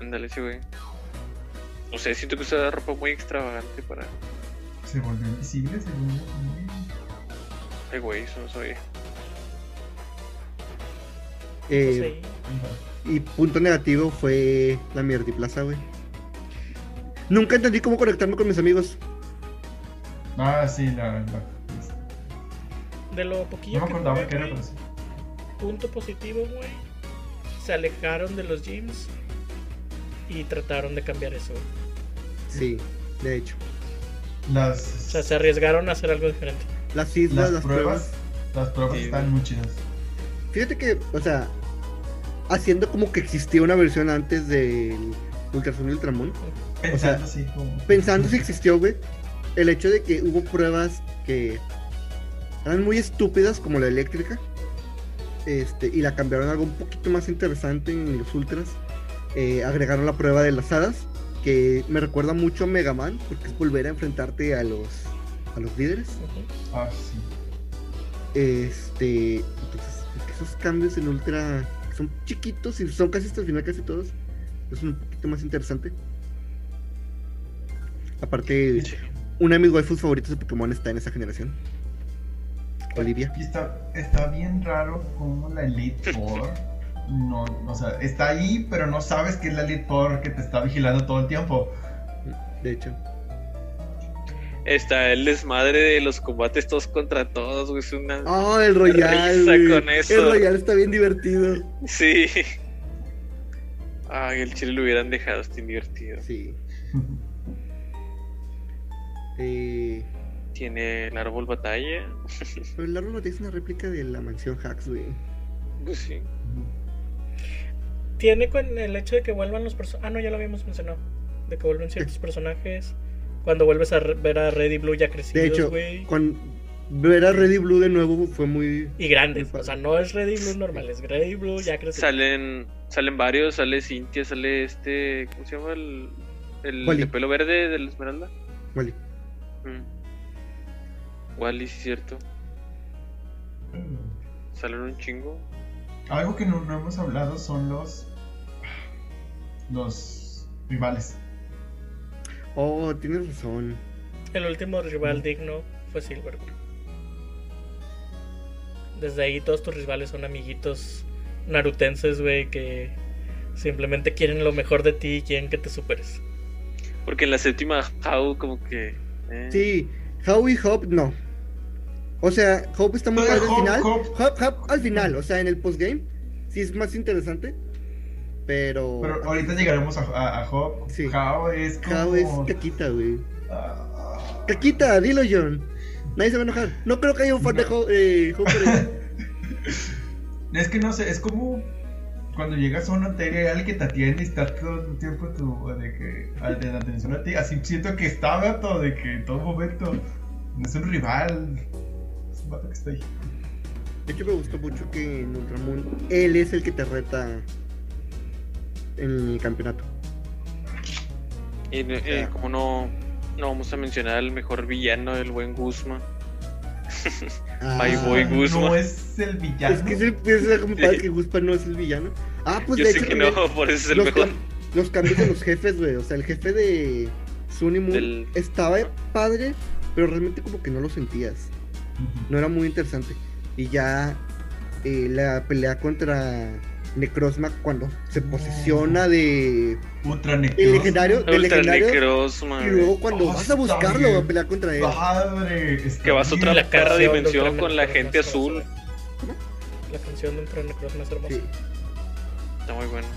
Ándale, sí, güey. O sea, siento que usa ropa muy extravagante para.
Se volvió invisible, se volvió.
Ay, güey, eso no sabía.
Eh,
Sí.
Y punto negativo fue la mierdiplaza, güey. Nunca entendí cómo conectarme con mis amigos.
Ah, sí, la. la-
De lo poquillo
no me
que
acordaba
jugué,
que era,
güey,
pero sí.
punto positivo, güey. Se alejaron de los gyms y trataron de cambiar eso. güey.
Sí, de hecho.
Las.
O sea, se arriesgaron a hacer algo diferente.
Las islas,
las,
las,
pruebas, Las pruebas
Sí,
están muy chidas.
Fíjate que, o sea, haciendo como que existía una versión antes del Ultrason y Ultramon,
Pensando así como.
pensando si existió, güey, el hecho de que hubo pruebas que Eran muy estúpidas como la eléctrica. Este, y la cambiaron a algo un poquito más interesante en los ultras. Eh, agregaron la prueba de las hadas, que me recuerda mucho a Mega Man, porque es volver a enfrentarte a los, a los líderes.
Ujú.
Ah, sí.
Este, entonces, es que esos cambios en Ultra son chiquitos y son casi hasta el final, casi todos. Es un poquito más interesante. Aparte,
Sí.
una de mis waifus favoritos de Pokémon está en esa generación. Olivia.
Y está, está bien raro como la Elite Four. No, o sea, está ahí, pero no sabes que es la Elite Four que te está vigilando todo el tiempo.
De hecho,
Está el desmadre de los combates todos contra todos, güey. Es una.
oh, el Royal.
Risa
güey.
con eso.
El Royal está bien divertido.
Sí. Ay, el chile lo hubieran dejado, está divertido.
Sí. Eh,
Tiene el árbol batalla.
pero el árbol es una réplica de la mansión Hacks, güey.
Pues sí.
Tiene con el hecho de que vuelvan los personajes. Ah, no, ya lo habíamos mencionado. De que vuelven ciertos personajes. Cuando vuelves a re- ver a Red y Blue ya
De
crecidos,
hecho,
güey.
cuando ver a Red y Blue de nuevo fue muy.
Y grandes.
Muy padre.
O sea, no es Red y Blue normal, es Red y Blue ya crecidos.
Salen, salen varios, sale Cintia, sale este. ¿Cómo se llama? El, el
Wally.
de pelo verde de la esmeralda.
Vale.
Mm. Wally, sí, cierto. Salen un chingo.
Algo que no, no hemos hablado son los. los rivales.
Oh, tienes razón.
El último rival digno fue Silver. Desde ahí todos tus rivales son amiguitos narutenses, güey, que simplemente quieren lo mejor de ti y quieren que te superes.
Porque en la séptima, How, como que. eh,
Sí, Howie Hop no. O sea, Hope está muy
Pero
padre al
Hop,
final.
Hop.
Hop, Hop al final, o sea, en el postgame. Sí es más interesante. Pero.
Pero ahorita llegaremos a, a, a Hop.
Sí.
How es como.
Hao es caquita, güey.
Ah.
Caquita, dilo, John. Nadie se va a enojar. No creo que haya un fan de
No.
Ho- eh, Hope. pero-
Es que no sé, es como cuando llegas a una hotel y hay alguien que te atiende y está todo el tiempo tu, de que, de la atención a ti. Así siento que está gato, de que en todo momento es un rival. Es un vato que está ahí.
De hecho, me gustó mucho que en Ultramoon él es el que te reta en el campeonato.
Y no- eh,
Ya.
como no, no vamos a mencionar al mejor villano, el buen Guzma. Ahí
Ah,
voy, Gus. Guzmán.
No es el villano.
Es que es el, es el- como padre que Guspa no es el villano. Ah, pues
Yo
de
sé
hecho.
que
también-
no, por eso es el
los,
mejor.
cam- los cambios de los jefes, güey. O sea, el jefe de Sunny Moon
Del-
estaba padre, pero realmente como que no lo sentías.
Ujú.
No era muy interesante. Y ya eh, la pelea contra Necrozma cuando se posesiona de
Ultra
el
Necros.
legendario, del
Ultra
legendario
Necrozma,
y
güey.
luego cuando
Oh,
vas
está
a buscarlo
bien.
a pelear contra él.
Padre. está
Que vas a otra
bien.
la perra
canción de
dimensión
Ultraman
con la
Necrozma
gente
es
azul.
hermosa. La canción de Ultranecros más hermosa.
Sí.
Está muy bueno.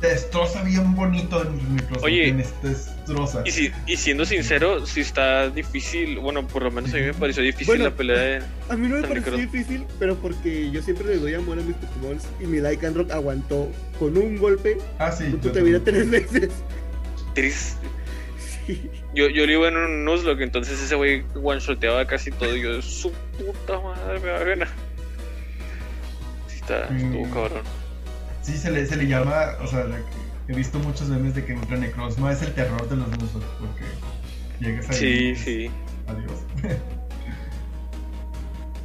Te destroza bien bonito el Necros.
Oye.
Te destroza.
Y, si- y siendo sincero, si está difícil. Bueno, por lo menos a mí me pareció difícil
Bueno.
la pelea de.
A mí no me
Tan
pareció
necro-
difícil, pero porque yo siempre le doy amor a mis Pokémon y mi Lycanroc aguantó con un golpe.
Ah, sí.
Tú
yo
te vida
también.
tres veces.
Tris.
Sí.
Yo, yo le iba en un Nuzlocke, entonces ese güey one-shoteaba casi todo. Y yo, su puta madre, me va a ganar. Sí, está, estuvo
Mm.
cabrón.
Sí, se le, se le llama, o sea, de que- he visto muchos memes de que Ultra Necrozma es el terror de los musos, porque llegas ahí.
Sí,
y-
sí.
Adiós.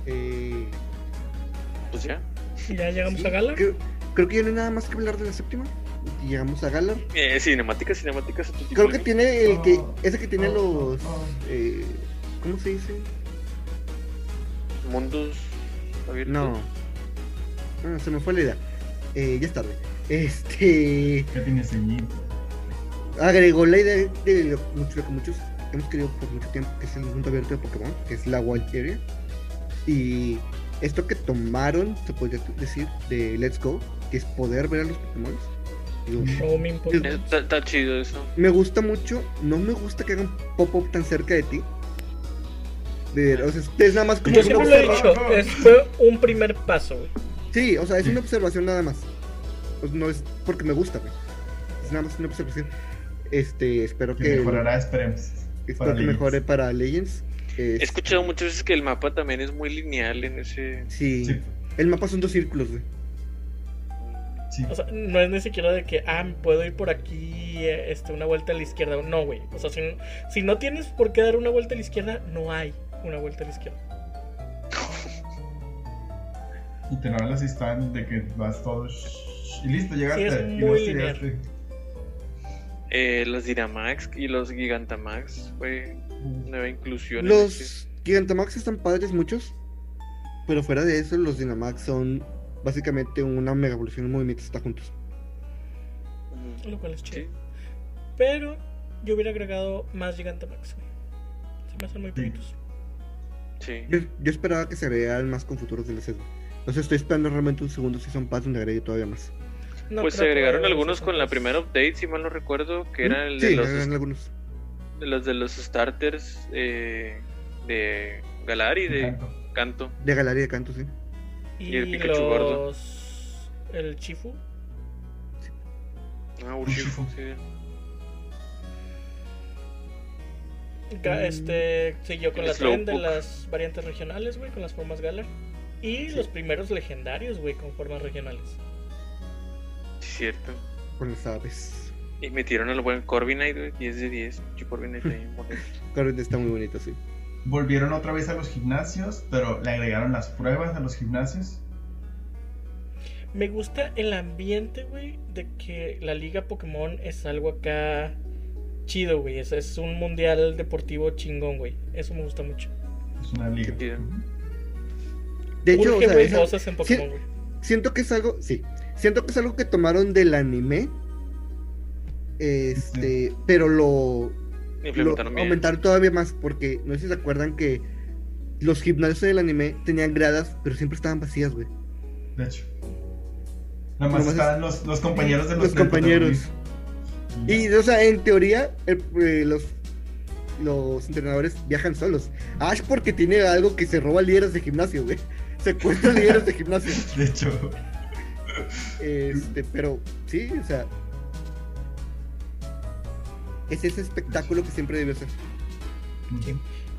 Eh,
Pues ya.
Y ya llegamos
sí,
a Gala.
Creo, creo que ya no hay nada más que hablar de la séptima. Y Llegamos a Galar.
Eh, cinemáticas, cinemáticas. a tu tipo
Creo
de
que
mí.
tiene el que.
Oh,
Ese que tiene
oh,
los.
oh.
eh, ¿Cómo se dice?
Mundos abiertos.
No. Ah, se me fue la idea. Eh, ya es tarde. Este.
Ya tiene ceñito.
Agregó la idea de lo, mucho- lo que muchos hemos querido por mucho tiempo, que es el mundo abierto de Pokémon, que es la Wild Area. Y esto que tomaron, se podría decir, de Let's Go, que es poder ver a los Pokémon. Digo,
Roaming por-
Eso Está, está chido eso.
Me gusta mucho, no me gusta que hagan pop-up tan cerca de ti. De- o sea, es- es nada más como
Yo
una
siempre lo he
observa-
dicho, es, fue un primer paso, güey.
Sí, o sea, es una observación nada más. Pues no es porque me gusta, güey. Es nada más una observación. Este, espero
Que
que,
mejorará, esperemos.
espero
para
que
Legends.
mejore para Legends. Es-
He escuchado muchas veces que el mapa también es muy lineal en ese.
sí.
Sí,
El mapa son dos círculos, güey.
sí.
O sea, no es ni siquiera de que, ah, puedo ir por aquí, eh, este, una vuelta a la izquierda. No, güey. O sea, si, no- si no tienes por qué dar una vuelta a la izquierda, no hay una vuelta a la izquierda.
Y te lo hablas y están de que vas todo shh, y listo, llegaste.
Sí, es
y
muy
luego
lineal.
llegaste.
Eh, los Dynamax y los Gigantamax fue nueva inclusión. en ese-
Los Gigantamax están padres muchos, pero fuera de eso, los Dynamax son básicamente una mega evolución de movimientos está juntos.
Ujú.
Lo cual es chido.
Sí.
Pero yo hubiera agregado más Gigantamax, güey. Se me hacen muy
Sí.
bonitos.
Sí.
Yo, yo esperaba que se agregaran más con futuros DLCs. güey. Entonces estoy esperando realmente un segundo Season Pass donde agregue todavía más.
No
pues se
creo que
agregaron
vaya a
algunos
ser
con la
tantos.
primera update, si mal no recuerdo, que
¿Mm?
eran el
sí,
de los,
agregan algunos.
de los de los starters eh, de Galari,
Me
de
encanta.
Canto.
De Galería de Canto, sí.
Y el Pikachu
los...
gordo.
El Chifu.
Ah, Urshifu,
Urshifu.
sí.
Ga-
Mm.
Este siguió con
El
la trend de
Slowpoke.
las variantes regionales, güey, con las formas Galar. Y los primeros legendarios, güey, con formas regionales.
Sí, cierto.
Con las aves.
Y metieron al buen Corviknight, güey, 10 de 10. Pinche
Hmm.
Corviknight ahí, bonito.
Claro, está muy bonito, sí.
Volvieron otra vez a los gimnasios, pero le agregaron las pruebas a los gimnasios.
Me gusta el ambiente, güey, de que la liga Pokémon es algo acá chido, güey. Es, es un mundial deportivo chingón, güey. Eso me gusta mucho.
Es una liga.
Qué chido.
Ujú.
De hecho, o
Urge,
sea,
güey,
esa-
cosas en Pokémon, güey.
siento que es algo, sí, siento que es algo que tomaron del anime. Este, pero lo, lo
Implementaron bien.
aumentaron todavía más porque no sé si se acuerdan que los gimnasios del anime tenían gradas, pero siempre estaban vacías, güey.
De hecho. Nada más
Nomás
estaban los, los compañeros de los,
Los compañeros.
protagonistas.
Y, o sea, en teoría, el- eh, los, los entrenadores viajan solos. Ash porque tiene algo que se roba líderes de gimnasio, güey. Secuestra líderes de gimnasio.
De hecho,
Este, pero sí, o sea. Es ese espectáculo que siempre debió ser.
Eso
la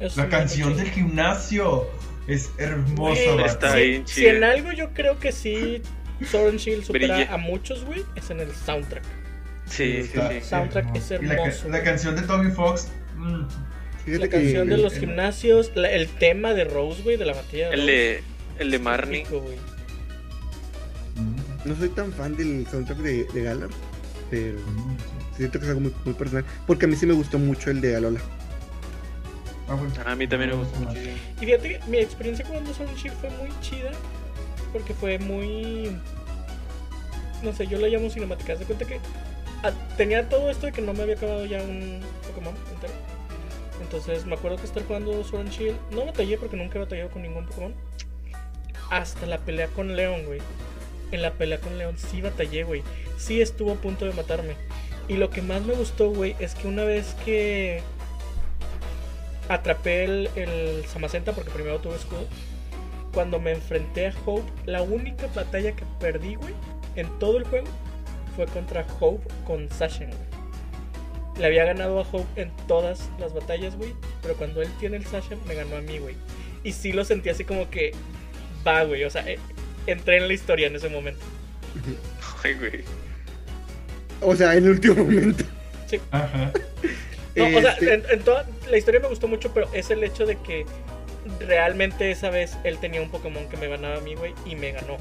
me gusta
canción
mucho.
del gimnasio es hermosa.
Güey,
vato.
Está
Sí,
bien
Si en
chida.
algo yo creo que sí, Soren Shield supera
Brilla.
a muchos, güey, es en el soundtrack.
Sí, sí,
Está
sí.
Soundtrack es
Y la ca-
hermoso.
La, canción de Toby Fox. mm,
Fíjate
la canción de
el-
los
el-
gimnasios, la- el tema de Rose, güey, de la batalla.
El
Rose,
de, el de Marnie.
épico, güey.
mm,
No soy tan fan del soundtrack de, de Galar, pero
mm.
siento que es algo muy, muy personal. Porque a mí sí me gustó mucho el de Alola.
Ah, bueno.
Ah, a mí también me gusta mucho.
Y fíjate que mi experiencia jugando Soul Shield fue muy chida. Porque fue muy. No sé, yo lo llamo cinemática. Haz de cuenta que ah, tenía todo esto de que no me había acabado ya un Pokémon entero. Entonces me acuerdo que estar jugando Sword and Shield. No batallé porque nunca he batallado con ningún Pokémon. Hasta la pelea con León, güey. En la pelea con León sí batallé, güey. Sí estuvo a punto de matarme. Y lo que más me gustó, güey, es que una vez que atrapé el, el Samacenta porque primero tuve escudo. Cuando me enfrenté a Hope, la única batalla que perdí, güey, en todo el juego fue contra Hope con Sashen, güey. Le había ganado a Hope en todas las batallas, güey, pero cuando él tiene el Sashen, me ganó a mí, güey. Y sí lo sentí así como que va, güey, o sea, eh, entré en la historia en ese momento.
Ay, güey.
O sea, en el último momento.
Ajá.
No, o sea, eh,
Este,
en, en toda la historia me gustó mucho, pero es el hecho de que realmente esa vez él tenía un Pokémon que me ganaba a mí, güey, y me ganó.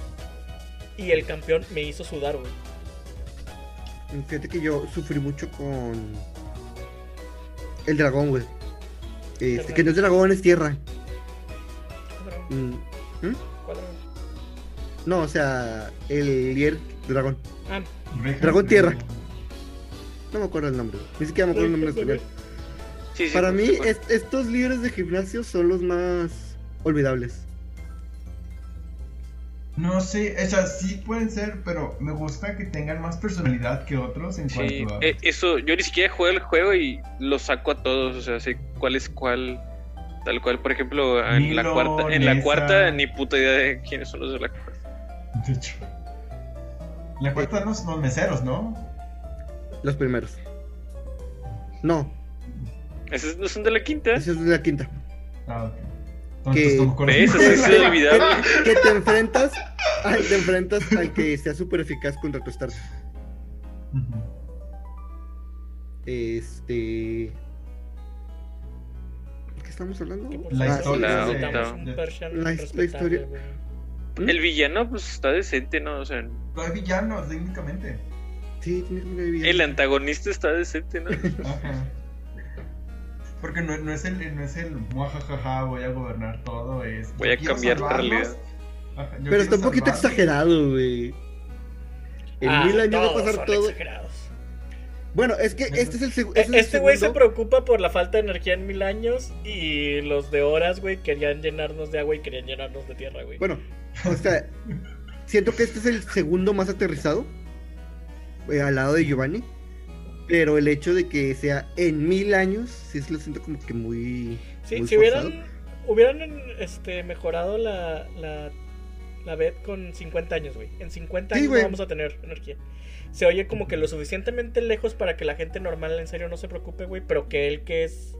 Y el campeón me hizo sudar, güey.
Fíjate que yo sufrí mucho con el dragón, güey. Este, que no es dragón, es tierra.
Cuadro,
Mm,
cuadro.
No, o sea, el líder dragón.
Ah,
Reja.
Dragón Tierra. No me acuerdo el nombre. güey. Ni siquiera me acuerdo el nombre en español.
Sí, sí,
Para
por
mí,
supuesto.
es- estos líderes de gimnasio son los más olvidables.
No sé, o sea, sí pueden ser, pero me gusta que tengan más personalidad que otros en
Sí,
cuanto a.
eh, eso, yo ni siquiera juego el juego y lo saco a todos, o sea, sé cuál es cuál, tal cual, por ejemplo, en la
Milo,
cuarta, en la
Nessa.
cuarta ni puta idea de quiénes son los de la cuarta.
De hecho. La cuarta
Eh.
eran los, los meseros, ¿no?
Los primeros. No,
Esos no son de la quinta.
¿Eh?
esa es la quinta.
Ah, ok.
Que-
Entonces, ¿cómo
¿Ves?
conoces?
Así es inolvidable.
Que te enfrentas, al, te enfrentas al que sea súper eficaz contra tu starter.
Ujú.
Este. ¿De qué estamos hablando? Ah,
Que por
La
cierto,
historia
de-
necesitamos
de-
un
la-
Persian
la
respetable,
historia-
güey.
¿Mm?
El villano, pues está decente, ¿no? O sea,
No hay villanos, técnicamente.
Sí, tiene que ver bien.
el antagonista está decente, ¿no?
Ajá. Porque no, no es el, no es el muajajaja, voy a gobernar todo, es.
Voy a cambiar la
la
realidad.
Pero está un poquito exagerado, güey. En
Ah,
mil años va a
todos
pasar
son
todo.
exagerados.
Bueno, es que este es el, segu- este
E-
es el
Este güey se
segundo.
preocupa por la falta de energía en mil años y los de horas, güey, querían llenarnos de agua y querían llenarnos de tierra, güey.
Bueno, o sea, siento que este es el segundo más aterrizado eh, al lado de Giovanni. Pero el hecho de que sea en mil años, sí se lo siento como que muy.
Sí,
muy
si
forzado.
hubieran, hubieran este, mejorado la, la, la BED con 50 años, güey. En 50
Sí,
años no
güey.
vamos a tener energía. Se oye como que lo suficientemente lejos para que la gente normal en serio no se preocupe, güey, pero que él que es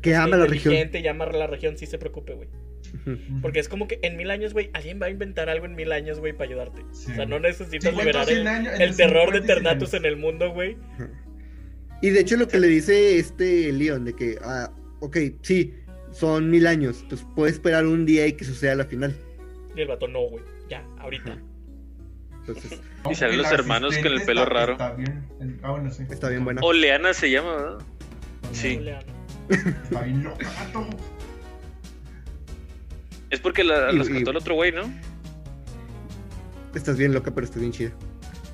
Que ama la región.
inteligente y ama la región sí se preocupe, güey.
Ujú.
Porque es como que en mil años, güey, alguien va a inventar algo en mil años, güey, para ayudarte.
Sí.
O sea, no necesitas liberar el,
años,
el terror de Ternatus en el mundo, güey.
Y de hecho, lo que le dice este Leon, de que, ah, ok, sí, son mil años, pues puede esperar un día y que suceda la final.
Y el vato, no, güey. Ya, ahorita.
Entonces,
Y salen los hermanos con el pelo raro.
Está bien. el- ah, bueno, sí.
está bien buena.
Oleana se llama, ¿verdad? Sí.
Julián.
Está bien loca, gato.
Es porque la
Y-
rescató
y-
el otro güey, ¿no?
Estás bien loca, pero estás bien chida.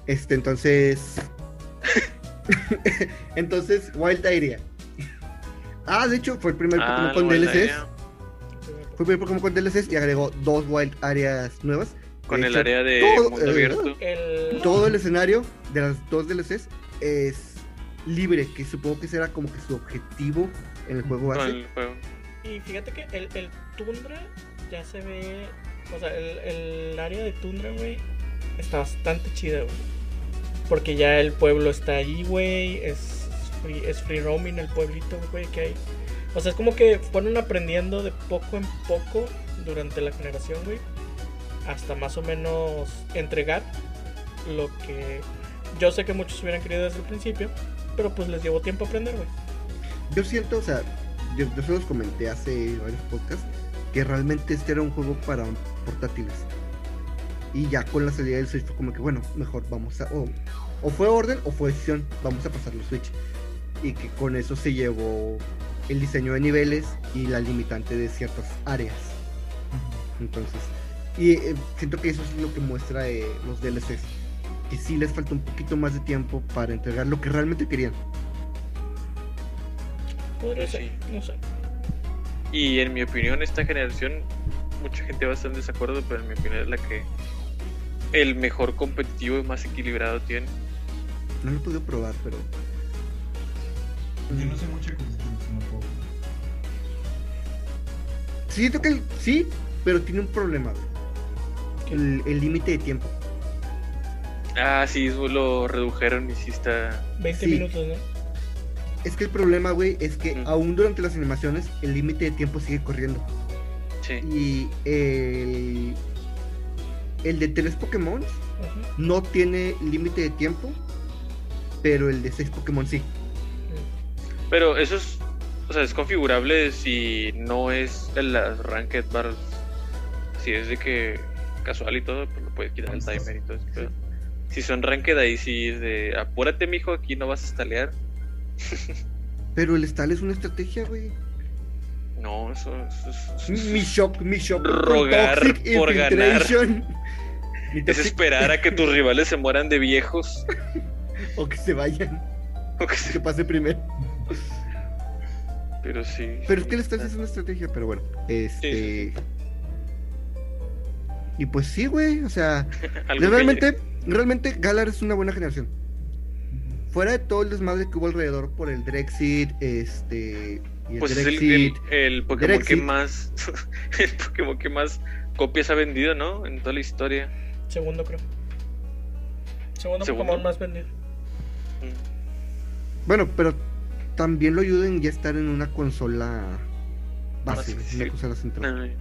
Este, entonces. entonces, Wild Area. Ah, de hecho, fue el primer Pokémon con
el
DLCs. Fue el primer Pokémon con DLCs y agregó dos Wild Areas nuevas.
Con
De
el
hecho,
área de
todo-
mundo
eh,
abierto.
El...
Todo el escenario de las dos DLCs es libre, que supongo que será como que su objetivo en el juego
Con
base.
el juego.
Y fíjate que el, el tundra ya se ve. O sea, el, el área de tundra, güey, está bastante chida, güey. Porque ya el pueblo está ahí, güey. Es free, es free roaming el pueblito, güey, que hay. O sea, es como que fueron aprendiendo de poco en poco durante la generación, güey. Hasta más o menos entregar lo que yo sé que muchos hubieran querido desde el principio. Pero pues les llevó tiempo aprender, güey.
Yo siento, o sea, yo, yo se los comenté hace varios podcasts, que realmente este era un juego para portátiles. Y ya con la salida del Switch fue como que, bueno, mejor vamos a... O, o fue orden o fue decisión, vamos a pasarlo al Switch. Y que con eso se llevó el diseño de niveles y la limitante de ciertas áreas. Entonces, y eh, siento que eso es lo que muestra eh, los DLCs. Que sí les falta un poquito más de tiempo para entregar lo que realmente querían.
Podría
Pues
ser,
sí.
no sé.
Y en mi opinión, esta generación, mucha gente va a estar en desacuerdo, pero en mi opinión es la que el mejor competitivo y más equilibrado tiene.
No lo he podido probar, pero...
Yo no sé mucho de construcción, no puedo.
Siento que el- sí, pero tiene un problema. güey.
¿Qué?
El el límite de tiempo.
Ah, sí, eso lo redujeron y sí está.
20
Sí.
minutos, ¿no?
Es que el problema, güey, es que
Ujú.
aún durante las animaciones el límite de tiempo sigue corriendo.
Sí.
Y el, el de tres Pokémon
Ajá.
no tiene límite de tiempo, pero el de seis Pokémon sí.
Pero eso es. O sea, es configurable si no es en las Ranked Bars. Si es de que casual y todo, pues lo puedes quitar el timer y todo eso. pero si son Ranked, ahí sí es de apúrate, mijo, aquí no vas a stalear.
Pero el Stal es una estrategia, güey.
No, eso, eso es- eso es.
Mi shock, mi shock. con
Rogar
Toxic
por ganar.
Infiltration. Mi
Es
Toxic-
esperar a que tus rivales se mueran de viejos.
O que se vayan,
o que se-
que pase primero.
Pero sí.
Pero es que el Stars es una estrategia, pero bueno. Este. Y pues sí, güey. O sea,
Algo que-
realmente, realmente Galar es una buena generación. Fuera de todo el desmadre que hubo alrededor por el Drexit, este. Y el
Pues es el, el,
Drexit.
el Pokémon
Drexit.
que más. el Pokémon que más copias ha vendido, ¿no? En toda la historia.
Segundo, creo. Segundo,
Segundo.
Pokémon más vendido.
Mm.
Bueno, pero también lo ayuden ya a estar en una consola base,
No sé si-
una cosa la central.
Ay.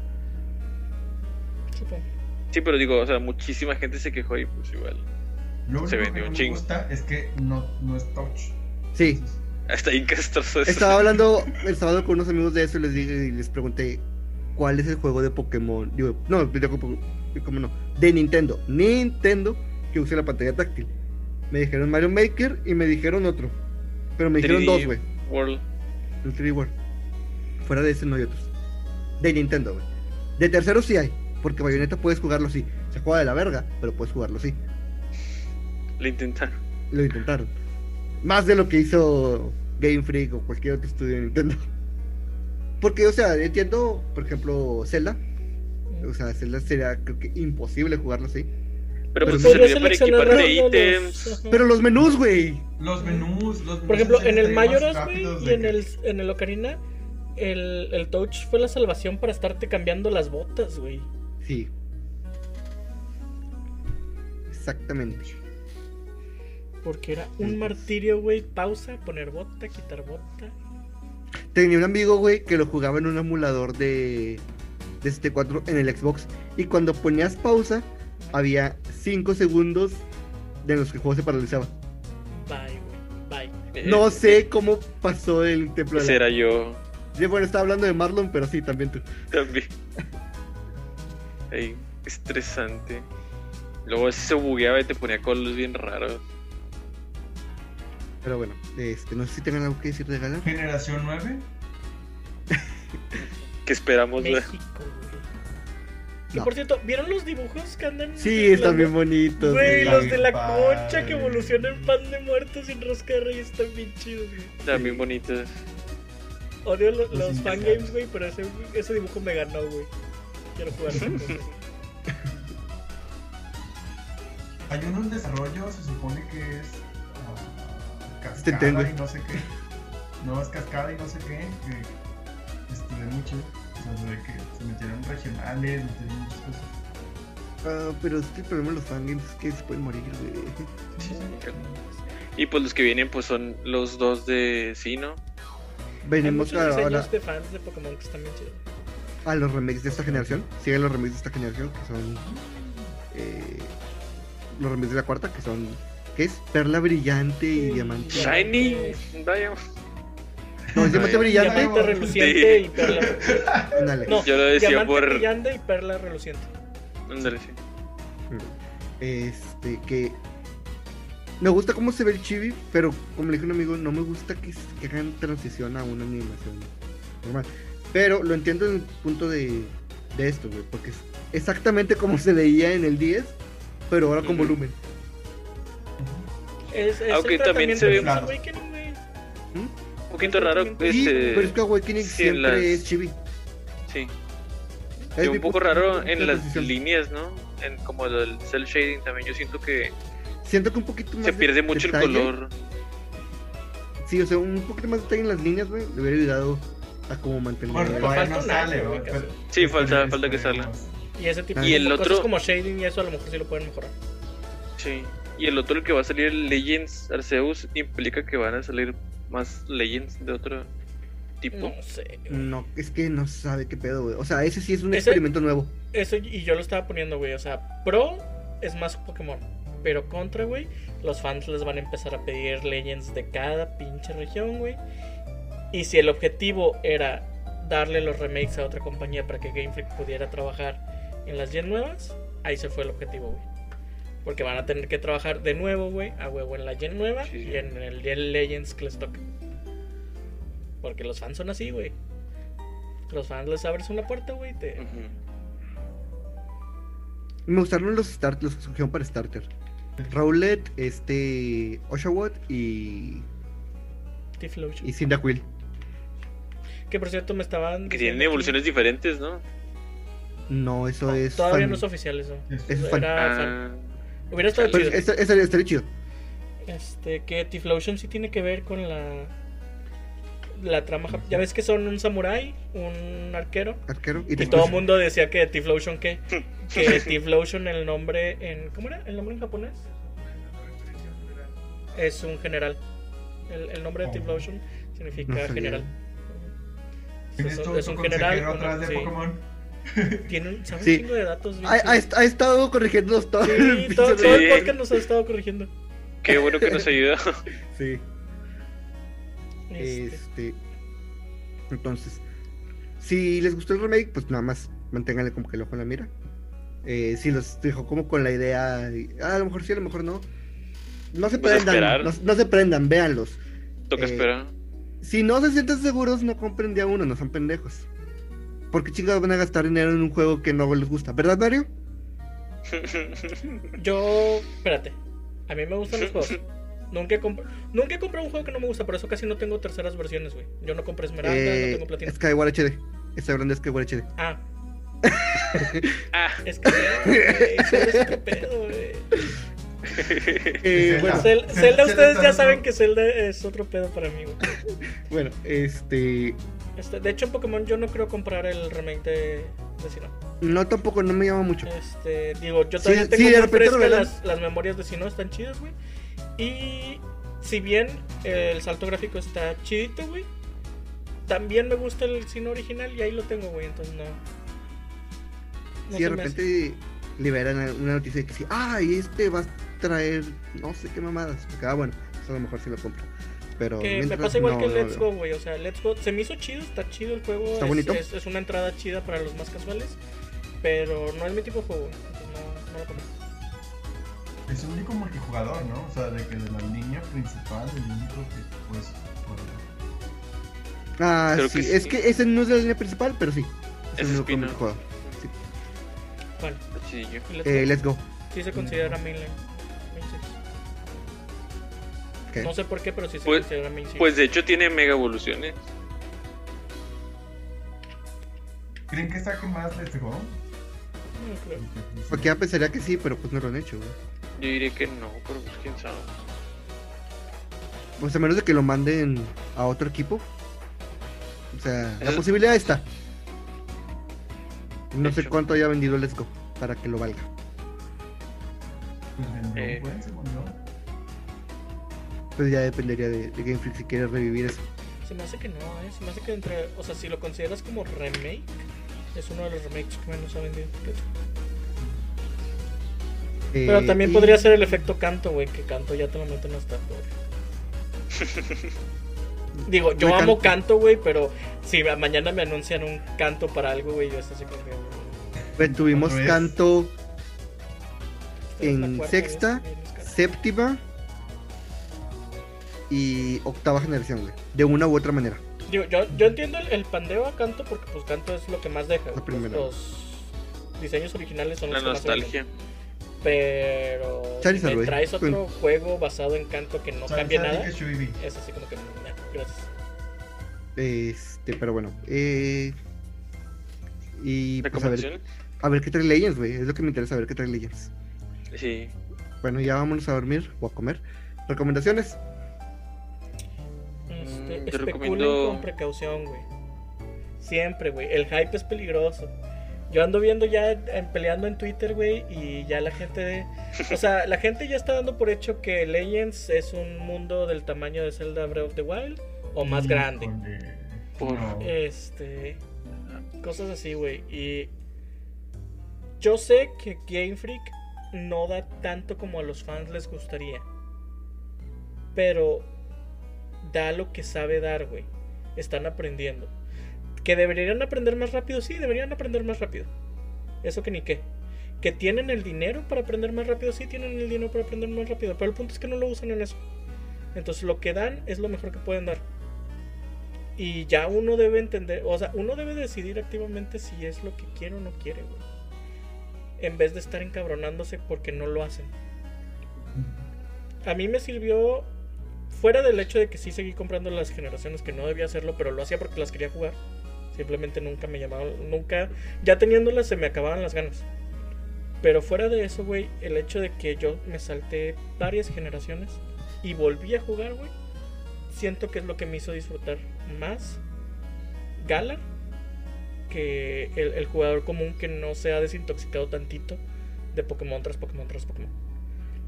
Supongo.
Sí, pero digo, o sea, muchísima gente se quejó y pues igual.
Lo único
Se vendió
que no
un
me
chingo.
gusta es que no, no es touch.
Ah.
Sí,
Entonces,
Hasta ahí castroso eso.
estaba hablando el sábado con unos amigos de eso y les dije y les pregunté cuál es el juego de Pokémon. Digo, no, de, ¿cómo no? De Nintendo. Nintendo que use la pantalla táctil. Me dijeron Mario Maker y me dijeron otro. Pero me dijeron
3D
dos, güey.
World.
El 3D World. Fuera de ese no hay otros. De Nintendo, güey. De tercero sí hay. Porque Bayonetta puedes jugarlo así. Se juega de la verga, pero puedes jugarlo así.
Le intentaron.
Lo intentaron. Más de lo que hizo Game Freak o cualquier otro estudio de Nintendo. Porque, o sea, entiendo, por ejemplo, Zelda. O sea, Zelda sería, creo que, imposible jugarlo así.
Pero pues te servía
Pero
Podría
para
seleccionar
equiparte
los-
ítems.
ajá.
Pero los menús, güey.
Los menús, los menús
Por ejemplo,
están
en el
más
Majora's, güey,
rápidos
y
de
en
que-
el, en el Ocarina, el, el Touch fue la salvación para estarte cambiando las botas, güey.
Sí. Exactamente.
Porque era un martirio, güey, pausa, poner bota, quitar bota.
Tenía un amigo, güey, que lo jugaba en un emulador de, de 4 en el Xbox. Y cuando ponías pausa, había 5 segundos de los que el juego se paralizaba.
Bye, güey, bye.
Eh,
No sé cómo pasó el templo de la...
Será yo
Sí, bueno, estaba hablando de Marlon, pero sí, también tú.
también. Ey, estresante. Luego ese se bugueaba y te ponía colores bien raros.
Pero bueno, este, no sé si tengan algo que decir de Galar.
Generación 9.
Que esperamos la-
México, güey. Que
No.
por cierto, ¿vieron los dibujos que andan?
Sí, están bien
circulando?
bonitos.
Güey,
güey.
Está
los
bien
de la
padre.
concha que evolucionan pan de muerto sin rosca de reyes están bien chidos, güey.
también bonitas.
Odio lo-
Los
los fangames,
indianos.
güey, pero ese, ese dibujo me ganó, güey. Quiero jugar con ese.
Hay unos desarrollos, se supone que es ah,
Te entiendo.
cascada y no sé qué. No, es cascada y no sé qué. Que estudié mucho. O sea, de que se metieron regionales, metieron muchas cosas.
Ah, pero es que el problema de los fangames es que se pueden morir, güey.
Y pues los que vienen pues son los dos de Sino.
Hay
Venimos
muchos
a- ahora
diseños de fans de Pokémon que están bien chidos.
a los remakes de esta generación. Siguen los remakes de esta generación, que son. eh, los remakes de la cuarta, que son. ¿Qué es? Perla brillante y
Mm,
diamante.
ya.
Shiny. Vaya.
No, es diamante
Ya.
brillante.
Diamante reluciente y perla.
Ándale.
No,
Yo lo decía
diamante
por-
brillante y perla reluciente.
Ándale, sí.
Este, que. Me gusta cómo se ve el chibi, pero como le dije a un amigo, no me gusta que, s- que hagan transición a una animación normal. Pero lo entiendo en el punto de, de esto, güey, porque es exactamente como se veía en el 10, pero ahora con
Ujú.
volumen.
Es, es
Aunque
el
también se
tratamiento
ve-
de Link's Awakening, güey.
Un poquito raro.
Sí,
Y- pero es
Este,
que Awakening
sí, en
siempre
las-
es chibi.
sí.
Es
Y
mi
un poco
punto de
raro
vista
en
de
las
transición.
líneas, ¿no? En como lo del cel shading también. Yo siento que
Siento que un poquito más.
se
de
pierde mucho el
detalle-
color.
Sí, o sea, un poquito más de detalle en las líneas, güey, le hubiera ayudado a como mantener.
Bueno,
Pero
todavía
falta
no
un año,
sale,
güey,
¿no?
casi.
Pero-
Sí, falta,
Esperemos,
falta que salga.
esperemos.
Y ese tipo
Ah.
de
Y
el
cosas
otro-
como shading y eso a lo mejor sí lo pueden mejorar.
Sí. Y el otro el que va a salir Legends Arceus implica que van a salir más Legends de otro tipo.
Mm.
No sé. güey.
No, es que no sabe qué pedo, güey. O sea, ese sí es un
Ese-
experimento nuevo.
Eso y yo lo estaba poniendo, güey. O sea, pro es más Pokémon. Pero contra, güey, los fans les van a empezar a pedir legends de cada pinche región, güey. Y si el objetivo era darle los remakes a otra compañía para que Game Freak pudiera trabajar en las gen nuevas, ahí se fue el objetivo, güey. Porque van a tener que trabajar de nuevo, güey, a huevo en la gen nueva
Sí.
y en el gen Legends que les toca. Porque los fans son así, güey. Los fans les abres una puerta, güey, y te,
Ujú.
Me gustaron los starters, los que escogieron para starter. Rowlet, este. Oshawott y.
te fluye.
y Cyndaquil.
Que por cierto me estaban.
Que
diciendo
tienen
aquí-
evoluciones diferentes, ¿no?
No, eso
No,
es.
Todavía
fan-
no es oficial eso.
Eso es fan.
Era fan.
Ah,
Hubiera estado
Pero
chido.
esta- esta- estaría chido.
Este, que Tiflotion sí tiene que ver con la. La trama. jap- Ya ves que son un samurái, un arquero.
Arquero. Y,
Y
después-
todo el mundo decía que Tiflotion qué. Que Tiflotion, el nombre en. ¿Cómo era? ¿El nombre en japonés? Es un general. El, el nombre de
Oh.
Tiflotion
No
significa
sabía.
general.
Tienes
Es un-
tu,
es
tu
un general,
consejero atrás de
sí.
Pokémon.
Tiene un, sabe un
Sí.
chingo de datos. bien
Ha, ha
chido.
est- ha estado corrigiendo todo el
Sí,
pinche
todo, todo
Sí.
el podcast nos ha estado corrigiendo.
Qué bueno que nos ayuda.
Sí,
Este,
este. Entonces, si les gustó el remake, pues nada más manténganle como que el ojo en la mira. Eh, si los dejó como con la idea, y, ah, a lo mejor sí, a lo mejor no. No se
Pues a
prendan,
esperar.
no, no se prendan, véanlos.
Toca
Eh,
esperar.
Si no se sienten seguros, no compren de a uno, no son pendejos. Porque chingados van a gastar dinero en un juego que no les gusta, ¿verdad, Mario?
Yo, espérate. A mí me gustan los juegos. Nunca he, comp- nunca he comprado un juego que no me gusta, por eso casi no tengo terceras versiones, güey. Yo no compré Esmeralda,
Eh,
no tengo Platino.
Skyward HD. Está hablando de Skyward HD.
Ah,
Ah,
es que, güey, ¿sabes qué pedo, güey?
Eh,
Zelda.
bueno,
Cel-
Zelda
Zelda, ustedes ya
también,
saben
¿no?
que Zelda es otro pedo para mí, güey.
bueno, este.
Este, de hecho, en Pokémon yo no creo comprar el remake de, de Sinnoh.
No, tampoco, no me llama mucho.
Este, digo, yo
Sí,
todavía
sí,
tengo
de
muy
repente
frescas
revelan-
las, las memorias de Sinnoh, están chidas, güey. Y si bien el salto gráfico está chidito, güey, también me gusta el Sinnoh original y ahí lo tengo, güey, entonces no. no
si de
se me hace.
repente liberan una noticia de que sí, ah, y este va a traer no sé qué mamadas. Porque, ah, bueno, eso a lo mejor sí lo compro. Pero
Que me
mientras,
pasa igual
no,
que
no
Let's
veo.
Go, güey. O sea, Let's Go se me hizo chido, está chido el juego.
Está
es,
bonito.
Es, es una entrada chida para los más casuales. Pero no es mi tipo de juego, güey, entonces no, no lo compré.
Es el único multijugador, ¿no? O sea, de que de la línea principal, el único que pues. por-
Ah,
Creo
sí,
que
es
sí.
que ese no es la línea principal, pero sí.
Es
el único que me
spin-off.
juego. Sí.
Vale,
está chidillo.
y Let's
Eh,
Go.
let's go. Mm.
Sí se considera mainline. mainline.
¿Qué?
No sé por qué, pero sí se
Pues-
considera mainline.
Pues de hecho tiene mega evoluciones.
¿Creen que saque más este Let's Go?
No creo.
pues,
Porque ya pensaría que sí, pero pues no lo han hecho, güey.
Yo diría que no, pero pues quién sabe.
Pues a menos de que lo manden a otro equipo. O sea, la
El-
posibilidad está. No
De
sé
hecho.
cuánto haya vendido Let's Go para que lo valga.
Pues vendió
Eh.
un buen, según yo.
Pues ya dependería de, de Game Freak si quiere revivir eso.
Se me hace que no, eh. Se me hace que entre. O sea, si lo consideras como remake, es uno de los remakes que menos ha vendido. Pero
Eh,
también
y-
podría ser el efecto canto, güey. Que canto ya te lo meten hasta. güey. Digo, yo
Güey,
amo
Canto-
canto, güey, pero si mañana me anuncian un canto para algo, güey, yo estoy así como que, güey,
Güey, tuvimos
Otra vez.
canto
esta es
En
la cuarta
sexta,
vez que vienes, canto.
séptima y octava generación, güey. De una u otra manera.
Digo, yo, yo entiendo el, el pandeo a canto porque pues canto es lo que más deja.
La
pues,
primera.
los diseños originales son
La
los que más se venden.
nostalgia.
Pero
Charizard,
si me
güey.
traes otro juego basado en canto que no
Charizard,
cambia nada,
Pikachu y Eevee.
es así como que nah, gracias.
Este, pero bueno. eh, y pues a ver,
¿Recomendaciones?
a ver qué trae Legends, güey. Es lo que me interesa, a ver qué trae Legends.
Sí.
Bueno, ya vámonos a dormir o a comer. Recomendaciones.
Este,
Mm, te
especulen
recomiendo-
con precaución, güey. Siempre, güey. El hype es peligroso. Yo ando viendo ya eh, peleando en Twitter, güey, y ya la gente... de- O sea, la gente ya está dando por hecho que Legends es un mundo del tamaño de Zelda Breath of the Wild o más grande.
Híjole.
Por-
Mm, No.
Este. Cosas así, güey. Y. Yo sé que Game Freak no da tanto como a los fans les gustaría. Pero. Da lo que sabe dar, güey. Están aprendiendo. Que deberían aprender más rápido, sí, deberían aprender más rápido. Eso que ni qué. Que tienen el dinero para aprender más rápido, sí, tienen el dinero para aprender más rápido. Pero el punto es que no lo usan en eso. Entonces lo que dan es lo mejor que pueden dar. Y ya uno debe entender, o sea, uno debe decidir activamente si es lo que quiere o no quiere, güey. En vez de estar encabronándose porque no lo hacen. A mí me sirvió, fuera del hecho de que sí seguí comprando las generaciones que no debía hacerlo, pero lo hacía porque las quería jugar. Simplemente nunca me llamaban, nunca, ya teniéndolas se me acababan las ganas. Pero fuera de eso, güey, el hecho de que yo me salté varias generaciones y volví a jugar, güey, siento que es lo que me hizo disfrutar más Galar que el, el jugador común que no se ha desintoxicado tantito de Pokémon tras Pokémon tras Pokémon.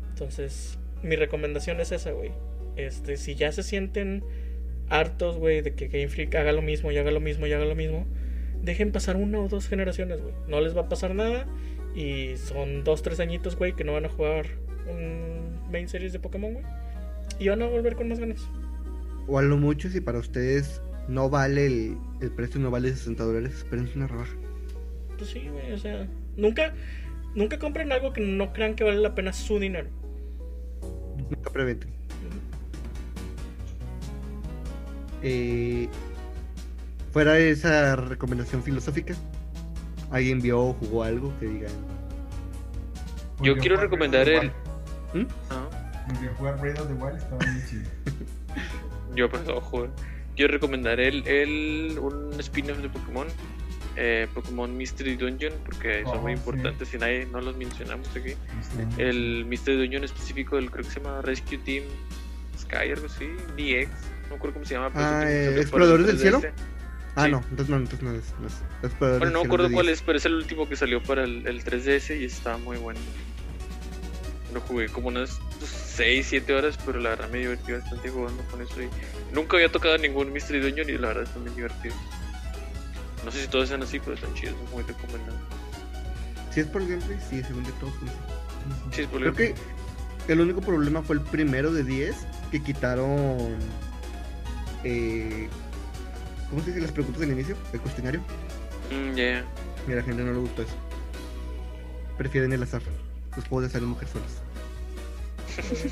Entonces, mi recomendación es esa, güey. Este, si ya se sienten hartos, güey, de que Game Freak haga lo mismo y haga lo mismo y haga lo mismo, dejen pasar una o dos generaciones, güey. No les va a pasar nada y son dos, tres añitos, güey, que no van a jugar un main series de Pokémon, güey. Y van a volver con más ganas.
O a lo mucho, si para ustedes no vale el, el precio, no vale 60 dólares, espérense una rebaja.
Pues sí, güey, o sea, nunca, nunca compren algo que no crean que vale la pena su dinero. Pues
Nunca preventen. Eh, fuera de esa recomendación filosófica, ¿alguien vio o jugó algo que digan?
Yo quiero recomendar el.
¿Mm?
Ah,
Porque jugar Breath of the Wild estaba muy chido.
yo pues, ojo. Quiero recomendar el, el, un spin-off de Pokémon. eh, Pokémon Mystery Dungeon, porque son
Oh,
muy
sí.
importantes y nadie, no los mencionamos aquí.
Estaba muy
El Mystery Dungeon específico, el, creo que se llama Rescue Team Sky, algo así, DX, no recuerdo cómo se llama. pero
Ah,
es
eh,
el que
¿Exploradores
salió
del
para
cielo?
3DS.
Ah,
Sí.
no, entonces no, entonces no es. No es. es para
Bueno, no
los
me acuerdo cuál
10.
es, pero es el último que salió para el, el 3DS y estaba muy bueno. Lo jugué como unas 6, 7 horas, pero la verdad me divertí bastante jugando con eso. Y nunca había tocado ningún Mystery Dungeon y la verdad está muy divertido. No sé si todos sean así, pero están chidos, muy recomendados.
Si es por el gameplay, sí, según yo todos. son así.
chido.
Sí, es por
Creo que el único problema fue el primero de 10 que quitaron. eh, ¿Cómo se dice las preguntas del inicio? El cuestionario.
Mm, yeah.
Y a la gente no le gustó eso. Prefieren el azar. Los juegos de azar y mujeres solas.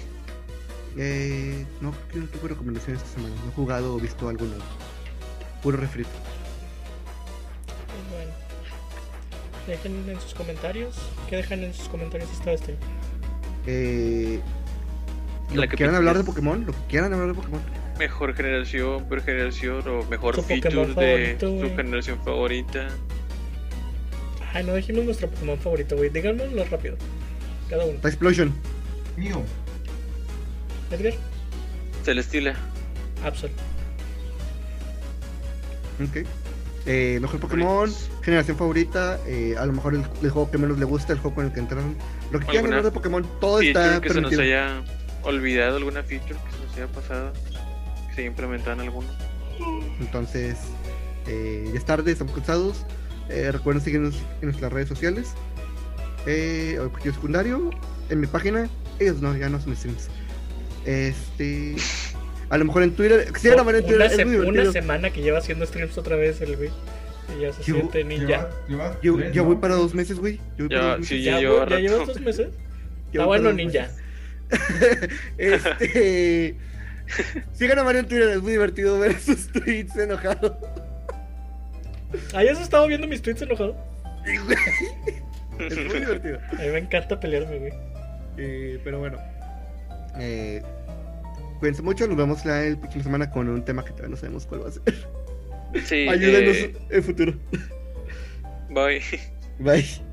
Eh, no, creo que no tuve recomendaciones esta semana. No he jugado o visto algo nuevo. Puro refrito.
Pues bueno. Dejen en sus comentarios. ¿Qué dejan en sus comentarios esta vez, Teo?
Eh,
La
lo que
que
quieran hablar de
piques.
Pokémon, lo que quieran hablar de Pokémon.
Mejor generación, peor generación o mejor
Tu
feature
Pokémon
de
favorito,
su
güey.
generación favorita.
Ay, Ah, no dijimos nuestro Pokémon favorito, güey. Díganoslo rápido. Cada uno.
Está Explosion.
Mío.
Edgar,
Celestila.
Absol.
Ok. Eh, mejor Pokémon, generación favorita. eh, a lo mejor el, el juego que menos le gusta, el juego con el que entraron. Lo que quieran
¿Alguna
hablar de Pokémon, todo
feature
está
que se nos
permitido.
haya olvidado, alguna feature que se nos haya pasado, que se haya implementado en alguno.
Entonces, eh, ya es tarde, estamos cansados. Eh, recuerden seguirnos en nuestras redes sociales. Eh, objetivo secundario, en mi página. Ellos no, ya no son streams. Este. A lo mejor en Twitter. Si
Una,
grabar en Twitter, es
se-
muy
una
divertido.
semana que lleva haciendo streams otra vez el güey. Y ya se
Yo-
siente ninja.
Llevas- llevas
Yo,
tres,
yo
¿no?
voy para dos meses, güey. Yo voy
Ya,
para dos meses.
sí,
¿Ya,
ya
güey,
lleva
¿ya llevas
rato.
dos meses?
Yo voy para
Está bueno,
dos meses.
ninja.
este. Sigan a Mario en Twitter, es muy divertido ver sus tweets enojados.
¿Hayas estado viendo mis tweets enojado?
Es muy divertido.
A mí me encanta pelearme, güey.
Eh, pero bueno. Eh, cuídense mucho, nos vemos la el próxima semana con un tema que todavía no sabemos cuál va a ser.
Sí,
Ayúdenos
eh,
en futuro.
bye.
Bye.